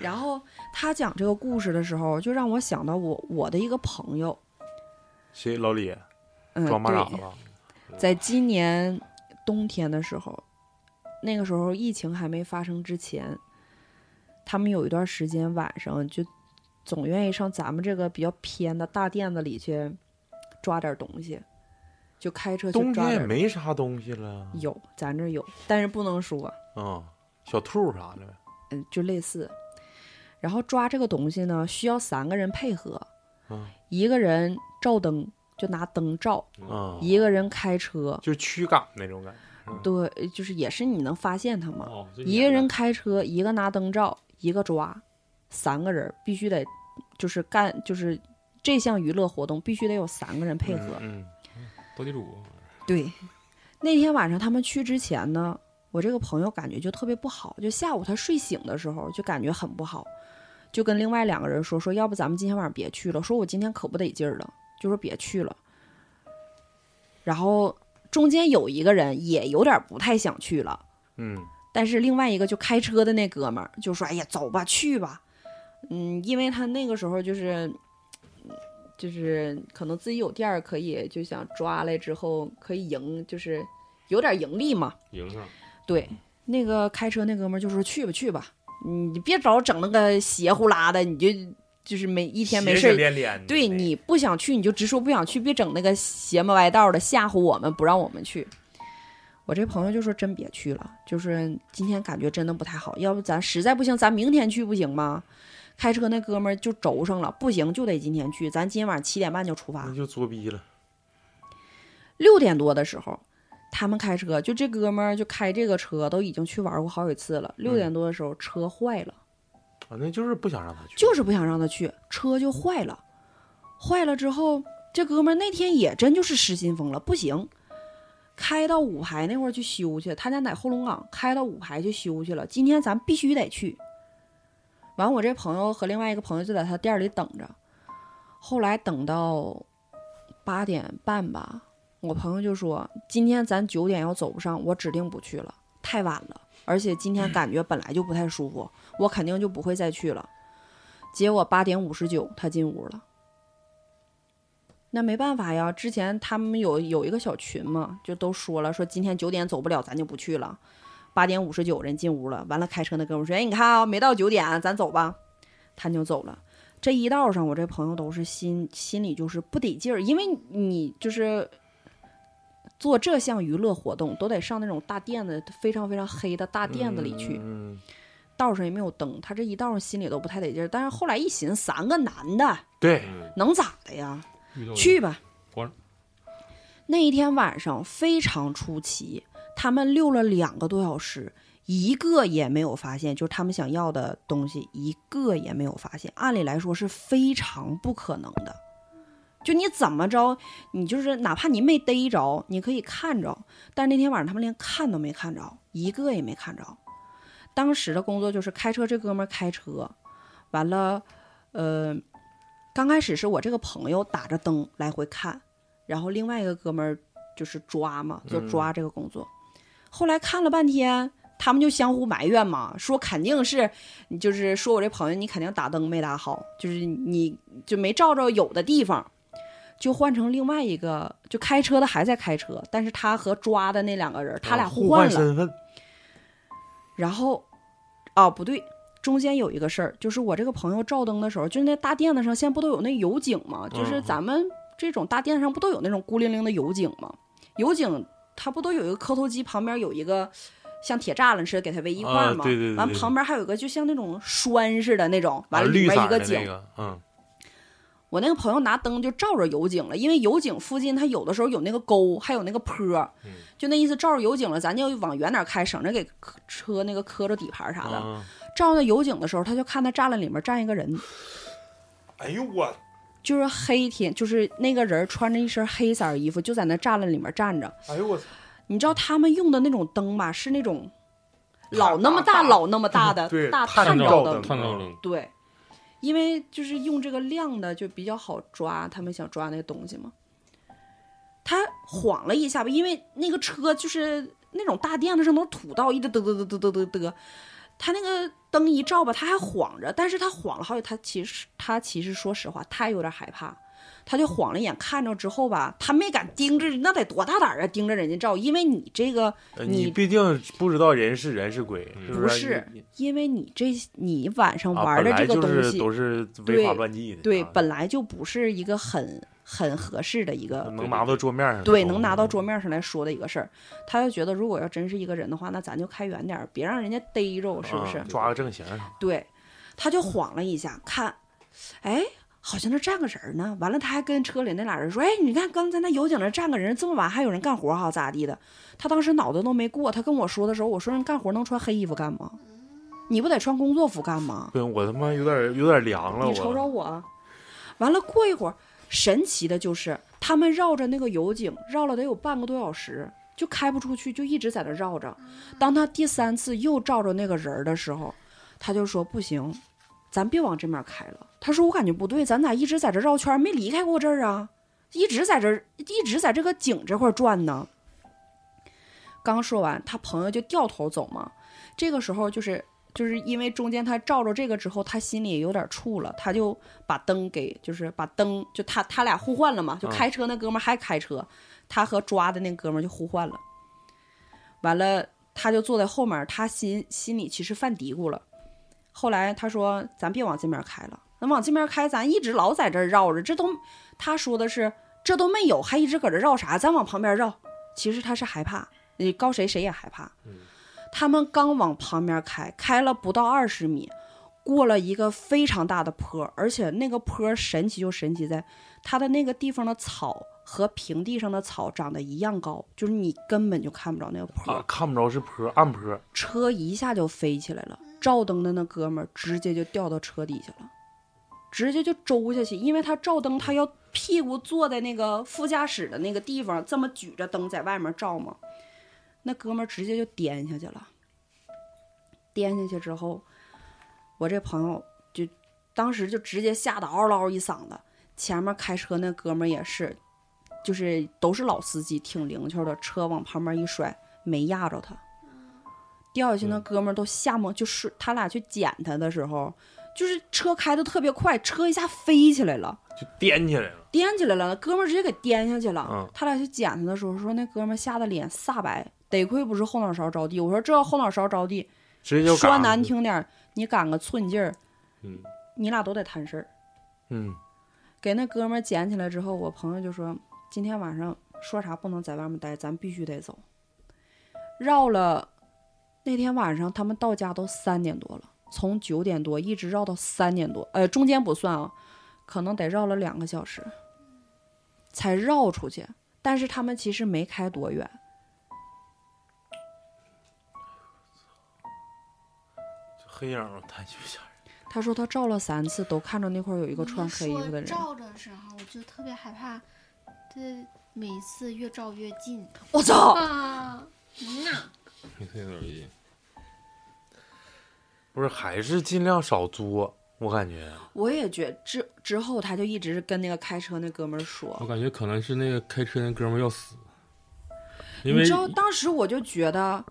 [SPEAKER 1] 然后他讲这个故事的时候，就让我想到我我的一个朋友，
[SPEAKER 2] 谁？老李
[SPEAKER 1] 嗯，
[SPEAKER 2] 装蚂
[SPEAKER 1] 对
[SPEAKER 2] 蚱了？
[SPEAKER 1] 在今年冬天的时候，那个时候疫情还没发生之前，他们有一段时间晚上就总愿意上咱们这个比较偏的大店子里去抓点东西，就开车去
[SPEAKER 2] 冬
[SPEAKER 1] 抓
[SPEAKER 2] 天也
[SPEAKER 1] 点。
[SPEAKER 2] 没啥东西了。
[SPEAKER 1] 有，咱这儿有，但是不能说，
[SPEAKER 2] 嗯，小兔啥的呗。
[SPEAKER 1] 嗯，就类似。然后抓这个东西呢，需要三个人配合，
[SPEAKER 2] 嗯
[SPEAKER 1] 一个人照灯，就拿灯照；
[SPEAKER 2] 嗯，
[SPEAKER 1] 一个人开车，
[SPEAKER 2] 就是驱赶那种感觉。
[SPEAKER 1] 对，就是也是你能发现他们。
[SPEAKER 3] 哦，
[SPEAKER 1] 一个人开车，一个拿灯照，一个抓，三个人必须得，就是干就是这项娱乐活动必须得有三个人配合。
[SPEAKER 2] 嗯，嗯
[SPEAKER 3] 斗地主，
[SPEAKER 1] 对，那天晚上他们去之前呢，我这个朋友感觉就特别不好，就下午他睡醒的时候就感觉很不好，就跟另外两个人说说，要不咱们今天晚上别去了，说我今天可不得劲儿了，就说别去了。然后中间有一个人也有点不太想去了。
[SPEAKER 2] 嗯，
[SPEAKER 1] 但是另外一个就开车的那哥们儿就说：“哎呀，走吧，去吧。”嗯，因为他那个时候就是，就是可能自己有店儿，可以就想抓来之后可以赢，就是有点盈利嘛。
[SPEAKER 3] 赢上。
[SPEAKER 1] 对，那个开车那哥们儿就说：“去吧，去吧，你别找整那个邪乎拉的，你就就是没一天没事儿。
[SPEAKER 2] 斜斜连
[SPEAKER 7] 嗯
[SPEAKER 2] 连的
[SPEAKER 1] 对
[SPEAKER 2] 那
[SPEAKER 1] 你不想去，你就直说不想去，别整那个邪门歪道的吓唬我们，不让我们去。我这朋友就说真别去了，就是今天感觉真的不太好，要不咱实在不行，咱明天去不行吗？开车那哥们儿就轴上了，不行就得今天去，咱今天晚上七点半就出发
[SPEAKER 2] 那。就作逼了。
[SPEAKER 1] 六点多的时候，他们开车，就这哥们儿就开这个车，都已经去玩过好几次了。六点多的时候，车坏了。
[SPEAKER 2] 反正啊就是不想让他去，
[SPEAKER 1] 就是不想让他去，车就坏了。坏了之后，这哥们儿那天也真就是失心疯了，不行，开到五排那块儿去修去。他家在后龙岗，开到五排去修去了。今天咱必须得去。完，我这朋友和另外一个朋友就在他店里等着。后来等到八点半吧，我朋友就说：“今天咱九点要走不上，我指定不去了，太晚了。而且今天感觉本来就不太舒服，我肯定就不会再去了。”结果八点五十九他进屋了。那没办法呀，之前他们有有一个小群嘛，就都说了，说今天九点走不了，咱就不去了。八点五十九人进屋了，完了开车那哥们说：“哎，你看啊、没到九点，咱走吧。”他就走了。这一道上，我这朋友都是心心里就是不得劲儿，因为你就是做这项娱乐活动，都得上那种大店子，非常非常黑的大店子里去。
[SPEAKER 2] 嗯，嗯嗯
[SPEAKER 1] 道上也没有灯，他这一道上心里都不太得劲儿。但是后来一寻，三个男的
[SPEAKER 2] 对，
[SPEAKER 3] 嗯，
[SPEAKER 1] 能咋的呀？
[SPEAKER 3] 遇到一
[SPEAKER 1] 去吧
[SPEAKER 3] 完了。
[SPEAKER 1] 那一天晚上非常出奇，他们溜了两个多小时，一个也没有发现，就是他们想要的东西，一个也没有发现。按理来说是非常不可能的，就你怎么着，你就是哪怕你没逮着，你可以看着，但是那天晚上他们连看都没看着，一个也没看着。当时的工作就是开车，这哥们儿开车，完了，呃，刚开始是我这个朋友打着灯来回看，然后另外一个哥们儿就是抓嘛，做抓这个工作。后来看了半天，他们就相互埋怨嘛，说肯定是，你就是说我这朋友你肯定打灯没打好，就是你就没照着有的地方。就换成另外一个，就开车的还在开车，但是他和抓的那两个人，他俩
[SPEAKER 2] 哦啊互
[SPEAKER 1] 换了，
[SPEAKER 2] 身份，
[SPEAKER 1] 然后，啊，不对，中间有一个事儿，就是我这个朋友照灯的时候，就是那大垫子上现在不都有那油井吗？就是
[SPEAKER 2] 嗯
[SPEAKER 1] 咱们这种大垫上不都有那种孤零零的油井吗？油井它不都有一个磕头机，旁边有一个像铁栅栏似的给它围一块儿
[SPEAKER 2] 啊
[SPEAKER 1] 吗？
[SPEAKER 2] 对对对
[SPEAKER 1] 完
[SPEAKER 2] 对
[SPEAKER 1] 旁边还有一个就像那种栓似的那种，完
[SPEAKER 2] 啊
[SPEAKER 1] 了里
[SPEAKER 2] 绿
[SPEAKER 1] 面
[SPEAKER 2] 色
[SPEAKER 1] 一个
[SPEAKER 2] 的
[SPEAKER 1] 井，
[SPEAKER 2] 那个，嗯，
[SPEAKER 1] 我那个朋友拿灯就照着油井了，因为油井附近它有的时候有那个沟，还有那个坡儿，
[SPEAKER 2] 嗯
[SPEAKER 1] 就那意思照着油井了，咱就往远点开，省着给磕车那个磕着底盘啥的。
[SPEAKER 2] 嗯
[SPEAKER 1] 照那油井的时候，他就看他栅栏里面站一个人，
[SPEAKER 2] 哎呦我，
[SPEAKER 1] 就是黑天，就是那个人穿着一身黑色儿衣服，就在那栅栏里面站着。
[SPEAKER 2] 哎呦我操，
[SPEAKER 1] 你知道他们用的那种灯吧，是那种老那么大、老那么大的
[SPEAKER 2] 对
[SPEAKER 1] 大
[SPEAKER 2] 探
[SPEAKER 1] 探
[SPEAKER 2] 照
[SPEAKER 1] 照
[SPEAKER 2] 灯
[SPEAKER 3] 探照灯，
[SPEAKER 1] 对，因为就是用这个亮的就比较好抓，他们想抓那个东西嘛。他晃了一下吧，因为那个车就是那种大垫子上都是土道，一直嘚嘚嘚嘚嘚嘚嘚。他那个灯一照吧，他还晃着，但是他晃了好久，他其实他其实说实话，他有点害怕，他就晃了一眼，看着之后吧，他没敢盯着，那得多大胆儿啊，盯着人家照，因为你这个
[SPEAKER 2] 呃
[SPEAKER 1] 你
[SPEAKER 2] 你毕竟不知道人是人是鬼，
[SPEAKER 3] 嗯
[SPEAKER 2] 是
[SPEAKER 1] 不
[SPEAKER 2] 是
[SPEAKER 1] 是
[SPEAKER 2] 啊？你
[SPEAKER 1] 因为你这你晚上
[SPEAKER 2] 啊
[SPEAKER 1] 玩的
[SPEAKER 2] 本来
[SPEAKER 1] 这个
[SPEAKER 2] 就
[SPEAKER 1] 东
[SPEAKER 2] 是
[SPEAKER 1] 西，
[SPEAKER 2] 都是违法
[SPEAKER 1] 对
[SPEAKER 2] 乱纪的，
[SPEAKER 1] 对，
[SPEAKER 2] 啊
[SPEAKER 1] 本来就不是一个很很合适的一个，
[SPEAKER 2] 能拿到桌面上的东
[SPEAKER 1] 对，
[SPEAKER 2] 西，啊
[SPEAKER 1] 能拿到桌面上来说的一个事儿。他就觉得，如果要真是一个人的话，那咱就开远点儿，别让人家逮着，是不是？
[SPEAKER 2] 啊抓个正形啥的？
[SPEAKER 1] 对，他就晃了一下，看，哎，好像那站个人儿呢。完了，他还跟车里那俩人说：“哎，你看刚才那油井那站个人，这么晚还有人干活哈，咋地的？”他当时脑子都没过。他跟我说的时候，我说：“人干活能穿黑衣服干吗？你不得穿工作服干吗？”
[SPEAKER 2] 不行，我他妈有点有点凉了，
[SPEAKER 1] 你瞅瞅我，
[SPEAKER 2] 我
[SPEAKER 1] 啊完了过一会儿，神奇的就是他们绕着那个油井绕了得有半个多小时，就开不出去，就一直在那绕着。当他第三次又照着那个人儿的时候，他就说不行，咱别往这面开了。他说我感觉不对，咱咋一直在这绕圈儿，没离开过这儿啊？一直在这儿，一直在这个井这块儿转呢。刚说完，他朋友就掉头走嘛。这个时候就是就是因为中间他照着这个之后，他心里也有点怵了，他就把灯给，就是把灯就他他俩互换了嘛，就
[SPEAKER 2] 嗯
[SPEAKER 1] 开车那哥们儿还开车，他和抓的那哥们儿就互换了。完了，他就坐在后面，他心心里其实犯嘀咕了。后来他说：“咱别往这面开了，咱往这面开，咱一直老在这儿绕着，这都……他说的是这都没有，还一直搁这绕啥？咱往旁边绕。其实他是害怕，你告谁谁也害怕。他们刚往旁边开，开了不到二十米，过了一个非常大的坡，而且那个坡神奇就神奇在它的那个地方的草和平地上的草长得一样高，就是你根本就看不着那个坡。
[SPEAKER 2] 啊，看不着是坡，暗坡，
[SPEAKER 1] 车一下就飞起来了，照灯的那哥们儿直接就掉到车底下了，直接就周下去，因为他照灯，他要屁股坐在那个副驾驶的那个地方，这么举着灯在外面照嘛，那哥们儿直接就颠下去了，颠下去之后，我这朋友就当时就直接吓得嗷嗷一嗓子，前面开车那哥们儿也是，就是都是老司机，挺灵巧的，车往旁边一甩，没压着他。掉下去那哥们儿都吓懵，就是他俩去捡他的时候，就是车开的特别快，车一下飞起来了，
[SPEAKER 2] 就颠起来了，
[SPEAKER 1] 颠起来了，哥们儿直接给颠下去了。
[SPEAKER 2] 嗯
[SPEAKER 1] 他俩去捡他的时候，说那哥们儿吓得脸煞白，得亏不是后脑勺着地。我说这要后脑勺着地，
[SPEAKER 2] 直接就
[SPEAKER 1] 说
[SPEAKER 2] 嘎
[SPEAKER 1] 难，听点儿，你赶个寸劲儿，
[SPEAKER 3] 嗯，
[SPEAKER 1] 你俩都得摊事儿。
[SPEAKER 2] 嗯，
[SPEAKER 1] 给那哥们儿捡起来之后，我朋友就说：“今天晚上说啥不能在外面待，咱必须得走。”绕了那天晚上，他们到家都三点多了，从九点多一直绕到三点多，呃，中间不算啊，可能得绕了两个小时，才绕出去。但是他们其实没开多远，
[SPEAKER 2] 这黑影儿太就吓人。
[SPEAKER 1] 他说他照了三次，都看着那块儿有一
[SPEAKER 5] 一
[SPEAKER 1] 个穿黑衣服的人。
[SPEAKER 5] 照着的时候，我就特别害怕，这每一次越照越近。
[SPEAKER 1] 我操！
[SPEAKER 5] 啊，嗯呐，
[SPEAKER 3] 黑色耳机。
[SPEAKER 2] 不是还是尽量少作，我感觉
[SPEAKER 1] 我也觉之之后，他就一直跟那个开车那哥们儿说
[SPEAKER 3] 我，感觉可能是那个开车那哥们儿要死，因
[SPEAKER 1] 你
[SPEAKER 3] 为
[SPEAKER 1] 知道当时我就觉得，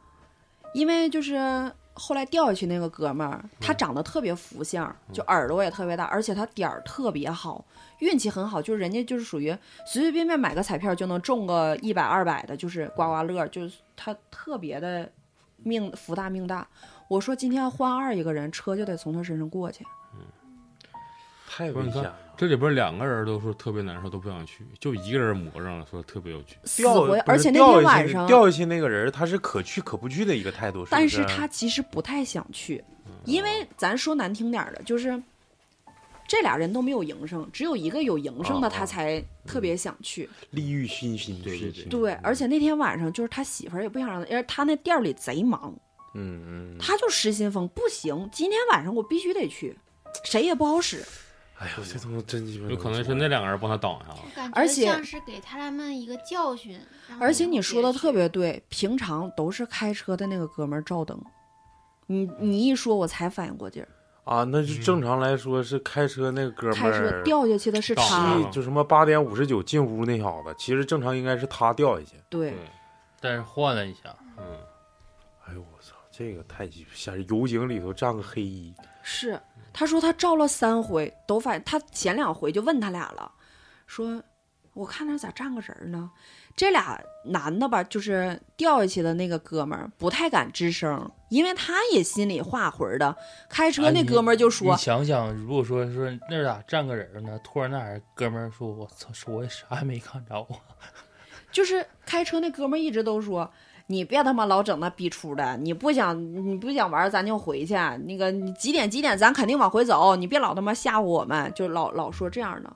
[SPEAKER 1] 因为就是后来掉下去那个哥们儿，他
[SPEAKER 2] 嗯
[SPEAKER 1] 长得特别福相，就耳朵也特别大，而且他点儿特别好，运气很好，就是人家就是属于随随便便买个彩票就能中个一百二百的，就是刮刮乐，就是他特别的命福大命大。我说今天要换二一个人，车就得从他身上过去。
[SPEAKER 2] 太
[SPEAKER 3] 不
[SPEAKER 2] 危
[SPEAKER 3] 是
[SPEAKER 2] 险
[SPEAKER 3] 你看
[SPEAKER 2] 了。
[SPEAKER 3] 这里边两个人都说特别难受，都不想去，就一个人磨上了，说特别要去。
[SPEAKER 1] 死
[SPEAKER 2] 掉
[SPEAKER 1] 活，
[SPEAKER 2] 不
[SPEAKER 1] 而
[SPEAKER 2] 是
[SPEAKER 1] 且那
[SPEAKER 2] 掉
[SPEAKER 1] 天
[SPEAKER 2] 下
[SPEAKER 1] 晚
[SPEAKER 2] 去
[SPEAKER 1] 上，
[SPEAKER 2] 掉下去那个人，他是可去可不去的一个态度，
[SPEAKER 1] 但
[SPEAKER 2] 是
[SPEAKER 1] 是
[SPEAKER 2] 不是嗯
[SPEAKER 1] 他其实不太想去，因为咱说难听点儿的，就是这俩人都没有营生，只有一个有营生的
[SPEAKER 2] 啊
[SPEAKER 1] 他才特别想去。
[SPEAKER 2] 利欲熏心，
[SPEAKER 3] 对对
[SPEAKER 2] 是
[SPEAKER 3] 对
[SPEAKER 1] 对，而且那天晚上就是他媳妇儿也不想让他，因为他那店儿里贼忙，
[SPEAKER 2] 嗯嗯，
[SPEAKER 1] 他就失心疯，不行，今天晚上我必须得去，谁也不好使。
[SPEAKER 2] 哎呀，这东西真鸡巴
[SPEAKER 3] 有可能是那两个人帮他挡一下子。
[SPEAKER 5] 感
[SPEAKER 1] 而
[SPEAKER 5] 觉
[SPEAKER 1] 且
[SPEAKER 5] 像是给他们一个教训。让
[SPEAKER 1] 而
[SPEAKER 5] 他
[SPEAKER 1] 且
[SPEAKER 5] 们
[SPEAKER 1] 你
[SPEAKER 5] 别
[SPEAKER 1] 说的
[SPEAKER 5] 去
[SPEAKER 1] 特别对，平常都是开车的那个哥们儿照灯，你你一说我才反应过劲儿，
[SPEAKER 2] 啊，那就正常来说是开车那个哥们
[SPEAKER 1] 开车
[SPEAKER 2] 儿，
[SPEAKER 1] 掉啊下去的是
[SPEAKER 3] 挡
[SPEAKER 1] 他
[SPEAKER 3] 了，
[SPEAKER 2] 就什么八点五十九进屋那小子，其实正常应该是他掉下去。
[SPEAKER 1] 对。
[SPEAKER 7] 但是换了一下，
[SPEAKER 3] 嗯，
[SPEAKER 2] 哎呦我操，这个太鸡巴吓人！油井里头站个黑衣，
[SPEAKER 1] 是，他说他照了三回，都反他前两回就问他俩了，说我看那儿咋站个人儿呢？这俩男的吧，就是掉下去的那个哥们儿不太敢吱声，因为他也心里画魂儿的。开车
[SPEAKER 7] 哎
[SPEAKER 1] 那
[SPEAKER 7] 你
[SPEAKER 1] 哥们儿就说、
[SPEAKER 7] 你想想，如果说说那咋站个人儿呢？突然那俩哥们儿说：“我操，说我也啥也没看着啊。
[SPEAKER 1] 就是开车那哥们儿一直都说，你别他妈老整那逼出的，你不想你不想玩儿，咱就回去。啊那个你几点几点，咱肯定往回走，你别老他妈吓唬我们，就老老说这样的。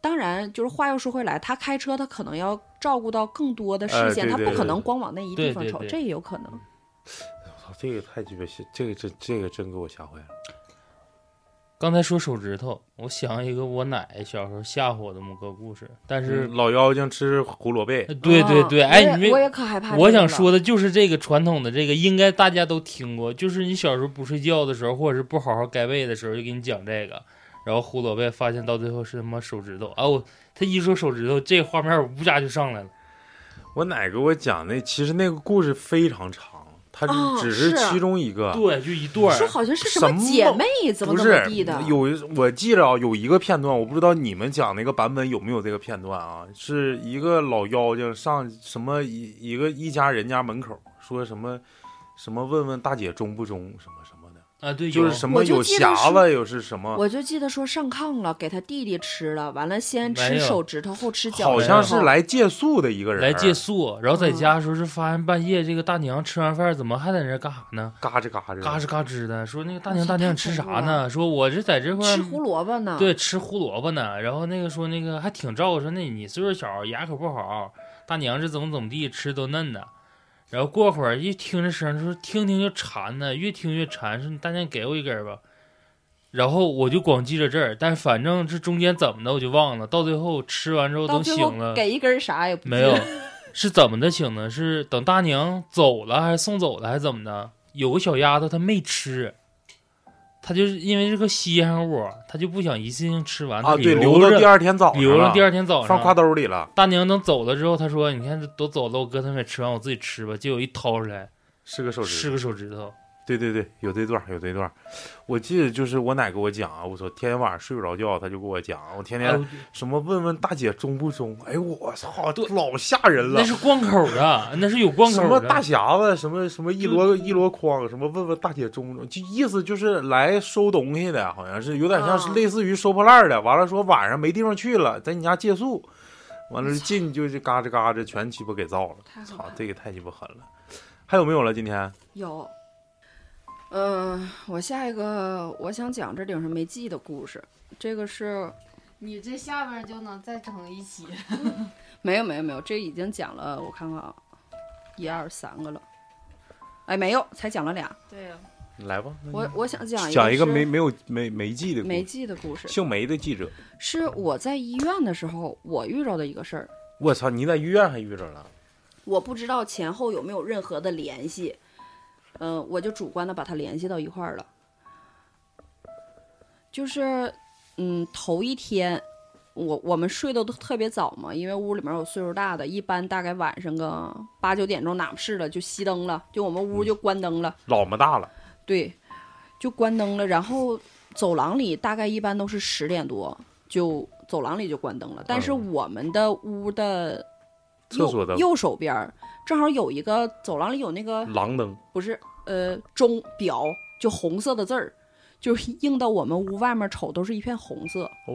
[SPEAKER 1] 当然，就是话又说回来，他开车他可能要照顾到更多的视
[SPEAKER 2] 哎
[SPEAKER 1] 线，
[SPEAKER 2] 对对
[SPEAKER 1] 他不可
[SPEAKER 2] 对
[SPEAKER 1] 能光往那一地
[SPEAKER 7] 对
[SPEAKER 1] 方
[SPEAKER 7] 对
[SPEAKER 1] 瞅，
[SPEAKER 7] 对
[SPEAKER 1] 这也有可能。
[SPEAKER 2] 我操，这个太鸡巴吓，这个这这个真给我吓坏了。”
[SPEAKER 7] 刚才说手指头，我想一个我奶小时候吓唬我的某个故事，但是、呃
[SPEAKER 2] 老妖精吃胡萝卜，
[SPEAKER 7] 对对
[SPEAKER 1] 啊
[SPEAKER 7] 对，
[SPEAKER 1] 我也
[SPEAKER 7] 哎，你
[SPEAKER 1] 我
[SPEAKER 7] 们
[SPEAKER 1] 也可害怕这个了。
[SPEAKER 7] 我想说的就是这个传统的这个，应该大家都听过，就是你小时候不睡觉的时候，或者是不好好盖被的时候，就给你讲这个。然后胡萝卜发现到最后是他妈手指头啊！我他一说手指头，这画面我一下就上来了。
[SPEAKER 2] 我奶给我讲那，其实那个故事非常长，它
[SPEAKER 1] 啊
[SPEAKER 2] 只是
[SPEAKER 1] 是
[SPEAKER 2] 其中一个。
[SPEAKER 7] 对，就一段儿
[SPEAKER 1] 说好像是什
[SPEAKER 2] 什
[SPEAKER 1] 么
[SPEAKER 2] 么
[SPEAKER 1] 姐妹怎么
[SPEAKER 2] 不
[SPEAKER 1] 怎么
[SPEAKER 2] 是
[SPEAKER 1] 地的，
[SPEAKER 2] 有一我记着啊有一个片段，我不知道你们讲那个版本有没有这个片段啊？是一个老妖精上什么一一个一家人家门口说什么什么问问大姐中不中什么什么的，
[SPEAKER 7] 啊，对，
[SPEAKER 2] 就是
[SPEAKER 7] 有
[SPEAKER 2] 什
[SPEAKER 1] 我
[SPEAKER 2] 么
[SPEAKER 1] 就
[SPEAKER 2] 有
[SPEAKER 1] 记得
[SPEAKER 2] 匣
[SPEAKER 1] 是
[SPEAKER 2] 子，有是什
[SPEAKER 7] 啊
[SPEAKER 2] 么，
[SPEAKER 1] 我就记得说上炕了，给他弟弟吃了，完了先吃
[SPEAKER 7] 没有
[SPEAKER 1] 手指头后吃脚趾头，
[SPEAKER 2] 好像是来借宿的一个人，
[SPEAKER 7] 来借宿，然后在家的时候是发现半夜这个大娘吃完饭怎么还在那儿干啥呢？
[SPEAKER 2] 嘎吱嘎吱
[SPEAKER 7] 嘎吱嘎吱的，说那个大
[SPEAKER 1] 我
[SPEAKER 7] 娘
[SPEAKER 1] 操
[SPEAKER 7] 大
[SPEAKER 1] 太
[SPEAKER 7] 娘吃
[SPEAKER 1] 恐
[SPEAKER 7] 啥
[SPEAKER 1] 怖了
[SPEAKER 7] 呢？说我这在这块儿
[SPEAKER 1] 吃胡萝卜呢。
[SPEAKER 7] 对吃胡萝卜呢。然后那个说那个还挺照顾，说那你岁数小，牙可不好，大娘是怎么怎么地，吃都嫩的。然后过会儿一听这声儿，说听听就馋呢，越听越馋，说你大娘给我一根儿吧。然后我就光记着这儿，但反正这中间怎么的我就忘了。到最后吃完之后
[SPEAKER 1] 到
[SPEAKER 7] 都
[SPEAKER 1] 最后
[SPEAKER 7] 醒了，
[SPEAKER 1] 给一根啥也不
[SPEAKER 7] 没
[SPEAKER 1] 记
[SPEAKER 7] 有
[SPEAKER 1] 得，
[SPEAKER 7] 是怎么的请呢？是等大娘走了，还是送走了，还是怎么的？有个小丫头她没吃，她就是因为这个稀罕物，她就不想一次性吃完，
[SPEAKER 2] 啊，
[SPEAKER 7] 她
[SPEAKER 2] 对，
[SPEAKER 7] 留
[SPEAKER 2] 留到第
[SPEAKER 7] 着
[SPEAKER 2] 二天早上了，
[SPEAKER 7] 留着第二天早上
[SPEAKER 2] 放挎兜里了，
[SPEAKER 7] 大娘等走了之后，她说：“你看这都走了，我哥他们也吃完，我自己吃吧。”结果一掏出来
[SPEAKER 2] 是个手指头
[SPEAKER 7] 是个手指头，
[SPEAKER 2] 对对对，有这段儿有这段儿，我记得就是我奶给我讲啊，我操，天天晚上睡不着觉，她就给我讲，我天
[SPEAKER 7] 哎
[SPEAKER 2] 天
[SPEAKER 7] 呦
[SPEAKER 2] 什么问问大姐中不中，哎呦我操，都老吓人了
[SPEAKER 7] 那，是贯口的，那是有贯
[SPEAKER 2] 什么
[SPEAKER 7] 口
[SPEAKER 2] 大
[SPEAKER 7] 的。
[SPEAKER 2] 匣子，什么什么一箩一箩筐，什么问问大姐中不中，就意思就是来收东西的，好像是有点像是
[SPEAKER 1] 啊
[SPEAKER 2] 类似于收破烂儿的，完了说晚上没地方去了，在你家借宿，完了进就是嘎吱嘎吱全鸡巴给造了，
[SPEAKER 1] 太可
[SPEAKER 2] 操
[SPEAKER 1] 怕，了。
[SPEAKER 2] 这个太鸡巴狠了，还有没有了今天？
[SPEAKER 1] 有，嗯、我下一个我想讲这顶上没记的故事，这个是
[SPEAKER 4] 你这下边儿就能再整一期。
[SPEAKER 1] 没有没有没有，这已经讲了，我看看啊，一二三个了，哎，没有，才讲了俩。
[SPEAKER 4] 对呀、
[SPEAKER 2] 来吧，那
[SPEAKER 7] 嗯
[SPEAKER 1] 我
[SPEAKER 2] 你
[SPEAKER 1] 我想讲
[SPEAKER 2] 讲一个
[SPEAKER 1] 是
[SPEAKER 2] 没没有没没记的故事，
[SPEAKER 1] 没记的故事，
[SPEAKER 2] 姓梅的记者，
[SPEAKER 1] 是我在医院的时候我遇着的一个事儿。
[SPEAKER 2] 我操，你在医院还遇着了？
[SPEAKER 1] 我不知道呃前后有没有任何的联系，嗯、我就主观的把它联系到一块儿了。就是嗯，头一天我我们睡得都特别早嘛，因为屋里面有岁数大的，一般大概晚上个八九点钟哪怕是了就熄灯了，就我们屋就关灯了，
[SPEAKER 2] 老么大了，
[SPEAKER 1] 对，就关灯了。然后走廊里大概一般都是十点多就走廊里就关灯了，但是
[SPEAKER 2] 嗯
[SPEAKER 1] 我们的屋的
[SPEAKER 2] 厕所
[SPEAKER 1] 右
[SPEAKER 2] 灯
[SPEAKER 1] 右手边儿正好有一个走廊里有那个
[SPEAKER 2] 狼灯，
[SPEAKER 1] 不是呃钟表，就红色的字儿，就是映到我们屋外面瞅都是一片红色。
[SPEAKER 2] 哦，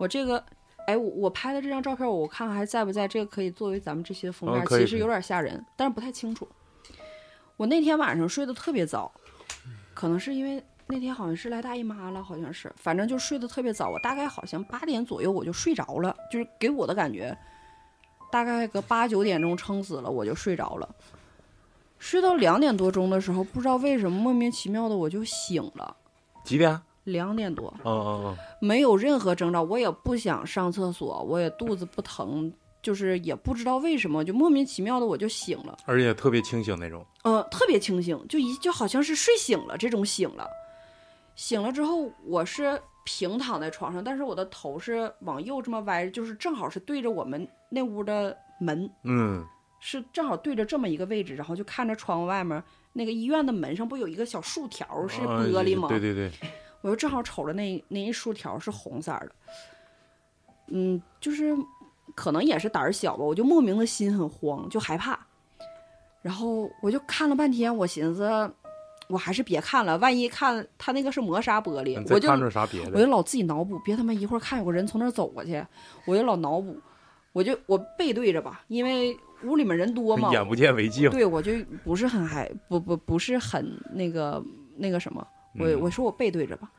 [SPEAKER 1] 我这个，哎，我我拍的这张照片，我看看还在不在，这个可以作为咱们这些封
[SPEAKER 2] 嗯
[SPEAKER 1] 面，
[SPEAKER 2] 可以
[SPEAKER 1] 其实有点吓人，但是不太清楚。我那天晚上睡得特别早，可能是因为那天好像是来大姨妈了，好像是，反正就睡得特别早。我大概好像八点左右我就睡着了，就是给我的感觉，大概个八九点钟撑死了我就睡着了。睡到两点多钟的时候，不知道为什么莫名其妙的我就醒了，
[SPEAKER 2] 几点？
[SPEAKER 1] 两点多。
[SPEAKER 2] 嗯嗯嗯，
[SPEAKER 1] 没有任何征兆，我也不想上厕所，我也肚子不疼，就是也不知道为什么，就莫名其妙的我就醒了，
[SPEAKER 2] 而且特别清醒那种，
[SPEAKER 1] 呃，特别清醒，就一就好像是睡醒了这种醒了。醒了之后，我是平躺在床上，但是我的头是往右这么歪，就是正好是对着我们那屋的门，
[SPEAKER 2] 嗯，
[SPEAKER 1] 是正好对着这么一个位置，然后就看着窗户外面那个医院的门上不有一个小竖条儿是
[SPEAKER 2] 嗯
[SPEAKER 1] 玻璃吗？
[SPEAKER 2] 对对对，
[SPEAKER 1] 我就正好瞅着那那一竖条是红色儿的，嗯，就是可能也是胆儿小吧，我就莫名的心很慌，就害怕。然后我就看了半天，我寻思我还是别看了，万一看他那个是磨砂玻璃
[SPEAKER 2] 你，嗯再
[SPEAKER 1] 我就
[SPEAKER 2] 看着啥别
[SPEAKER 1] 我就
[SPEAKER 2] 的？
[SPEAKER 1] 老自己脑补，别他妈一会儿看有个人从那儿走过去，我就老脑补，我就我背对着吧，因为屋里面人多嘛，
[SPEAKER 2] 眼不见为净，
[SPEAKER 1] 对我就不是很害，不不不是很那个那个什么。我
[SPEAKER 2] 嗯
[SPEAKER 1] 我说我背对着吧，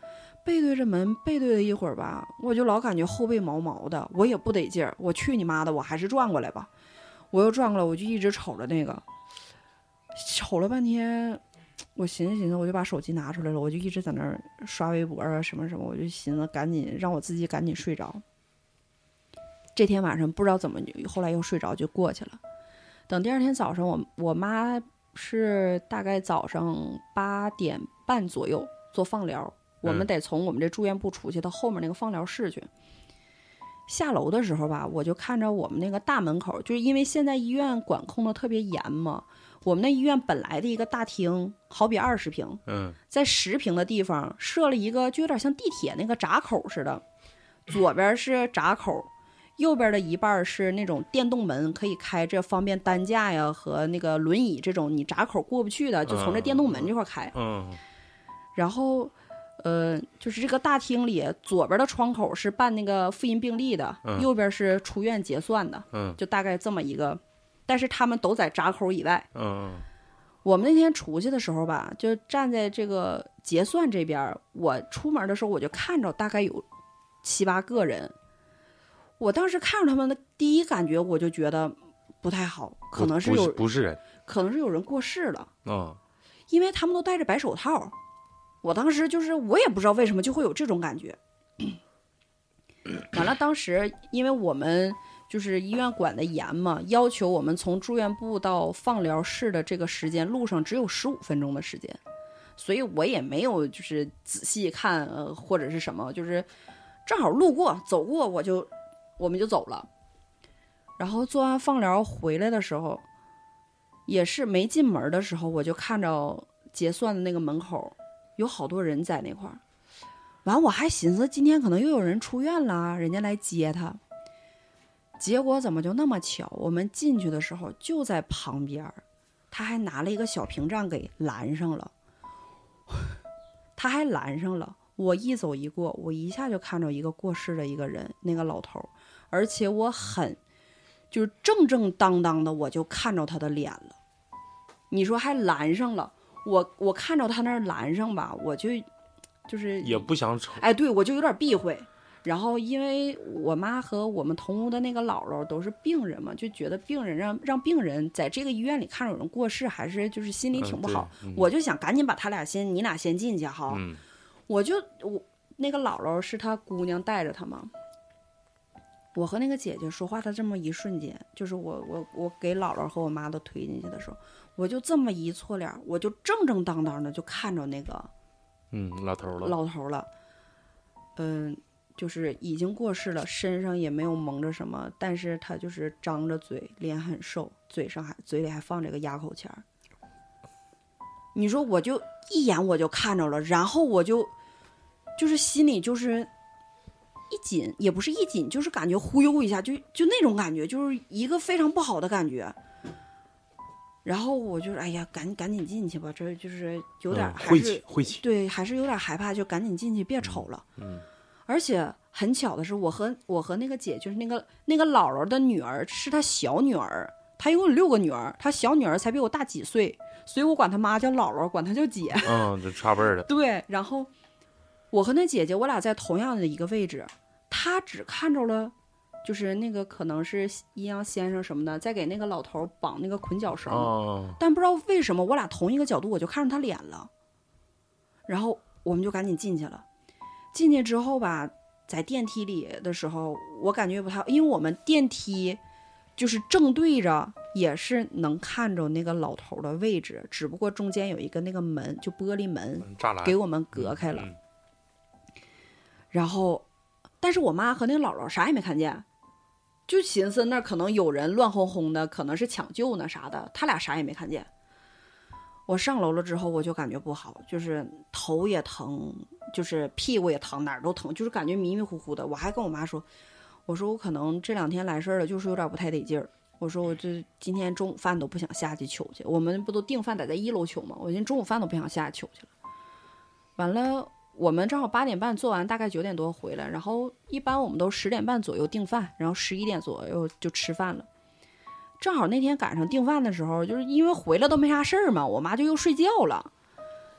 [SPEAKER 1] 背对着门，背对了一会儿吧，我就老感觉后背毛毛的，我也不得劲儿。我去你妈的，我还是转过来吧。我又转过来，我就一直瞅着那个，瞅了半天，我寻思寻思，我就把手机拿出来了，我就一直在那儿刷微博啊什么什么，我就寻思赶紧让我自己赶紧睡着。这天晚上不知道怎么就，后来又睡着就过去了。等第二天早上，我我妈是大概早上八点半左右做放疗，我们
[SPEAKER 2] 嗯
[SPEAKER 1] 得从我们这住院部出去到后面那个放疗室去。下楼的时候吧，我就看着我们那个大门口，就是因为现在医院管控的特别严嘛，我们那医院本来的一个大厅，好比二十平，
[SPEAKER 2] 嗯，
[SPEAKER 1] 在十平的地方设了一个，就有点像地铁那个闸口似的，左边是闸口，右边的一半儿是那种电动门，可以开这方便担架呀和那个轮椅这种你闸口过不去的，就从这电动门这块儿开。
[SPEAKER 2] 嗯，
[SPEAKER 1] 然后，呃，就是这个大厅里左边的窗口是办那个复印病历的，
[SPEAKER 2] 嗯
[SPEAKER 1] 右边是出院结算的，
[SPEAKER 2] 嗯
[SPEAKER 1] 就大概这么一个，但是他们都在闸口以外。
[SPEAKER 2] 嗯嗯
[SPEAKER 1] 我们那天出去的时候吧，就站在这个结算这边儿，我出门的时候我就看着大概有七八个人。我当时看着他们的第一感觉，我就觉得不太好，可能是
[SPEAKER 2] 不
[SPEAKER 1] 有
[SPEAKER 2] 不是人，
[SPEAKER 1] 可能是有人过世了，
[SPEAKER 2] 嗯，
[SPEAKER 1] 因为他们都戴着白手套。我当时就是我也不知道为什么就会有这种感觉。完了，当时因为我们就是医院管的严嘛，要求我们从住院部到放疗室的这个时间路上只有十五分钟的时间，所以我也没有就是仔细看呃或者是什么，就是正好路过走过我就我们就走了。然后做完放疗回来的时候，也是没进门的时候，我就看着结算的那个门口有好多人在那块儿。完，我还寻思今天可能又有人出院啦，人家来接他。结果怎么就那么巧？我们进去的时候就在旁边儿，他还拿了一个小屏障给拦上了，他还拦上了。我一走一过，我一下就看着一个过世的一个人，那个老头儿，而且我很就是正正当当的，我就看着他的脸了。你说还拦上了，我我看着他那儿拦上吧，我就就是
[SPEAKER 2] 也不想瞅，
[SPEAKER 1] 哎，对我就有点避讳。然后因为我妈和我们同屋的那个姥姥都是病人嘛，就觉得病人让让病人在这个医院里看着有人过世，还是就是心里
[SPEAKER 2] 嗯
[SPEAKER 1] 挺不
[SPEAKER 2] 对
[SPEAKER 1] 好。
[SPEAKER 2] 嗯
[SPEAKER 1] 我就想赶紧把他俩先你俩先进去哈，
[SPEAKER 2] 嗯
[SPEAKER 1] 我就我那个姥姥是她姑娘带着她嘛。我和那个姐姐说话的这么一瞬间，就是我我我给姥姥和我妈都推进去的时候，我就这么一错脸，我就正正当当的就看着那个
[SPEAKER 2] 嗯，老头儿了，
[SPEAKER 1] 老头儿了。嗯、就是已经过世了，身上也没有蒙着什么，但是他就是张着嘴，脸很瘦，嘴上还嘴里还放着个压口钱儿。你说我就一眼我就看着了，然后我就就是心里就是一紧，也不是一紧，就是感觉忽悠一下，就就那种感觉，就是一个非常不好的感觉。然后我就是哎呀，赶赶紧进去吧，这就是有点儿
[SPEAKER 2] 嗯
[SPEAKER 1] 还
[SPEAKER 2] 晦
[SPEAKER 1] 是、
[SPEAKER 2] 气晦气，
[SPEAKER 1] 对，还是有点害怕，就赶紧进去，别瞅了。
[SPEAKER 2] 嗯
[SPEAKER 1] 而且很巧的是，我和我和那个姐，就是那个那个姥姥的女儿，是她小女儿，她一共有六个女儿，她小女儿才比我大几岁，所以我管她妈叫姥姥，管她叫姐。
[SPEAKER 2] 嗯，这差辈儿的，
[SPEAKER 1] 对，然后我和那姐姐，我俩在同样的一个位置，她只看着了，就是那个可能是阴阳先生什么的，在给那个老头儿绑那个捆脚绳。
[SPEAKER 2] 哦，
[SPEAKER 1] 但不知道为什么，我俩同一个角度，我就看上他脸了。然后我们就赶紧进去了。进去之后吧，在电梯里的时候，我感觉不太，因为我们电梯就是正对着，也是能看着那个老头的位置，只不过中间有一个那个门，就玻璃门
[SPEAKER 2] 栅栏
[SPEAKER 1] 给我们隔开了。
[SPEAKER 2] 啊嗯
[SPEAKER 1] 然后，但是我妈和那个姥姥啥也没看见，就寻思那儿可能有人乱哄哄的，可能是抢救呢啥的，他俩啥也没看见。我上楼了之后，我就感觉不好，就是头也疼，就是屁股也疼，哪儿都疼，就是感觉迷迷糊糊的。我还跟我妈说，我说我可能这两天来事儿了，就是有点不太得劲儿。我说我这今天中午饭都不想下去取去，我们不都订饭得在一楼取吗？我今天中午饭都不想下去取去了。完了，我们正好八点半做完，大概九点多回来，然后一般我们都十点半左右订饭，然后十一点左右就吃饭了。正好那天赶上订饭的时候，就是因为回来都没啥事儿嘛，我妈就又睡觉了。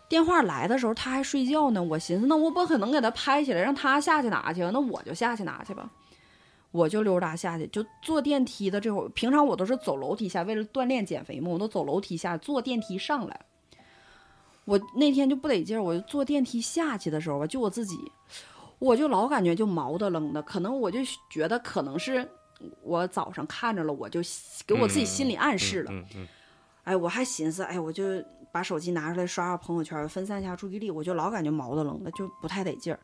[SPEAKER 1] 电话来的时候她还睡觉呢，我寻思那我不可能给她拍起来，让她下去拿去，那我就下去拿去吧。我就溜达下去，就坐电梯的这会儿，平常我都是走楼梯下，为了锻炼减肥嘛，我都走楼梯下，坐电梯上来。我那天就不得劲儿，我就坐电梯下去的时候吧，就我自己，我就老感觉就毛的愣的，可能我就觉得可能是我早上看着了，我就给我自己心理暗示了。
[SPEAKER 2] 嗯嗯，
[SPEAKER 1] 哎，我还寻思，哎，我就把手机拿出来刷刷朋友圈，分散一下注意力，我就老感觉毛的愣的，就不太得劲儿。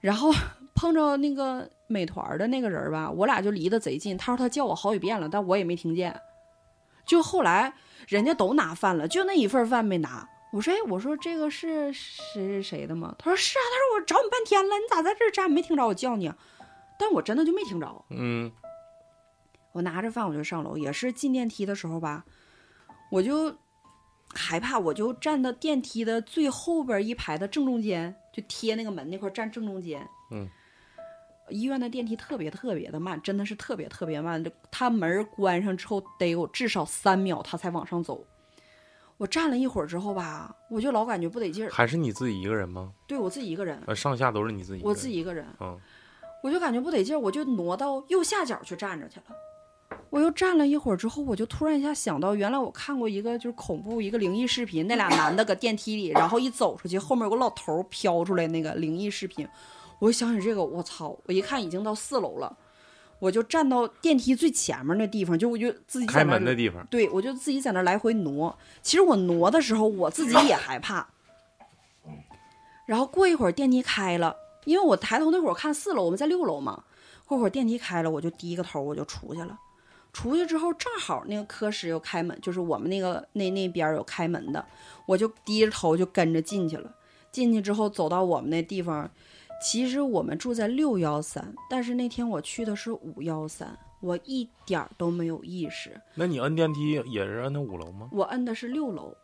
[SPEAKER 1] 然后 碰着那个美团儿的那个人儿吧，我俩就离得贼近。他说他叫我好几遍了，但我也没听见。就后来人家都拿饭了，就那一份饭没拿。我说，哎，我说这个是谁谁的吗？他说是啊，他说我找你半天了，你咋在这儿站？没听着我叫你啊，但我真的就没听着。啊
[SPEAKER 2] 嗯
[SPEAKER 1] 我拿着饭我就上楼，也是进电梯的时候吧，我就害怕，我就站到电梯的最后边一排的正中间，就贴那个门那块儿站正中间。
[SPEAKER 2] 嗯，
[SPEAKER 1] 医院的电梯特别特别的慢，真的是特别特别慢。就它门儿关上之后，得有至少三秒，它才往上走。我站了一会儿之后吧，我就老感觉不得劲儿，
[SPEAKER 2] 还是你自己一个人吗？
[SPEAKER 1] 对我自己一个人，
[SPEAKER 2] 呃，上下都是你自己，
[SPEAKER 1] 我自己，一个人，
[SPEAKER 2] 嗯，
[SPEAKER 1] 我就感觉不得劲儿，我就挪到右下角去站着去了。我又站了一会儿之后，我就突然一下想到，原来我看过一个就是恐怖一个灵异视频，那俩男的搁电梯里，然后一走出去，后面有个老头儿飘出来那个灵异视频。我想起这个，我操！我一看已经到四楼了，我就站到电梯最前面那地方，就我就自己在
[SPEAKER 2] 开
[SPEAKER 1] 那
[SPEAKER 2] 门的
[SPEAKER 1] 儿
[SPEAKER 2] 地方，
[SPEAKER 1] 对，我就自己在那儿来回挪。其实我挪的时候，我自己也害怕。然后过一会儿电梯开了，因为我抬头那会儿看四楼，我们在六楼嘛。过会儿电梯开了，我就低个头我就出去了。出去之后，正好那个科室又开门，就是我们那个那那边儿有开门的，我就低着头就跟着进去了。进去之后走到我们那地方，其实我们住在六幺三，但是那天我去的是五幺三，我一点儿都没有意识。
[SPEAKER 2] 那你摁电梯也是摁的五楼吗？
[SPEAKER 1] 我摁的是六楼，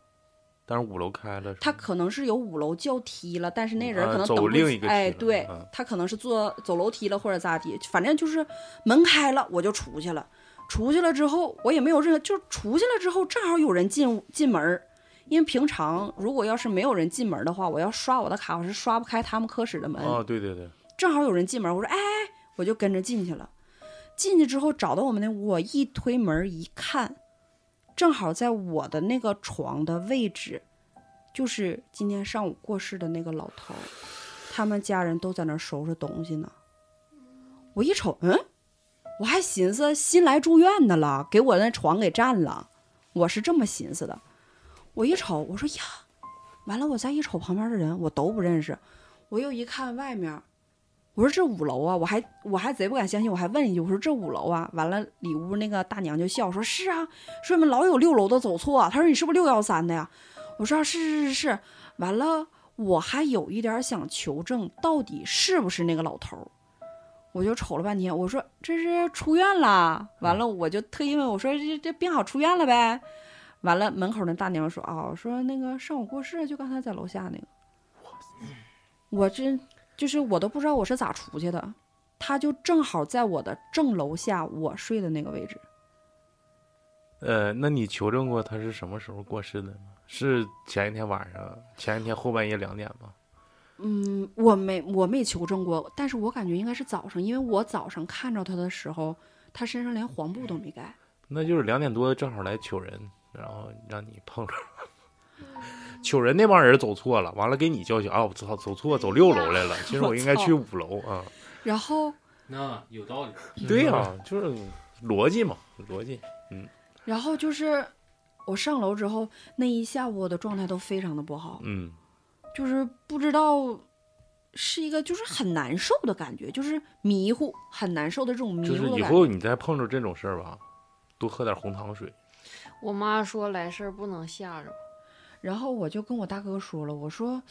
[SPEAKER 2] 但是五楼开了是吗，
[SPEAKER 1] 他可能是有五楼叫梯了，但是那人
[SPEAKER 2] 啊
[SPEAKER 1] 可能
[SPEAKER 2] 走
[SPEAKER 1] 等不及、
[SPEAKER 2] 另一个梯
[SPEAKER 1] 哎，
[SPEAKER 2] 了
[SPEAKER 1] 对、
[SPEAKER 2] 嗯
[SPEAKER 1] 他可能是坐走楼梯了或者咋地，反正就是门开了我就出去了，出去了之后我也没有任何，就出去了之后正好有人进进门儿因为平常如果要是没有人进门儿的话，我要刷我的卡我是刷不开他们科室的门，
[SPEAKER 2] 啊，对对对，
[SPEAKER 1] 正好有人进门，我说哎，哎我就跟着进去了。进去之后找到我们那屋，我一推门一看，正好在我的那个床的位置，就是今天上午过世的那个老头儿，他们家人都在那儿收拾东西呢。我一瞅，嗯，我还寻思新来住院的了，给我那床给占了，我是这么寻思的。我一瞅，我说呀，完了，我再一瞅旁边的人，我都不认识。我又一看外面，我说这五楼啊，我还我还贼不敢相信，我还问一句，我说这五楼啊，完了里屋那个大娘就笑说，是啊，说你们老有六楼的走错、啊，她说你是不是六幺三的呀？我说、啊、是是是是，完了我还有一点想求证到底是不是那个老头儿。我就瞅了半天，我说这是出院了。完了，我就特意问我说这这病好出院了呗？完了，门口那大娘说啊、说那个上午过世，就刚才在楼下那个。我这就是我都不知道我是咋出去的，他就正好在我的正楼下我睡的那个位置。
[SPEAKER 2] 呃，那你求证过他是什么时候过世的吗？是前一天晚上，前一天后半夜两点吗？
[SPEAKER 1] 嗯，我没我没求证过，但是我感觉应该是早上，因为我早上看着他的时候，他身上连黄布都没盖。
[SPEAKER 2] 那就是两点多正好来取人，然后让你碰着。嗯 取人那帮人走错了，完了给你叫醒啊！我操，走错走六楼来了，其实我应该去五楼啊。
[SPEAKER 1] 然后，
[SPEAKER 7] 那有道 理。
[SPEAKER 2] 对呀、就是逻辑嘛，逻辑。
[SPEAKER 1] 然后就是我上楼之后那一下午，我的状态都非常的不好。
[SPEAKER 2] 嗯，
[SPEAKER 1] 就是不知道是一个就是很难受的感觉，就是迷糊，很难受的这种迷
[SPEAKER 2] 就是
[SPEAKER 1] 糊的
[SPEAKER 2] 以
[SPEAKER 1] 感
[SPEAKER 2] 后
[SPEAKER 1] 觉。
[SPEAKER 2] 你再碰着这种事儿吧，多喝点红糖水。
[SPEAKER 4] 我妈说来事儿不能吓着，
[SPEAKER 1] 然后我就跟我大哥说了，我说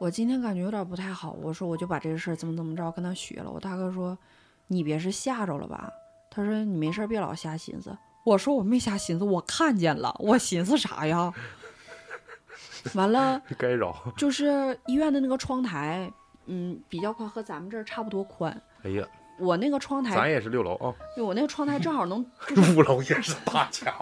[SPEAKER 1] 我今天感觉有点不太好，我说我就把这个事儿怎么怎么着跟他学了。我大哥说你别是吓着了吧？他说你没事儿别老瞎寻思。我说我没瞎寻思，我看见了，我寻思啥呀？ 完了。
[SPEAKER 2] 该饶。
[SPEAKER 1] 就是医院的那个窗台，嗯，比较宽，和咱们这儿差不多宽。
[SPEAKER 2] 哎呀，
[SPEAKER 1] 我那个窗
[SPEAKER 2] 咱
[SPEAKER 1] 台，
[SPEAKER 2] 也是六楼啊，
[SPEAKER 1] 对我那个窗台正好能，
[SPEAKER 2] 五楼也是大家。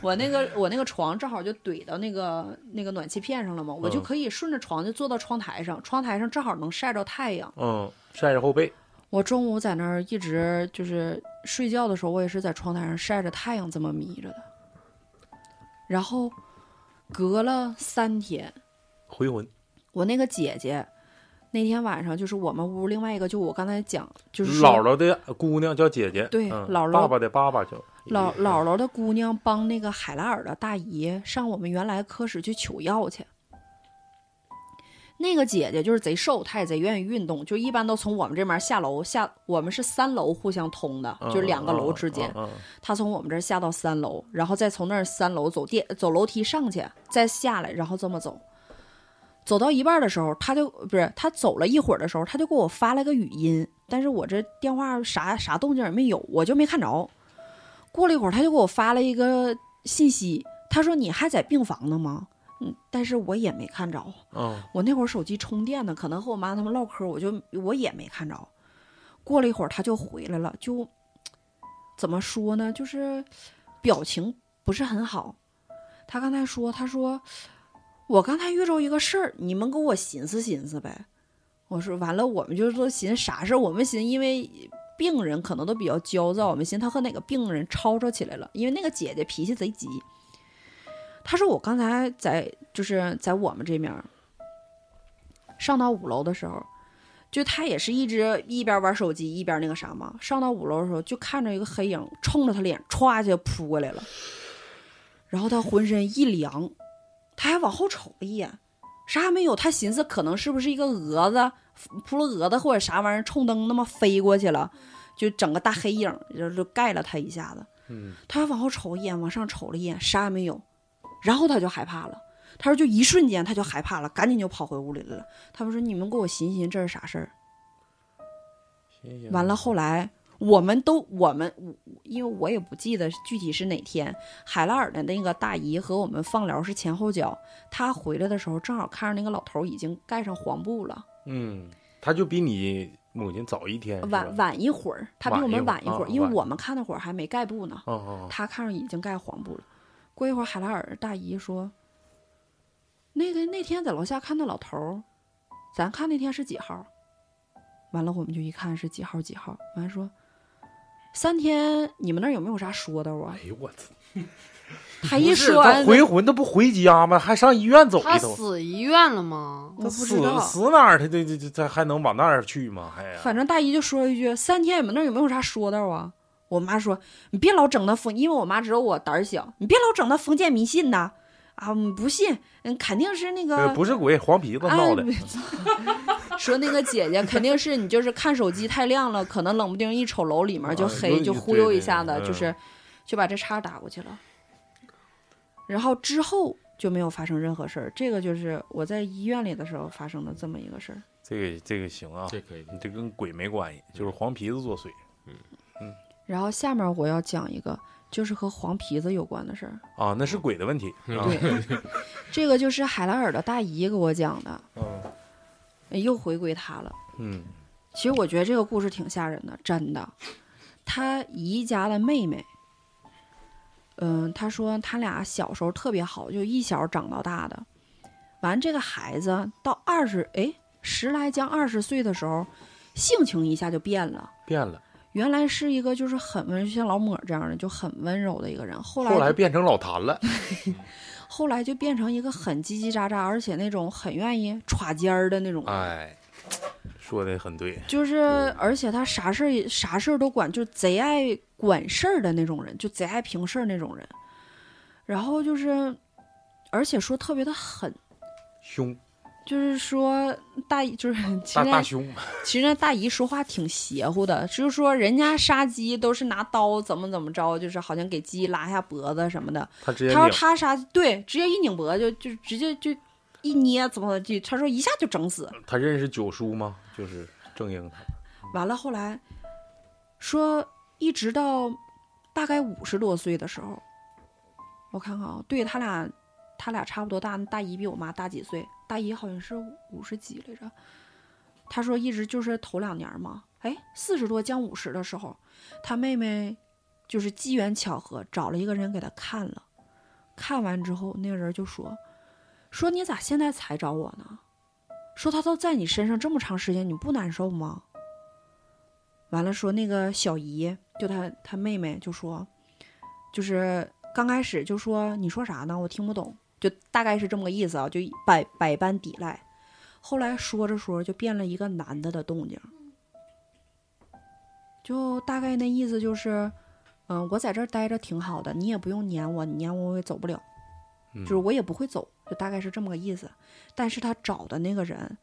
[SPEAKER 1] 我那个我那个床正好就怼到那个那个暖气片上了嘛，我就
[SPEAKER 2] 嗯
[SPEAKER 1] 可以顺着床就坐到窗台上，窗台上正好能晒着太阳。
[SPEAKER 2] 嗯，晒晒后背。
[SPEAKER 1] 我中午在那儿一直就是睡觉的时候，我也是在窗台上晒着太阳这么眯着的。然后隔了三天，
[SPEAKER 2] 回魂，
[SPEAKER 1] 我那个姐姐那天晚上就是我们屋另外一个，就我刚才讲，就是说
[SPEAKER 2] 姥姥的姑娘叫姐姐，
[SPEAKER 1] 对
[SPEAKER 2] 嗯
[SPEAKER 1] 姥姥
[SPEAKER 2] 爸爸的爸爸叫
[SPEAKER 1] 姥姥姥的姑娘帮那个海拉尔的大姨上我们原来科室去取药去。那个姐姐就是贼瘦，她也贼愿意运动，就一般都从我们这边下楼下，我们是三楼互相通的，
[SPEAKER 2] 嗯
[SPEAKER 1] 就是两个楼之间。
[SPEAKER 2] 嗯嗯嗯
[SPEAKER 1] 她从我们这儿下到三楼，然后再从那儿三楼走电走楼梯上去，再下来，然后这么走。走到一半的时候，她就不是她走了一会儿的时候，她就给我发了个语音，但是我这电话啥啥动静也没有，我就没看着。过了一会儿，她就给我发了一个信息，她说你还在病房呢吗？嗯，但是我也没看着。
[SPEAKER 2] 嗯
[SPEAKER 1] 我那会儿手机充电呢，可能和我妈他们唠嗑，我就我也没看着。过了一会儿，他就回来了，就怎么说呢，就是表情不是很好。他刚才说，他说我刚才遇着一个事儿，你们给我寻思寻思呗。我说完了，我们就说寻思啥事儿？我们寻思因为病人可能都比较焦躁，我们寻思他和哪个病人吵吵起来了，因为那个姐姐脾气贼急。他说我刚才在就是在我们这面儿上到五楼的时候，就他也是一直一边玩手机一边那个啥嘛。上到五楼的时候，就看着一个黑影冲着他脸歘就扑过来了，然后他浑身一凉，他还往后瞅了一眼，啥也没有。他寻思可能是不是一个蛾子扑了蛾子或者啥玩意儿冲灯那么飞过去了，就整个大黑影就就盖了他一下子。
[SPEAKER 2] 嗯，
[SPEAKER 1] 他还往后瞅一眼，往上瞅了一眼，啥也没有，然后他就害怕了。他说就一瞬间他就害怕了，赶紧就跑回屋里来了。他们说你们给我寻寻这是啥事儿？
[SPEAKER 2] 谢谢
[SPEAKER 1] 完了，后来我们都我们我因为我也不记得具体是哪天，海拉尔的那个大姨和我们放疗是前后脚，她回来的时候正好看着那个老头已经盖上黄布了，
[SPEAKER 2] 嗯，他就比你母亲早一天，是吧
[SPEAKER 1] 晚，晚一会儿，他比
[SPEAKER 2] 哎晚
[SPEAKER 1] 我们
[SPEAKER 2] 一会儿
[SPEAKER 1] 晚一会儿，
[SPEAKER 2] 啊
[SPEAKER 1] 因为
[SPEAKER 2] 晚
[SPEAKER 1] 我们看那会儿还没盖布呢。
[SPEAKER 2] 嗯嗯，
[SPEAKER 1] 他看着已经盖黄布了。过一会儿，海拉尔大姨说：“那个那天在楼下看那老头儿，咱看那天是几号？”完了，我们就一看是几号几号。完了说：“三天，你们那儿有没有啥说道啊
[SPEAKER 2] 哎呦我操！？”
[SPEAKER 1] 他一
[SPEAKER 2] 不是
[SPEAKER 1] 说
[SPEAKER 2] 他
[SPEAKER 1] 完，
[SPEAKER 2] 回魂，他不回家吗？还上医院走
[SPEAKER 4] 她
[SPEAKER 2] 一趟？
[SPEAKER 4] 死医院了吗？
[SPEAKER 1] 我
[SPEAKER 2] 他
[SPEAKER 1] 不
[SPEAKER 2] 死
[SPEAKER 1] 知道。
[SPEAKER 2] 死哪儿？他这这这他还能往那儿去吗？还、呀，
[SPEAKER 1] 反正大姨就说了一句：“三天，你们那儿有没有啥说道啊？”我妈说：“你别老整那封，因为我妈知道我胆儿小，你别老整那封建迷信呐。”嗯
[SPEAKER 2] 哎
[SPEAKER 1] 啊，我们不信，嗯，肯定是那个
[SPEAKER 2] 呃不是鬼，黄皮子闹的
[SPEAKER 1] 啊。 说那个姐姐肯定是你就是看手机太亮了，可能冷不丁一瞅楼里面就
[SPEAKER 2] 啊
[SPEAKER 1] 黑，
[SPEAKER 2] 就
[SPEAKER 1] 就忽
[SPEAKER 2] 对
[SPEAKER 1] 悠
[SPEAKER 2] 对
[SPEAKER 1] 一下子，
[SPEAKER 2] 嗯
[SPEAKER 1] 就是就把这叉打过去了。然后之后就没有发生任何事儿，这个就是我在医院里的时候发生的这么一个事儿。
[SPEAKER 2] 这个这个行啊，
[SPEAKER 3] 这可以。
[SPEAKER 2] 你这跟鬼没关系，就是黄皮子作祟。
[SPEAKER 1] 然后下面我要讲一个，就是和黄皮子有关的事儿。
[SPEAKER 2] 啊，那是鬼的问题。啊、
[SPEAKER 1] 对， 这个就是海拉尔的大姨给我讲的，哎
[SPEAKER 2] 嗯
[SPEAKER 1] 又回归她了。
[SPEAKER 2] 嗯
[SPEAKER 1] 其实我觉得这个故事挺吓人的，真的。他姨家的妹妹，嗯，他说他俩小时候特别好，就一小长到大的。完，这个孩子到二十，哎，十来将二十岁的时候，性情一下就变了。
[SPEAKER 2] 变了，
[SPEAKER 1] 原来是一个就是很温，像老抹这样的，就很温柔的一个人。后来
[SPEAKER 2] 后来变成老谭了。
[SPEAKER 1] 后来就变成一个很叽叽喳喳，而且那种很愿意歘尖儿的那种人。
[SPEAKER 2] 哎，说的很对。
[SPEAKER 1] 就是，而且他啥事儿也啥事儿都管，就贼爱管事儿的那种人，就贼爱平事儿那种人。然后就是，而且说特别的狠，
[SPEAKER 2] 凶
[SPEAKER 1] 就是说大姨就是 其
[SPEAKER 2] 大
[SPEAKER 1] 实
[SPEAKER 2] 大凶，
[SPEAKER 1] 其实那大姨说话挺邪乎的，就是说人家杀鸡都是拿刀怎么怎么着，就是好像给鸡拉下脖子什么的。
[SPEAKER 2] 他直接
[SPEAKER 1] 他说
[SPEAKER 2] 领
[SPEAKER 1] 他杀对，直接一拧脖子就就直接就一捏怎么就他说一下就整死。
[SPEAKER 2] 他认识九叔吗？就是正英他。
[SPEAKER 1] 完了，后来说一直到大概五十多岁的时候，我看看啊，对他俩，他俩差不多大，大姨比我妈大几岁，大姨好像是五十几来着。他说一直就是头两年嘛，哎，四十多将五十的时候，他妹妹就是机缘巧合找了一个人给他看了，看完之后那个人就说，说你咋现在才找我呢？说他都在你身上这么长时间，你不难受吗？完了说那个小姨，就她她妹妹就说，就是刚开始就说你说啥呢？我听不懂，就大概是这么个意思啊，就百百般抵赖。后来说着说着就变了一个男的的动静，就大概那意思就是，嗯，我在这儿待着挺好的，你也不用撵我，你撵我我也走不了，
[SPEAKER 2] 嗯
[SPEAKER 1] 就是我也不会走，就大概是这么个意思。但是他找的那个人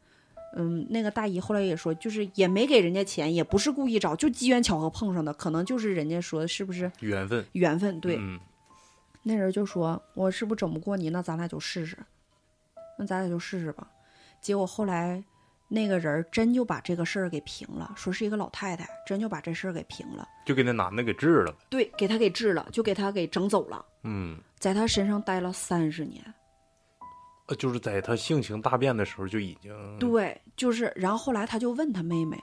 [SPEAKER 1] 嗯，那个大姨后来也说，就是也没给人家钱，也不是故意找，就机缘巧合碰上的，可能就是人家说是不是
[SPEAKER 2] 缘分。
[SPEAKER 1] 缘分？对，
[SPEAKER 2] 嗯，
[SPEAKER 1] 那人就说我是不是整不过你，那咱俩就试试，那咱俩就试试吧。结果后来那个人儿真就把这个事儿给平了，说是一个老太太，真就把这事儿给平了，
[SPEAKER 2] 就给那男的给治了呗。
[SPEAKER 1] 对，给他给治了，就给他给整走了，
[SPEAKER 2] 嗯，
[SPEAKER 1] 在他身上待了三十年。
[SPEAKER 2] 呃就是在他性情大变的时候就已经，
[SPEAKER 1] 对，就是，然后后来他就问他妹妹，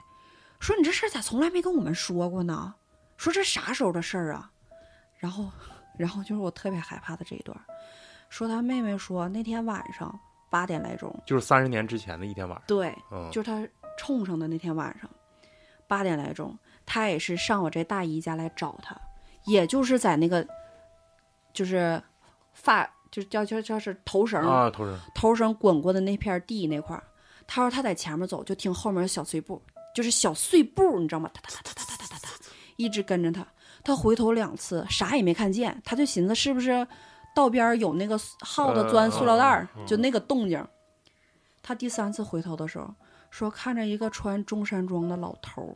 [SPEAKER 1] 说你这事儿咋从来没跟我们说过呢？说这啥时候的事儿啊？然后，然后就是我特别害怕的这一段儿，说他妹妹说那天晚上八点来钟，
[SPEAKER 2] 就是三十年之前的一天晚上。
[SPEAKER 1] 对，
[SPEAKER 2] 嗯，
[SPEAKER 1] 就是他冲上的那天晚上八点来钟，他也是上我这大姨家来找他，也就是在那个，就是发就叫叫叫是头绳儿
[SPEAKER 2] 啊，头绳
[SPEAKER 1] 头绳滚过的那片地那块儿，他说他在前面走，就听后面有小碎步，就是小碎步，你知道吗？哒哒哒哒哒哒哒哒哒，一直跟着他。他回头两次，啥也没看见，他就寻思是不是道边儿有那个耗子钻
[SPEAKER 2] 呃
[SPEAKER 1] 塑料袋儿，就那个动静儿。他第三次回头的时候，说看着一个穿中山装的老头儿，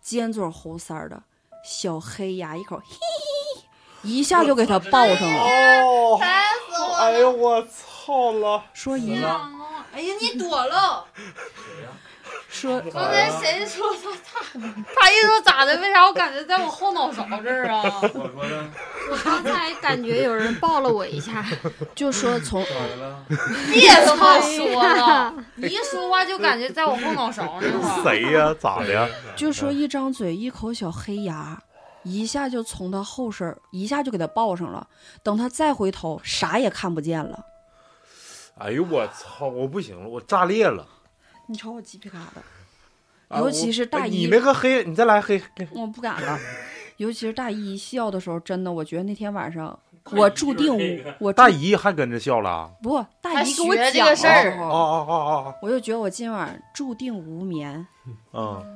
[SPEAKER 1] 尖嘴猴腮儿的，小黑牙一口，嘿嘿，一下就给他抱上了，
[SPEAKER 2] 哦，
[SPEAKER 5] 烦死我
[SPEAKER 3] 哎
[SPEAKER 5] 了！
[SPEAKER 2] 呦我操了！
[SPEAKER 1] 说一
[SPEAKER 5] 哎呀，你躲喽！
[SPEAKER 1] 说
[SPEAKER 5] 刚
[SPEAKER 3] 哎
[SPEAKER 5] 才谁说他他他一说咋的？为啥我感觉在我后脑勺这儿啊？
[SPEAKER 6] 我说的，
[SPEAKER 5] 我刚才感觉有人抱了我 一下，
[SPEAKER 1] 就说从
[SPEAKER 4] 别这么说 了，你一说话就感觉在我后脑勺那块 儿。
[SPEAKER 2] 谁呀？咋的呀？
[SPEAKER 1] 就说一张嘴一口小黑牙，一下就从他后身儿，一下就给他抱上了。等他再回头，啥也看不见了。
[SPEAKER 2] 哎呦我操！我不行了，我炸裂了。
[SPEAKER 1] 你瞅我鸡皮疙瘩，
[SPEAKER 2] 啊
[SPEAKER 1] 尤其
[SPEAKER 2] 我
[SPEAKER 1] 是大
[SPEAKER 2] 哎
[SPEAKER 1] 姨
[SPEAKER 2] 你那个黑，你再来黑，给
[SPEAKER 1] 我不敢 了。尤其是大姨一笑的时候，真的，我觉得那天晚上我注定我注
[SPEAKER 2] 大姨还跟着笑了啊。
[SPEAKER 1] 不大
[SPEAKER 4] 她
[SPEAKER 1] 姨给我
[SPEAKER 4] 学这
[SPEAKER 1] 讲
[SPEAKER 4] 个
[SPEAKER 1] 的
[SPEAKER 4] 事儿
[SPEAKER 1] 时
[SPEAKER 2] 哦
[SPEAKER 1] 候，
[SPEAKER 2] 哦哦
[SPEAKER 1] 我就觉得我今晚注定无眠。
[SPEAKER 2] 哦哦，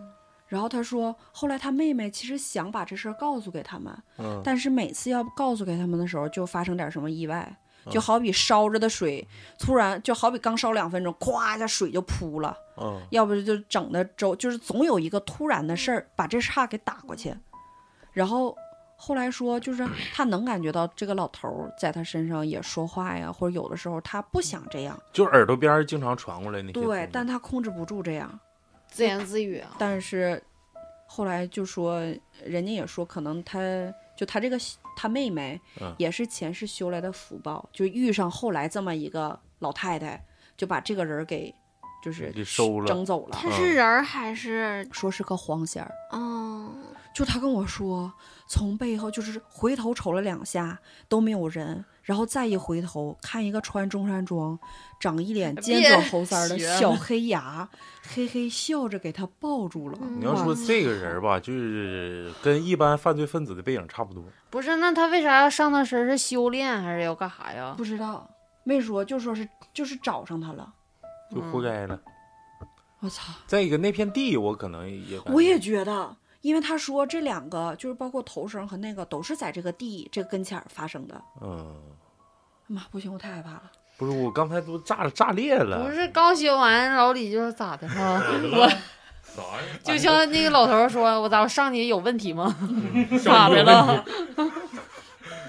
[SPEAKER 1] 然后他说，后来他妹妹其实想把这事儿告诉给他们，
[SPEAKER 2] 嗯嗯，
[SPEAKER 1] 但是每次要告诉给他们的时候，就发生点什么意外。就好比烧着的水，突然就好比刚烧两分钟，咵一下水就扑了，
[SPEAKER 2] 嗯，
[SPEAKER 1] 要不就整的周就是总有一个突然的事儿把这岔给打过去。然后后来说，就是他能感觉到这个老头儿在他身上也说话呀，或者有的时候他不想这样，
[SPEAKER 2] 就是耳朵边儿经常传过来那些东西。
[SPEAKER 1] 对，但他控制不住这样。
[SPEAKER 4] 自言自语啊，
[SPEAKER 1] 但是后来就说，人家也说，可能他就他这个他妹妹
[SPEAKER 2] 嗯
[SPEAKER 1] 也是前世修来的福报，就遇上后来这么一个老太太，就把这个人儿给就是
[SPEAKER 2] 给收了
[SPEAKER 1] 整走了。
[SPEAKER 5] 他
[SPEAKER 2] 嗯
[SPEAKER 5] 是人儿还是
[SPEAKER 1] 说是个黄仙儿，
[SPEAKER 5] 哦？
[SPEAKER 1] 就他跟我说，从背后就是回头瞅了两下都没有人，然后再一回头看一个穿中山装、长一脸尖
[SPEAKER 4] 别
[SPEAKER 1] 嘴猴腮儿的
[SPEAKER 4] 学了
[SPEAKER 1] 小黑牙，嘿嘿笑着给他抱住了。
[SPEAKER 5] 嗯
[SPEAKER 2] 你要说这个人吧，就是跟一般犯罪分子的背影差不多。
[SPEAKER 4] 不是？那他为啥要上他身儿？是修炼还是要干啥呀？
[SPEAKER 1] 不知道，没说，就说是就是找上他了。
[SPEAKER 2] 就
[SPEAKER 1] 嗯
[SPEAKER 2] 活该了。
[SPEAKER 1] 我操！
[SPEAKER 2] 再一个，那片地我可能也感觉
[SPEAKER 1] 我也觉得，因为他说这两个就是包括头绳和那个都是在这个地这个跟前儿发生的。
[SPEAKER 2] 嗯，
[SPEAKER 1] 妈，不行，我太害怕了。
[SPEAKER 2] 不是我刚才都炸炸裂了，
[SPEAKER 4] 不是刚学完老李就是咋的哈？ 我
[SPEAKER 3] 啥呀？
[SPEAKER 4] 就像那个老头儿说，我咋上去有问题吗？咋
[SPEAKER 3] 上
[SPEAKER 4] 的了？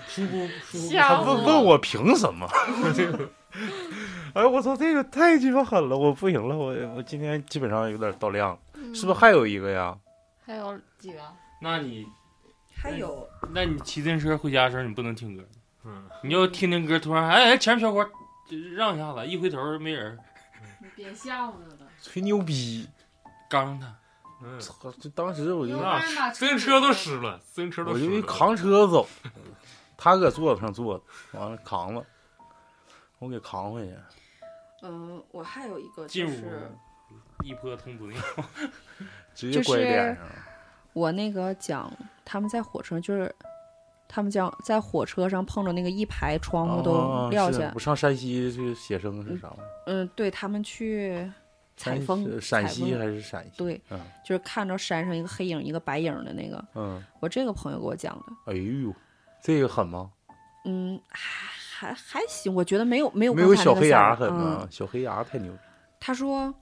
[SPEAKER 3] 疏忽疏忽
[SPEAKER 4] 吓
[SPEAKER 2] 他
[SPEAKER 4] 我
[SPEAKER 2] 问
[SPEAKER 1] 啊
[SPEAKER 2] 问我凭什么？ 哎，我操，这个太鸡巴狠了，我不行了，我我今天基本上有点到量了，
[SPEAKER 5] 嗯
[SPEAKER 2] 是
[SPEAKER 1] 嗯
[SPEAKER 2] 不是还有一个呀？
[SPEAKER 4] 还有几个？
[SPEAKER 7] 那你
[SPEAKER 1] 还有，
[SPEAKER 7] 那你骑自行车回家的时候，你不能听歌，
[SPEAKER 3] 嗯，
[SPEAKER 7] 你要听听歌，突然哎哎前面小伙儿就是让一下子，一回头没人儿，
[SPEAKER 4] 你别吓唬他了。
[SPEAKER 2] 吹牛逼！
[SPEAKER 7] 刚上他，
[SPEAKER 3] 嗯，
[SPEAKER 2] 操，就当时我就
[SPEAKER 4] 有人把
[SPEAKER 3] 自行车都湿了，自行车都
[SPEAKER 2] 我
[SPEAKER 3] 湿
[SPEAKER 2] 就
[SPEAKER 3] 了。
[SPEAKER 2] 一扛车走，他搁座子上坐着，完了扛了，我给扛回去。
[SPEAKER 1] 嗯、我还有一个
[SPEAKER 7] 进
[SPEAKER 1] 就
[SPEAKER 7] 屋
[SPEAKER 1] 是
[SPEAKER 7] 一泼通不尿。
[SPEAKER 2] 直接拐脸上了，
[SPEAKER 1] 我那个讲他们在火车上就是。他们讲在火车上碰着那个一排窗户
[SPEAKER 2] 啊
[SPEAKER 1] 都撂
[SPEAKER 2] 是
[SPEAKER 1] 下，
[SPEAKER 2] 不上山西去写生是啥玩意儿？
[SPEAKER 1] 嗯，对他们去采
[SPEAKER 2] 山
[SPEAKER 1] 风，
[SPEAKER 2] 是陕
[SPEAKER 1] 采
[SPEAKER 2] 西
[SPEAKER 1] 风
[SPEAKER 2] 还是陕西？
[SPEAKER 1] 对，
[SPEAKER 2] 嗯
[SPEAKER 1] 就是看着山上一个黑影一个白影的那个，
[SPEAKER 2] 嗯，
[SPEAKER 1] 我这个朋友给我讲的。
[SPEAKER 2] 哎呦，这个狠吗？
[SPEAKER 1] 嗯，还还还行，我觉得没有没有
[SPEAKER 2] 没
[SPEAKER 1] 刚
[SPEAKER 2] 有
[SPEAKER 1] 才
[SPEAKER 2] 小
[SPEAKER 1] 那个
[SPEAKER 2] 黑
[SPEAKER 1] 事儿
[SPEAKER 2] 牙狠
[SPEAKER 1] 嗯
[SPEAKER 2] 呢，小黑牙太牛逼。
[SPEAKER 1] 他说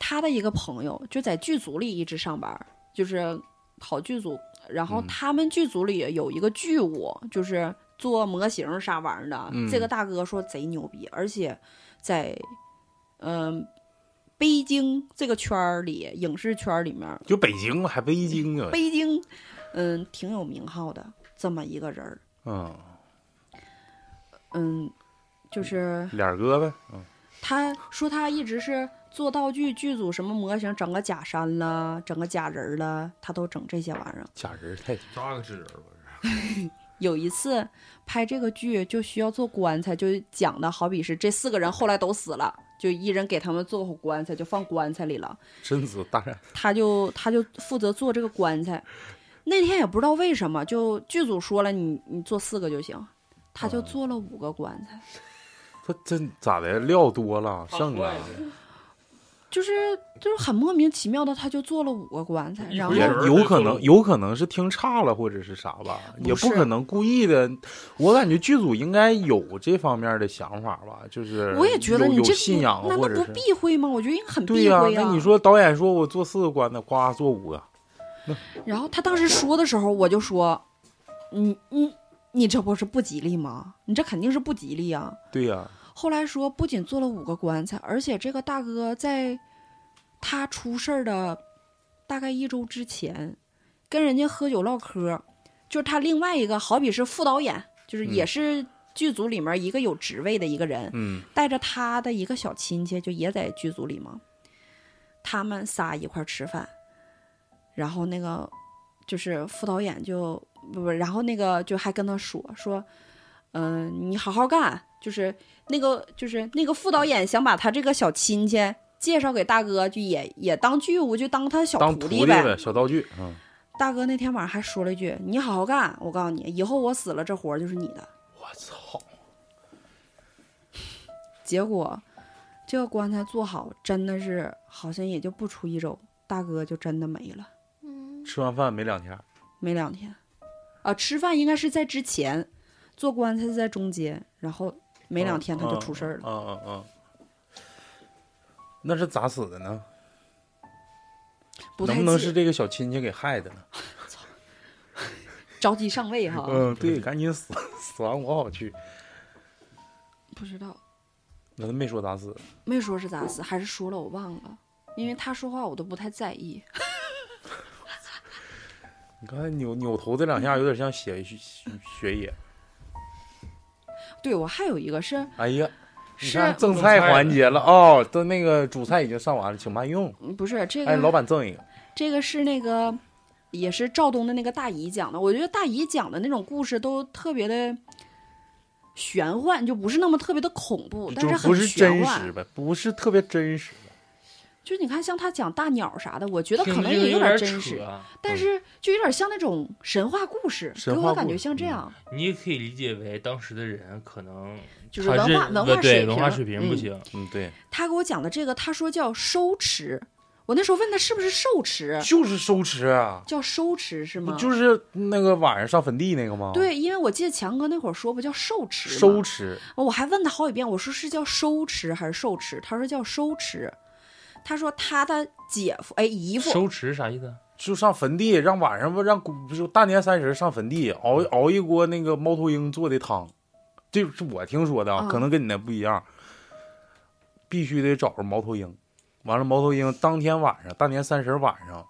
[SPEAKER 1] 他的一个朋友就在剧组里一直上班，就是跑剧组，然后
[SPEAKER 2] 嗯
[SPEAKER 1] 他们剧组里有一个剧务，就是做模型啥玩意儿的。
[SPEAKER 2] 嗯
[SPEAKER 1] 这个大哥说贼牛逼，而且在嗯、北京这个圈儿里，影视圈儿里面，
[SPEAKER 2] 就北京还北京啊呢，
[SPEAKER 1] 北京嗯挺有名号的这么一个人儿，
[SPEAKER 2] 嗯，
[SPEAKER 1] 嗯，就是。
[SPEAKER 2] 脸哥呗，嗯，
[SPEAKER 1] 他说他一直是做道具剧组什么模型，整个假山啦，整个假人儿啦，他都整这些玩意儿。
[SPEAKER 2] 假人太
[SPEAKER 3] 扎个纸人儿吧，
[SPEAKER 1] 有一次拍这个剧就需要做棺材，就讲的好比是这四个人后来都死了，就一人给他们做口棺材，就放棺材里了。
[SPEAKER 2] 身子大战，
[SPEAKER 1] 他就他就负责做这个棺材。那天也不知道为什么，就剧组说了你你做四个就行，他就
[SPEAKER 2] 嗯
[SPEAKER 1] 做了五个棺材。
[SPEAKER 2] 他真咋的料多了，剩啊了
[SPEAKER 1] 就是就是很莫名其妙的，他就做了五个棺材，然后
[SPEAKER 2] 也
[SPEAKER 3] 人儿
[SPEAKER 2] 有
[SPEAKER 3] 再
[SPEAKER 2] 可
[SPEAKER 3] 做
[SPEAKER 2] 能
[SPEAKER 3] 了
[SPEAKER 2] 有可能是听差了或者是啥吧，也
[SPEAKER 1] 不
[SPEAKER 2] 不
[SPEAKER 1] 是
[SPEAKER 2] 可能故意的。我感觉剧组应该有这方面的想法吧，就是
[SPEAKER 1] 我也觉得
[SPEAKER 2] 有
[SPEAKER 1] 你
[SPEAKER 2] 有
[SPEAKER 1] 这
[SPEAKER 2] 信仰啊
[SPEAKER 1] 难
[SPEAKER 2] 或
[SPEAKER 1] 道
[SPEAKER 2] 者
[SPEAKER 1] 不
[SPEAKER 2] 是
[SPEAKER 1] 避讳吗？我觉得应该很
[SPEAKER 2] 对
[SPEAKER 1] 避
[SPEAKER 2] 呀、
[SPEAKER 1] 讳呀、
[SPEAKER 2] 那你说导演说我做四个关的，呱做五个，
[SPEAKER 1] 然后他当时说的时候，我就说，你你你这不是不吉利吗？你这肯定是不吉利呀、
[SPEAKER 2] 对呀、
[SPEAKER 1] 后来说，不仅做了五个棺材，而且这个大哥在他出事儿的大概一周之前，跟人家喝酒唠嗑，就是他另外一个好比是副导演，就是也
[SPEAKER 2] 嗯
[SPEAKER 1] 是剧组里面一个有职位的一个人，
[SPEAKER 2] 嗯，
[SPEAKER 1] 带着他的一个小亲戚，就也在剧组里嘛。他们仨一块儿吃饭，然后那个就是副导演就不不，然后那个就还跟他说说，嗯、你好好干，就是那个就是那个副导演想把他这个小亲戚介绍给大哥，就也也当剧务，就当他小
[SPEAKER 2] 当
[SPEAKER 1] 徒
[SPEAKER 2] 徒
[SPEAKER 1] 弟
[SPEAKER 2] 弟
[SPEAKER 1] 呗。
[SPEAKER 2] 呗，小道具，嗯，
[SPEAKER 1] 大哥那天晚上还说了一句：“你好好干，我告诉你，以后我死了，这活儿就是你的。”
[SPEAKER 2] 我操，
[SPEAKER 1] 结果这个棺材做好，真的是好像也就不出一周，大哥就真的没了，
[SPEAKER 5] 嗯，
[SPEAKER 2] 吃完饭没两天，
[SPEAKER 1] 没两天。啊、吃饭应该是在之前，做棺材是在中间，然后没两天他就出事儿了。
[SPEAKER 2] 嗯嗯嗯嗯那是咋死的呢？
[SPEAKER 1] 不太
[SPEAKER 2] 嗯能不能
[SPEAKER 1] 记
[SPEAKER 2] 是这个小亲戚给害的呢？
[SPEAKER 1] 着急上位哈？
[SPEAKER 2] 嗯，对，赶紧死， 死完我好去。
[SPEAKER 1] 不知道，
[SPEAKER 2] 那他没说咋死，
[SPEAKER 1] 没说是咋死，还是说了我忘了，因为他说话我都不太在意。
[SPEAKER 2] 你刚才扭扭头这两下有点像血血血液。
[SPEAKER 1] 对我还有一个是
[SPEAKER 2] 哎呀，你
[SPEAKER 1] 是啊
[SPEAKER 2] 看赠菜环节
[SPEAKER 1] 嗯
[SPEAKER 2] 了哦，都那个主菜已经上完了，请慢用。
[SPEAKER 1] 嗯不是这个？
[SPEAKER 2] 哎，老板赠一个，
[SPEAKER 1] 这个是那个，也是赵东的那个大姨讲的。我觉得大姨讲的那种故事都特别的玄幻，就不是那么特别的恐怖，但
[SPEAKER 2] 就不
[SPEAKER 1] 很
[SPEAKER 2] 是
[SPEAKER 1] 玄
[SPEAKER 2] 真实
[SPEAKER 1] 幻。
[SPEAKER 2] 呗，不是特别真实呗。
[SPEAKER 1] 就你看，像他讲大鸟啥的，我觉得
[SPEAKER 7] 听
[SPEAKER 1] 可能
[SPEAKER 7] 着就
[SPEAKER 1] 也有
[SPEAKER 7] 点
[SPEAKER 1] 点真实，
[SPEAKER 7] 扯啊嗯
[SPEAKER 1] 但是就有点像那种神话故事，
[SPEAKER 2] 神
[SPEAKER 1] 给
[SPEAKER 2] 话
[SPEAKER 1] 我感
[SPEAKER 2] 故
[SPEAKER 1] 觉
[SPEAKER 2] 事
[SPEAKER 1] 像这
[SPEAKER 2] 嗯
[SPEAKER 1] 样，
[SPEAKER 7] 你也可以理解为当时的人可能
[SPEAKER 1] 就是
[SPEAKER 7] 他
[SPEAKER 1] 文化
[SPEAKER 7] 认
[SPEAKER 1] 文化水
[SPEAKER 7] 对
[SPEAKER 1] 平
[SPEAKER 7] 文化水平不
[SPEAKER 1] 嗯
[SPEAKER 7] 行，
[SPEAKER 2] 嗯，对，
[SPEAKER 1] 他给我讲的这个，他说叫收持，我那时候问他是不是受持，
[SPEAKER 2] 就是收吃啊，
[SPEAKER 1] 叫收持是吗？
[SPEAKER 2] 就是是那个晚上上坟地那个吗？，
[SPEAKER 1] 对，因为我记得强哥那会儿说不叫受持吗，
[SPEAKER 2] 哦收吃，
[SPEAKER 1] 我还问他好几遍，我说是叫收持还是受持？他说叫收持。他说他的姐夫哎姨夫
[SPEAKER 7] 收持啥意思？
[SPEAKER 2] 就上坟地，让晚上不让古不是大年三十上坟地熬熬一锅那个猫头鹰做的汤，这是我听说的啊，
[SPEAKER 1] 嗯
[SPEAKER 2] 可能跟你那不一样。必须得找着猫头鹰，完了猫头鹰当天晚上大年三十晚上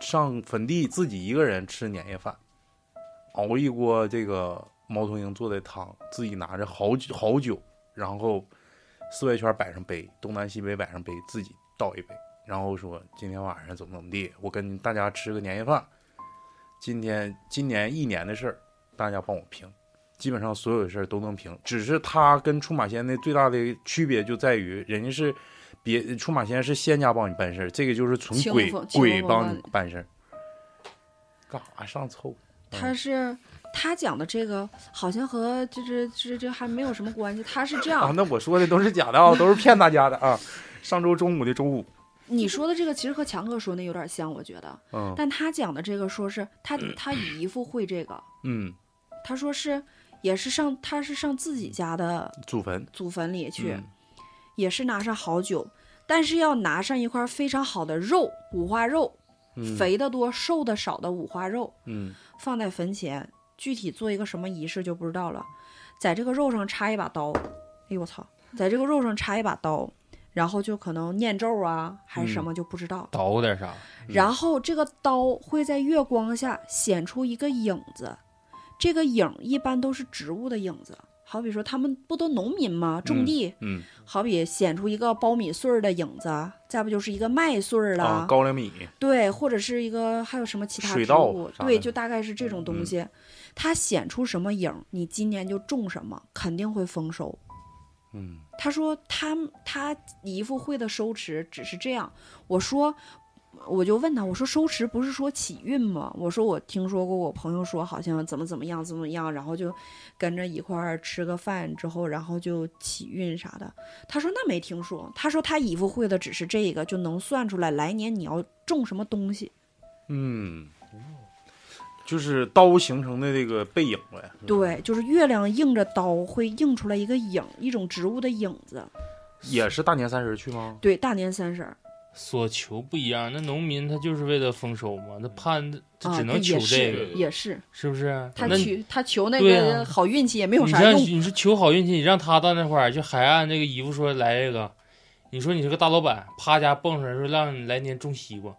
[SPEAKER 2] 上坟地自己一个人吃年夜饭，熬一锅这个猫头鹰做的汤，自己拿着好酒好酒，然后四外圈摆上杯，东南西北摆上杯，自己倒一杯。然后说今天晚上怎么怎么地，我跟大家吃个年夜饭。今天今年一年的事儿，大家帮我评，基本上所有的事儿都能评，只是他跟出马仙的最大的区别就在于，人家是别出马仙是仙家帮你办事儿，这个就是纯
[SPEAKER 1] 清
[SPEAKER 2] 鬼
[SPEAKER 1] 风清
[SPEAKER 2] 鬼
[SPEAKER 1] 风
[SPEAKER 2] 帮
[SPEAKER 1] 帮
[SPEAKER 2] 你
[SPEAKER 1] 你
[SPEAKER 2] 办事儿。干啥上凑？
[SPEAKER 1] 他是他讲的这个好像和这这这这还没有什么关系。他是这
[SPEAKER 2] 啊，
[SPEAKER 1] 样，
[SPEAKER 2] 那我说的都是假的啊，都是骗大家的啊。上周中午的周五，
[SPEAKER 1] 你说的这个其实和强哥说那有点像，我觉得。
[SPEAKER 2] 嗯
[SPEAKER 1] 但他讲的这个说是他他姨夫会这个，
[SPEAKER 2] 嗯，
[SPEAKER 1] 他说是也是上他是上自己家的
[SPEAKER 2] 祖坟
[SPEAKER 1] 祖坟里去，
[SPEAKER 2] 嗯
[SPEAKER 1] 也是拿上好酒，但是要拿上一块非常好的肉，五花肉，
[SPEAKER 2] 嗯
[SPEAKER 1] 肥的多、瘦的少的五花肉，
[SPEAKER 2] 嗯
[SPEAKER 1] 放在坟前，具体做一个什么仪式就不知道了。在这个肉上插一把刀，哎呦我操，在这个肉上插一把刀，然后就可能念咒啊还是什么
[SPEAKER 2] 嗯
[SPEAKER 1] 就不知道。
[SPEAKER 7] 捣点啥？
[SPEAKER 1] 然后这个刀会在月光下显出一个影子，这个影一般都是植物的影子，好比说他们不都农民吗？种地，
[SPEAKER 2] 嗯
[SPEAKER 1] 好比显出一个苞米穗儿的影子啊，再不就是一个麦穗儿啦，
[SPEAKER 2] 啊，高粱米，
[SPEAKER 1] 对，或者是一个还有什么其他
[SPEAKER 2] 水
[SPEAKER 1] 植
[SPEAKER 2] 稻
[SPEAKER 1] 物，
[SPEAKER 2] 啥
[SPEAKER 1] 对，
[SPEAKER 2] 的嗯
[SPEAKER 1] 就大概是这种东西，它显出什么影儿，你今年就种什么，肯定会丰收。
[SPEAKER 2] 嗯。
[SPEAKER 1] 他说他他姨父会的收持只是这样，我说。我就问他，我说收持不是说起运吗？我说我听说过，我朋友说好像怎么怎么样怎么样，然后就跟着一块儿吃个饭之后，然后就起运啥的。他说那没听说，他说他姨父会的只是这个，就能算出来来年你要种什么东西。
[SPEAKER 2] 嗯，就是刀形成的这个背影呗。
[SPEAKER 7] 嗯
[SPEAKER 1] 对，就是月亮映着刀会映出来一个影，一种植物的影子。
[SPEAKER 2] 也是大年三十去吗？
[SPEAKER 1] 对，大年三十儿
[SPEAKER 7] 所求不一样，那农民他就是为了丰收嘛，他盼他
[SPEAKER 1] 啊，
[SPEAKER 7] 只能
[SPEAKER 1] 对
[SPEAKER 7] 求
[SPEAKER 1] 也
[SPEAKER 7] 这
[SPEAKER 1] 是
[SPEAKER 7] 个，
[SPEAKER 1] 也是，
[SPEAKER 7] 是不是？
[SPEAKER 1] 他
[SPEAKER 7] 那
[SPEAKER 1] 求他求那
[SPEAKER 7] 对
[SPEAKER 1] 个
[SPEAKER 7] 啊
[SPEAKER 1] 好运气也没有
[SPEAKER 7] 你
[SPEAKER 1] 啥
[SPEAKER 7] 像
[SPEAKER 1] 用。
[SPEAKER 7] 你是求好运气，你让他到那块儿，就海岸这个姨夫说来这个，你说你是个大老板，啪家蹦出来说让你来年种西瓜，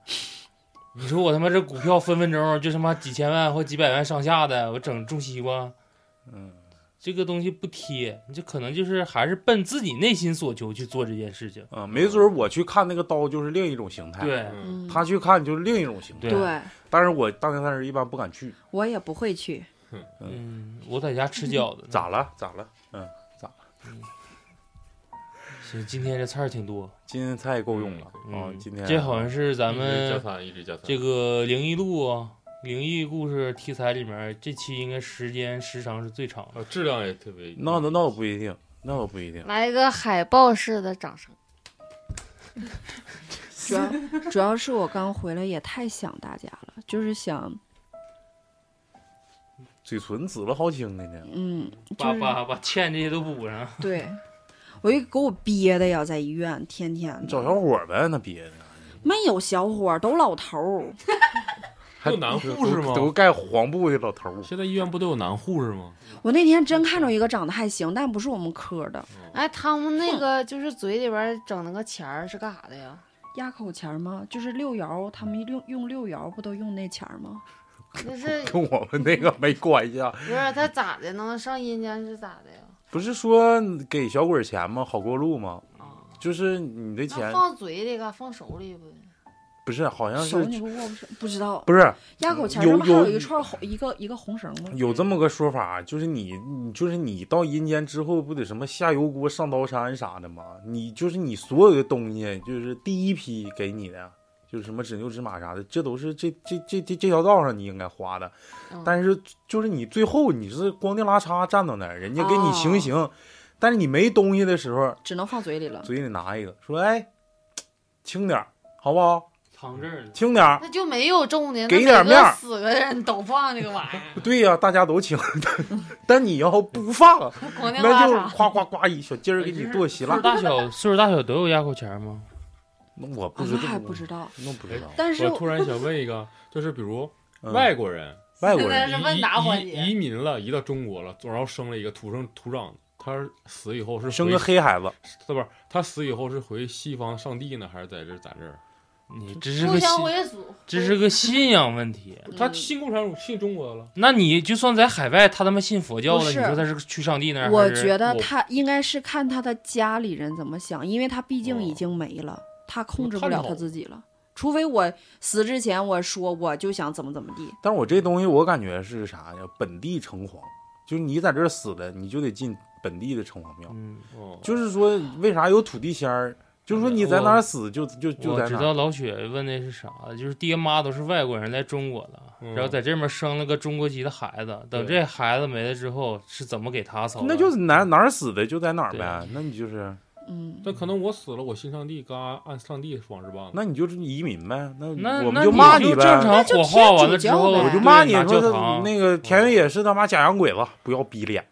[SPEAKER 7] 你说我他妈这股票分分钟就他妈几千万或几百万上下的，我整种西瓜，
[SPEAKER 2] 嗯，
[SPEAKER 7] 这个东西不贴，你这可能就是还是奔自己内心所求去做这件事情。
[SPEAKER 2] 啊、没准儿我去看那个刀就是另一种形态，，
[SPEAKER 7] 对
[SPEAKER 1] 嗯，
[SPEAKER 2] 他去看就是另一种形态。
[SPEAKER 7] 对啊
[SPEAKER 1] 对
[SPEAKER 2] 但是我大年三十一般不敢去，
[SPEAKER 1] 我也不会去。
[SPEAKER 7] 嗯，我在 家吃饺子，？
[SPEAKER 2] 咋了？咋了？
[SPEAKER 7] 行，今天这菜儿挺多
[SPEAKER 2] 今天菜够用了、
[SPEAKER 7] 嗯
[SPEAKER 2] 啊！今天嗯
[SPEAKER 7] 这好像是咱
[SPEAKER 3] 一直加
[SPEAKER 7] 们
[SPEAKER 3] 餐，一直加餐。
[SPEAKER 7] 这个灵异录啊，灵异故事题材里面，这期应该时间时长是最长的。
[SPEAKER 3] 啊，质量也特别。
[SPEAKER 2] 那那那我不一定，那我不一定。
[SPEAKER 4] 来一个海报式的掌声。
[SPEAKER 1] 主要主要是我刚回来也太想大家了，就是想
[SPEAKER 2] 嘴唇紫了好青的呢。
[SPEAKER 1] 嗯，就
[SPEAKER 7] 把
[SPEAKER 1] 是
[SPEAKER 7] 把把欠这些都补上。
[SPEAKER 1] 对，我就给我憋的呀，在医院天天的
[SPEAKER 2] 你找小伙儿呗，那憋的
[SPEAKER 1] 没有小伙儿，都老头儿。
[SPEAKER 2] 还
[SPEAKER 3] 有男护士吗
[SPEAKER 2] 都都盖黄布的老头儿，
[SPEAKER 3] 现在医院不都有男护士吗？
[SPEAKER 1] 我那天真看着一个长得还行，但不是我们科的，
[SPEAKER 4] 哎，他们那个就是嘴里边儿整那个钱儿是干啥的呀？
[SPEAKER 1] 压口钱儿吗？就是六爻，他们用用六爻不都用那钱儿吗？
[SPEAKER 4] 那是
[SPEAKER 2] 跟我们那个没关系啊。
[SPEAKER 4] 不是他咋的呢？上阴间是咋的呀？
[SPEAKER 2] 不是说给小鬼儿钱吗？好过路吗？
[SPEAKER 4] 啊，
[SPEAKER 2] 就是你的
[SPEAKER 4] 那
[SPEAKER 2] 钱
[SPEAKER 4] 放嘴里干，放手里不？
[SPEAKER 2] 不是，好像
[SPEAKER 1] 手你
[SPEAKER 2] 是
[SPEAKER 1] 不握不是？不知道
[SPEAKER 2] 不是
[SPEAKER 1] 压口钱儿
[SPEAKER 2] 有
[SPEAKER 1] 上面还有
[SPEAKER 2] 有
[SPEAKER 1] 一串红一个一个红绳子。
[SPEAKER 2] 有这么个说法，就是你，你就是你到阴间之后，不得什么下油锅、上刀山啥的吗？你就是你所有的东西，就是第一批给你的，就是什么指牛指马啥的，这都是这这这这这条道上你应该花的。
[SPEAKER 4] 嗯
[SPEAKER 2] 但是就是你最后你是光腚拉碴站到那儿，人家给你行刑，但是你没东西的时候，
[SPEAKER 1] 只能放嘴里了。
[SPEAKER 2] 嘴里拿一个，说哎，轻点儿好不好？
[SPEAKER 7] 躺这儿了，
[SPEAKER 2] 轻点儿。
[SPEAKER 4] 那就没有重的，那
[SPEAKER 2] 给
[SPEAKER 4] 每
[SPEAKER 2] 点
[SPEAKER 4] 个
[SPEAKER 2] 面儿
[SPEAKER 4] 死个人都放这个玩意儿，
[SPEAKER 2] 对呀、大家都轻， 但你要不放，
[SPEAKER 4] 光腚
[SPEAKER 2] 那
[SPEAKER 4] 拉
[SPEAKER 2] 就
[SPEAKER 4] 碴。
[SPEAKER 2] 夸夸夸一小鸡儿给你剁稀
[SPEAKER 7] 岁
[SPEAKER 2] 烂
[SPEAKER 7] 数。大小岁数大小都有压口钱吗？
[SPEAKER 2] 那我不
[SPEAKER 1] 啊，
[SPEAKER 2] 知
[SPEAKER 1] 那
[SPEAKER 2] 道，
[SPEAKER 1] 还不知道。
[SPEAKER 2] 那不
[SPEAKER 7] 哎
[SPEAKER 2] 知道。
[SPEAKER 1] 但是
[SPEAKER 3] 我突然想问一个，就是比如
[SPEAKER 2] 嗯
[SPEAKER 3] 外国人
[SPEAKER 2] 外国
[SPEAKER 4] 现在
[SPEAKER 2] 人
[SPEAKER 4] 是问
[SPEAKER 3] 移
[SPEAKER 4] 哪环节
[SPEAKER 3] 移移民了，移到中国了，然后生了一个土生土长的，他死以后是
[SPEAKER 2] 生
[SPEAKER 3] 回
[SPEAKER 2] 个，黑孩子，
[SPEAKER 3] 是不是？他死以后是回西方上帝呢，还是在这儿咱这儿？
[SPEAKER 7] 你这是
[SPEAKER 4] 互
[SPEAKER 7] 个信，
[SPEAKER 4] 相归属，
[SPEAKER 7] 这是个信仰问题。
[SPEAKER 3] 他信共产主义，信中国了。
[SPEAKER 7] 那你就算在海外，他他妈信佛教
[SPEAKER 1] 不
[SPEAKER 7] 了，你
[SPEAKER 1] 是
[SPEAKER 7] 说他是去上帝那儿？
[SPEAKER 1] 我
[SPEAKER 7] 还是
[SPEAKER 1] 觉得
[SPEAKER 7] 我
[SPEAKER 1] 他应该是看他的家里人怎么想，因为他毕竟已经没了，他控制不了他自己了。除非我死之前我说我就想怎么怎么地，
[SPEAKER 2] 但是我这东西我感觉是啥呀？本地城隍，就是你在这儿死了，你就得进本地的城隍庙。
[SPEAKER 7] 嗯，
[SPEAKER 3] 哦，
[SPEAKER 2] 就是说，为啥有土地仙儿？就是说你在哪儿死，就就就
[SPEAKER 7] 我
[SPEAKER 2] 在
[SPEAKER 7] 知
[SPEAKER 2] 哪
[SPEAKER 7] 道
[SPEAKER 2] 儿。
[SPEAKER 7] 老雪问的是啥，就是爹妈都是外国人来中国了，
[SPEAKER 3] 嗯
[SPEAKER 7] 然后在这面生了个中国籍的孩子，等
[SPEAKER 3] 对
[SPEAKER 7] 这孩子没了之后是怎么给他操的？
[SPEAKER 2] 那就是哪哪儿死的就在哪儿呗，那你就是，
[SPEAKER 1] 嗯，
[SPEAKER 3] 那可能我死了，我信上帝，嘎按上帝方式办了。
[SPEAKER 2] 那你就是移民呗，那
[SPEAKER 7] 那
[SPEAKER 2] 我们
[SPEAKER 7] 那
[SPEAKER 2] 就骂
[SPEAKER 7] 你就
[SPEAKER 2] 呗，
[SPEAKER 7] 正常
[SPEAKER 1] 就
[SPEAKER 7] 火
[SPEAKER 1] 天
[SPEAKER 7] 化完
[SPEAKER 1] 主
[SPEAKER 7] 了之
[SPEAKER 1] 教
[SPEAKER 7] 后，
[SPEAKER 1] 呗
[SPEAKER 2] 我就
[SPEAKER 7] 对
[SPEAKER 2] 骂你
[SPEAKER 7] 拿
[SPEAKER 2] 说
[SPEAKER 7] 教
[SPEAKER 2] 他
[SPEAKER 7] 堂。嗯
[SPEAKER 2] 那个田园也是他妈假洋鬼子，不要逼脸。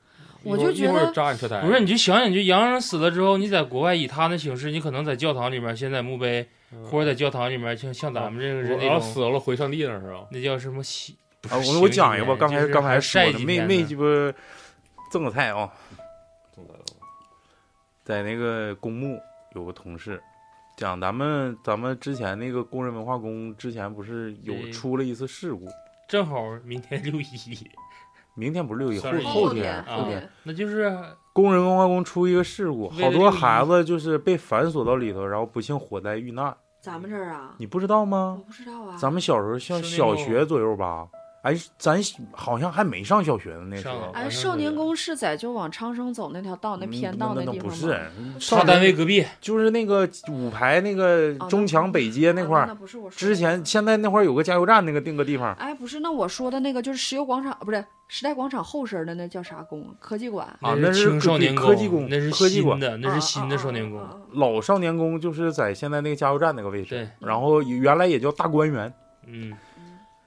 [SPEAKER 1] 我
[SPEAKER 3] 一会
[SPEAKER 1] 就
[SPEAKER 3] 儿
[SPEAKER 1] 觉
[SPEAKER 3] 一会儿
[SPEAKER 1] 得
[SPEAKER 3] 扎你车胎。
[SPEAKER 7] 不是，你就想想，你就洋人死了之后，你在国外以他那形式，你可能在教堂里面，先在墓碑，
[SPEAKER 3] 嗯
[SPEAKER 7] 或者在教堂里面，像
[SPEAKER 2] 嗯
[SPEAKER 7] 像咱们这个人
[SPEAKER 3] 我
[SPEAKER 7] 那
[SPEAKER 3] 要
[SPEAKER 7] 种，
[SPEAKER 3] 死了回上帝那儿是吧？
[SPEAKER 7] 那叫什么洗？不是
[SPEAKER 2] 啊，
[SPEAKER 7] 洗
[SPEAKER 2] 我我
[SPEAKER 7] 几
[SPEAKER 2] 讲一个吧，
[SPEAKER 7] 年
[SPEAKER 2] 刚才
[SPEAKER 7] 就是
[SPEAKER 2] 刚才
[SPEAKER 7] 还
[SPEAKER 2] 说
[SPEAKER 7] 晒
[SPEAKER 2] 的
[SPEAKER 7] 几
[SPEAKER 2] 没
[SPEAKER 7] 天
[SPEAKER 2] 没
[SPEAKER 7] 呢
[SPEAKER 2] 鸡巴赠个菜啊、
[SPEAKER 3] 总裁
[SPEAKER 2] 在那个公墓有个同事，讲咱们咱们之前那个工人文化宫之前不是有
[SPEAKER 7] 对
[SPEAKER 2] 出了一次事故，
[SPEAKER 7] 正好明天六一，
[SPEAKER 2] 明天不是六一，后
[SPEAKER 7] 12
[SPEAKER 2] 后
[SPEAKER 7] 后
[SPEAKER 2] 天
[SPEAKER 7] 天
[SPEAKER 2] 后
[SPEAKER 7] 啊
[SPEAKER 2] 天，
[SPEAKER 7] 那就是
[SPEAKER 2] 工人文化宫出一个事故，
[SPEAKER 7] 为了
[SPEAKER 2] 好多
[SPEAKER 7] 六一
[SPEAKER 2] 孩子就是被反锁到里头，然后不幸火灾遇难，
[SPEAKER 1] 咱们这儿啊，
[SPEAKER 2] 你不知道
[SPEAKER 1] 我
[SPEAKER 2] 吗？
[SPEAKER 1] 不知道啊，
[SPEAKER 2] 咱们小时候像
[SPEAKER 7] 是那
[SPEAKER 2] 小
[SPEAKER 7] 种
[SPEAKER 2] 学左右吧，哎，咱好像还没上小学呢，那时
[SPEAKER 7] 上
[SPEAKER 2] 候
[SPEAKER 7] 了。
[SPEAKER 1] 哎，少年宫是在就往昌盛走那条道那
[SPEAKER 2] 嗯
[SPEAKER 1] 偏道
[SPEAKER 2] 那
[SPEAKER 1] 地方
[SPEAKER 2] 那不
[SPEAKER 1] 吗？
[SPEAKER 2] 是
[SPEAKER 7] 他
[SPEAKER 2] 上啊
[SPEAKER 7] 单位隔壁，
[SPEAKER 2] 就是那个五排那个
[SPEAKER 1] 哦
[SPEAKER 2] 中墙北街那块
[SPEAKER 1] 啊
[SPEAKER 2] 儿，
[SPEAKER 1] 那不是我说的
[SPEAKER 2] 之前现在那块儿有个加油站，那个定个地方
[SPEAKER 1] 哎，不是，那我说的那个就是石油广场，不是时代广场后身的那叫啥宫？科技馆。
[SPEAKER 2] 啊，
[SPEAKER 7] 那
[SPEAKER 2] 是
[SPEAKER 7] 青少
[SPEAKER 2] 科
[SPEAKER 7] 年
[SPEAKER 2] 科技
[SPEAKER 7] 宫，
[SPEAKER 2] 宫，
[SPEAKER 7] 那是
[SPEAKER 2] 科技
[SPEAKER 7] 新
[SPEAKER 2] 馆。
[SPEAKER 7] 的，那
[SPEAKER 1] 啊
[SPEAKER 7] 是新的少年。
[SPEAKER 1] 啊啊
[SPEAKER 7] 宫。
[SPEAKER 1] 啊啊
[SPEAKER 2] 老少年宫就是在现在那个加油站那个位置
[SPEAKER 7] 对，
[SPEAKER 2] 然后原来也叫大观园，
[SPEAKER 7] 嗯，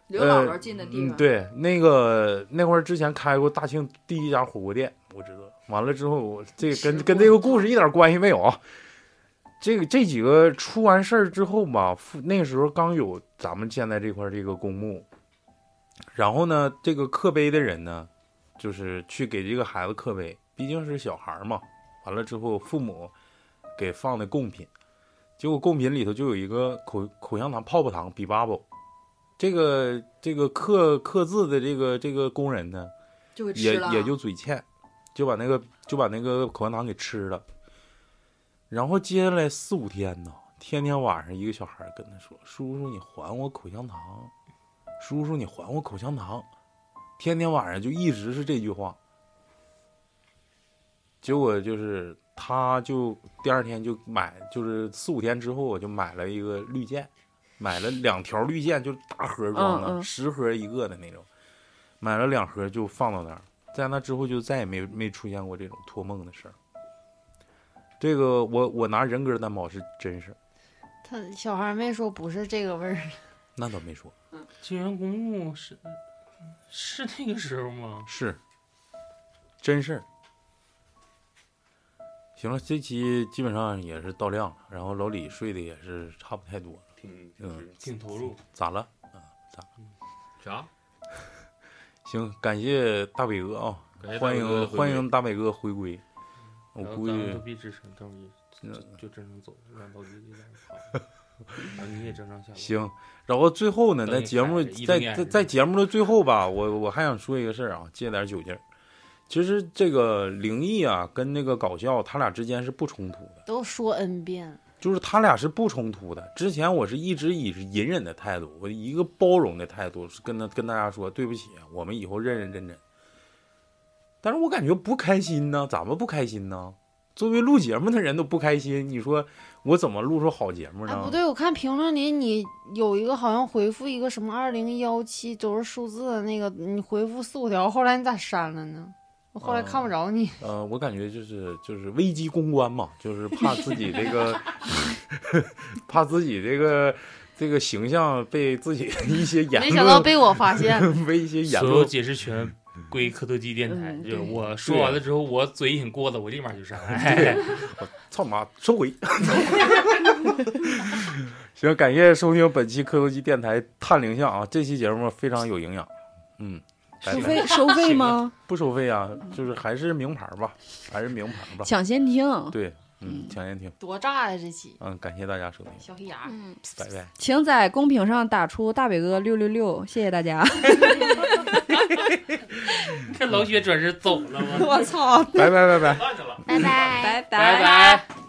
[SPEAKER 1] 刘姥姥进的地
[SPEAKER 2] 嗯，
[SPEAKER 1] 方。
[SPEAKER 2] 对，那个那块儿之前开过大庆第一家火锅店，我知道。完了之后，我这
[SPEAKER 1] 吃
[SPEAKER 2] 跟
[SPEAKER 1] 过
[SPEAKER 2] 跟这个故事一点关系没有啊。这个这几个出完事儿之后吧，附那个时候刚有咱们现在这块儿这个公墓，然后呢，这个刻碑的人呢，就是去给这个孩子刻碑，毕竟是小孩儿嘛。完了之后，父母给放的贡品，结果贡品里头就有一个口口香糖、泡泡糖、比巴卜。这个这个刻刻字的这个这个工人呢，
[SPEAKER 1] 就给吃
[SPEAKER 2] 也
[SPEAKER 1] 了。啊
[SPEAKER 2] 也就嘴欠，就把那个就把那个口香糖给吃了。然后接下来四五天呢，天天晚上一个小孩跟他说：“叔叔，你还我口香糖，叔叔，你还我口香糖。”天天晚上就一直是这句话。结果就是，他就第二天就买，就是四五天之后，我就买了一个绿箭，买了两条绿箭，就是大盒装
[SPEAKER 1] 嗯
[SPEAKER 2] 的，
[SPEAKER 1] 嗯
[SPEAKER 2] 十盒一个的那种，买了两盒就放到那儿，在那之后就再也没没出现过这种托梦的事儿。这个我我拿人格担保是真事儿，
[SPEAKER 4] 他小孩没说不是这个味儿，
[SPEAKER 2] 那倒没说。
[SPEAKER 7] 金源公墓是是那个时候吗？
[SPEAKER 2] 是真事儿。行了，这期基本上也是到量了，然后老李睡的也是差不太多了，
[SPEAKER 3] 挺
[SPEAKER 2] 嗯
[SPEAKER 7] 挺投入，
[SPEAKER 2] 咋了？啊，咋了？
[SPEAKER 3] 啥？
[SPEAKER 2] 行，感谢大北哥啊、
[SPEAKER 3] 感谢大
[SPEAKER 2] 欢
[SPEAKER 3] 伟哥的
[SPEAKER 2] 迎
[SPEAKER 3] 回
[SPEAKER 2] 欢
[SPEAKER 3] 归
[SPEAKER 2] 迎大北哥回归。我
[SPEAKER 7] 然后
[SPEAKER 2] 估
[SPEAKER 7] 咱们
[SPEAKER 2] 计
[SPEAKER 7] 都别吱声，到时候就就就正常走，让老弟就在那跑，啊然后你也正常下班。
[SPEAKER 2] 行，然后最后呢，
[SPEAKER 7] 等
[SPEAKER 2] 在
[SPEAKER 7] 你
[SPEAKER 2] 节目
[SPEAKER 7] 看着一睁
[SPEAKER 2] 在
[SPEAKER 7] 眼
[SPEAKER 2] 在
[SPEAKER 7] 是
[SPEAKER 2] 在
[SPEAKER 7] 吧
[SPEAKER 2] 节目的最后吧，我我还想说一个事儿啊，借点酒劲儿。其实这个灵异啊，跟那个搞笑，他俩之间是不冲突的，
[SPEAKER 4] 都说 N 遍了，
[SPEAKER 2] 就是他俩是不冲突的。之前我是一直以隐忍的态度，我一个包容的态度，是跟他跟大家说，对不起，我们以后认认真真。但是我感觉不开心呢，咱们不开心呢？作为录节目的人都不开心，你说我怎么录出好节目
[SPEAKER 4] 哎，
[SPEAKER 2] 呢？
[SPEAKER 4] 不对，我看评论里你有一个好像回复一个什么二零幺七都是数字的那个，你回复四五条，后来你咋删了呢？我后来看不着你，
[SPEAKER 2] 呃，我感觉就是就是危机公关嘛，就是怕自己这 个，怕自己这个这个形象被自己的一些言
[SPEAKER 4] 没
[SPEAKER 2] 论，
[SPEAKER 4] 想到被我发现 了。
[SPEAKER 2] 被一些言
[SPEAKER 7] 所有
[SPEAKER 2] 论，
[SPEAKER 7] 解释权归科多基电台。
[SPEAKER 4] 嗯
[SPEAKER 7] 就是
[SPEAKER 4] 对
[SPEAKER 7] 我说完了之后，我嘴挺过的，我立马就上。哎
[SPEAKER 2] 啊 对，我操你妈，收回。行，感谢收听本期磕头机电台探灵像啊，这期节目非常有营养，嗯，拜
[SPEAKER 1] 收
[SPEAKER 2] 拜
[SPEAKER 1] 费收费吗？
[SPEAKER 2] 不收费啊，就是还是名牌吧，还是名牌 吧，
[SPEAKER 1] 抢先听，
[SPEAKER 2] 对，嗯，抢先听，
[SPEAKER 4] 多炸呀！这期
[SPEAKER 2] 嗯，感谢大家收听，
[SPEAKER 4] 小黑牙，
[SPEAKER 5] 嗯，
[SPEAKER 2] 拜 拜。
[SPEAKER 1] 请在公屏上打出大北哥六六六，谢谢大家。
[SPEAKER 7] 这老雪转身走了吗？
[SPEAKER 1] 我操，
[SPEAKER 2] 拜拜拜拜。
[SPEAKER 7] 看着了，
[SPEAKER 5] 拜拜。
[SPEAKER 1] 拜
[SPEAKER 7] 拜拜。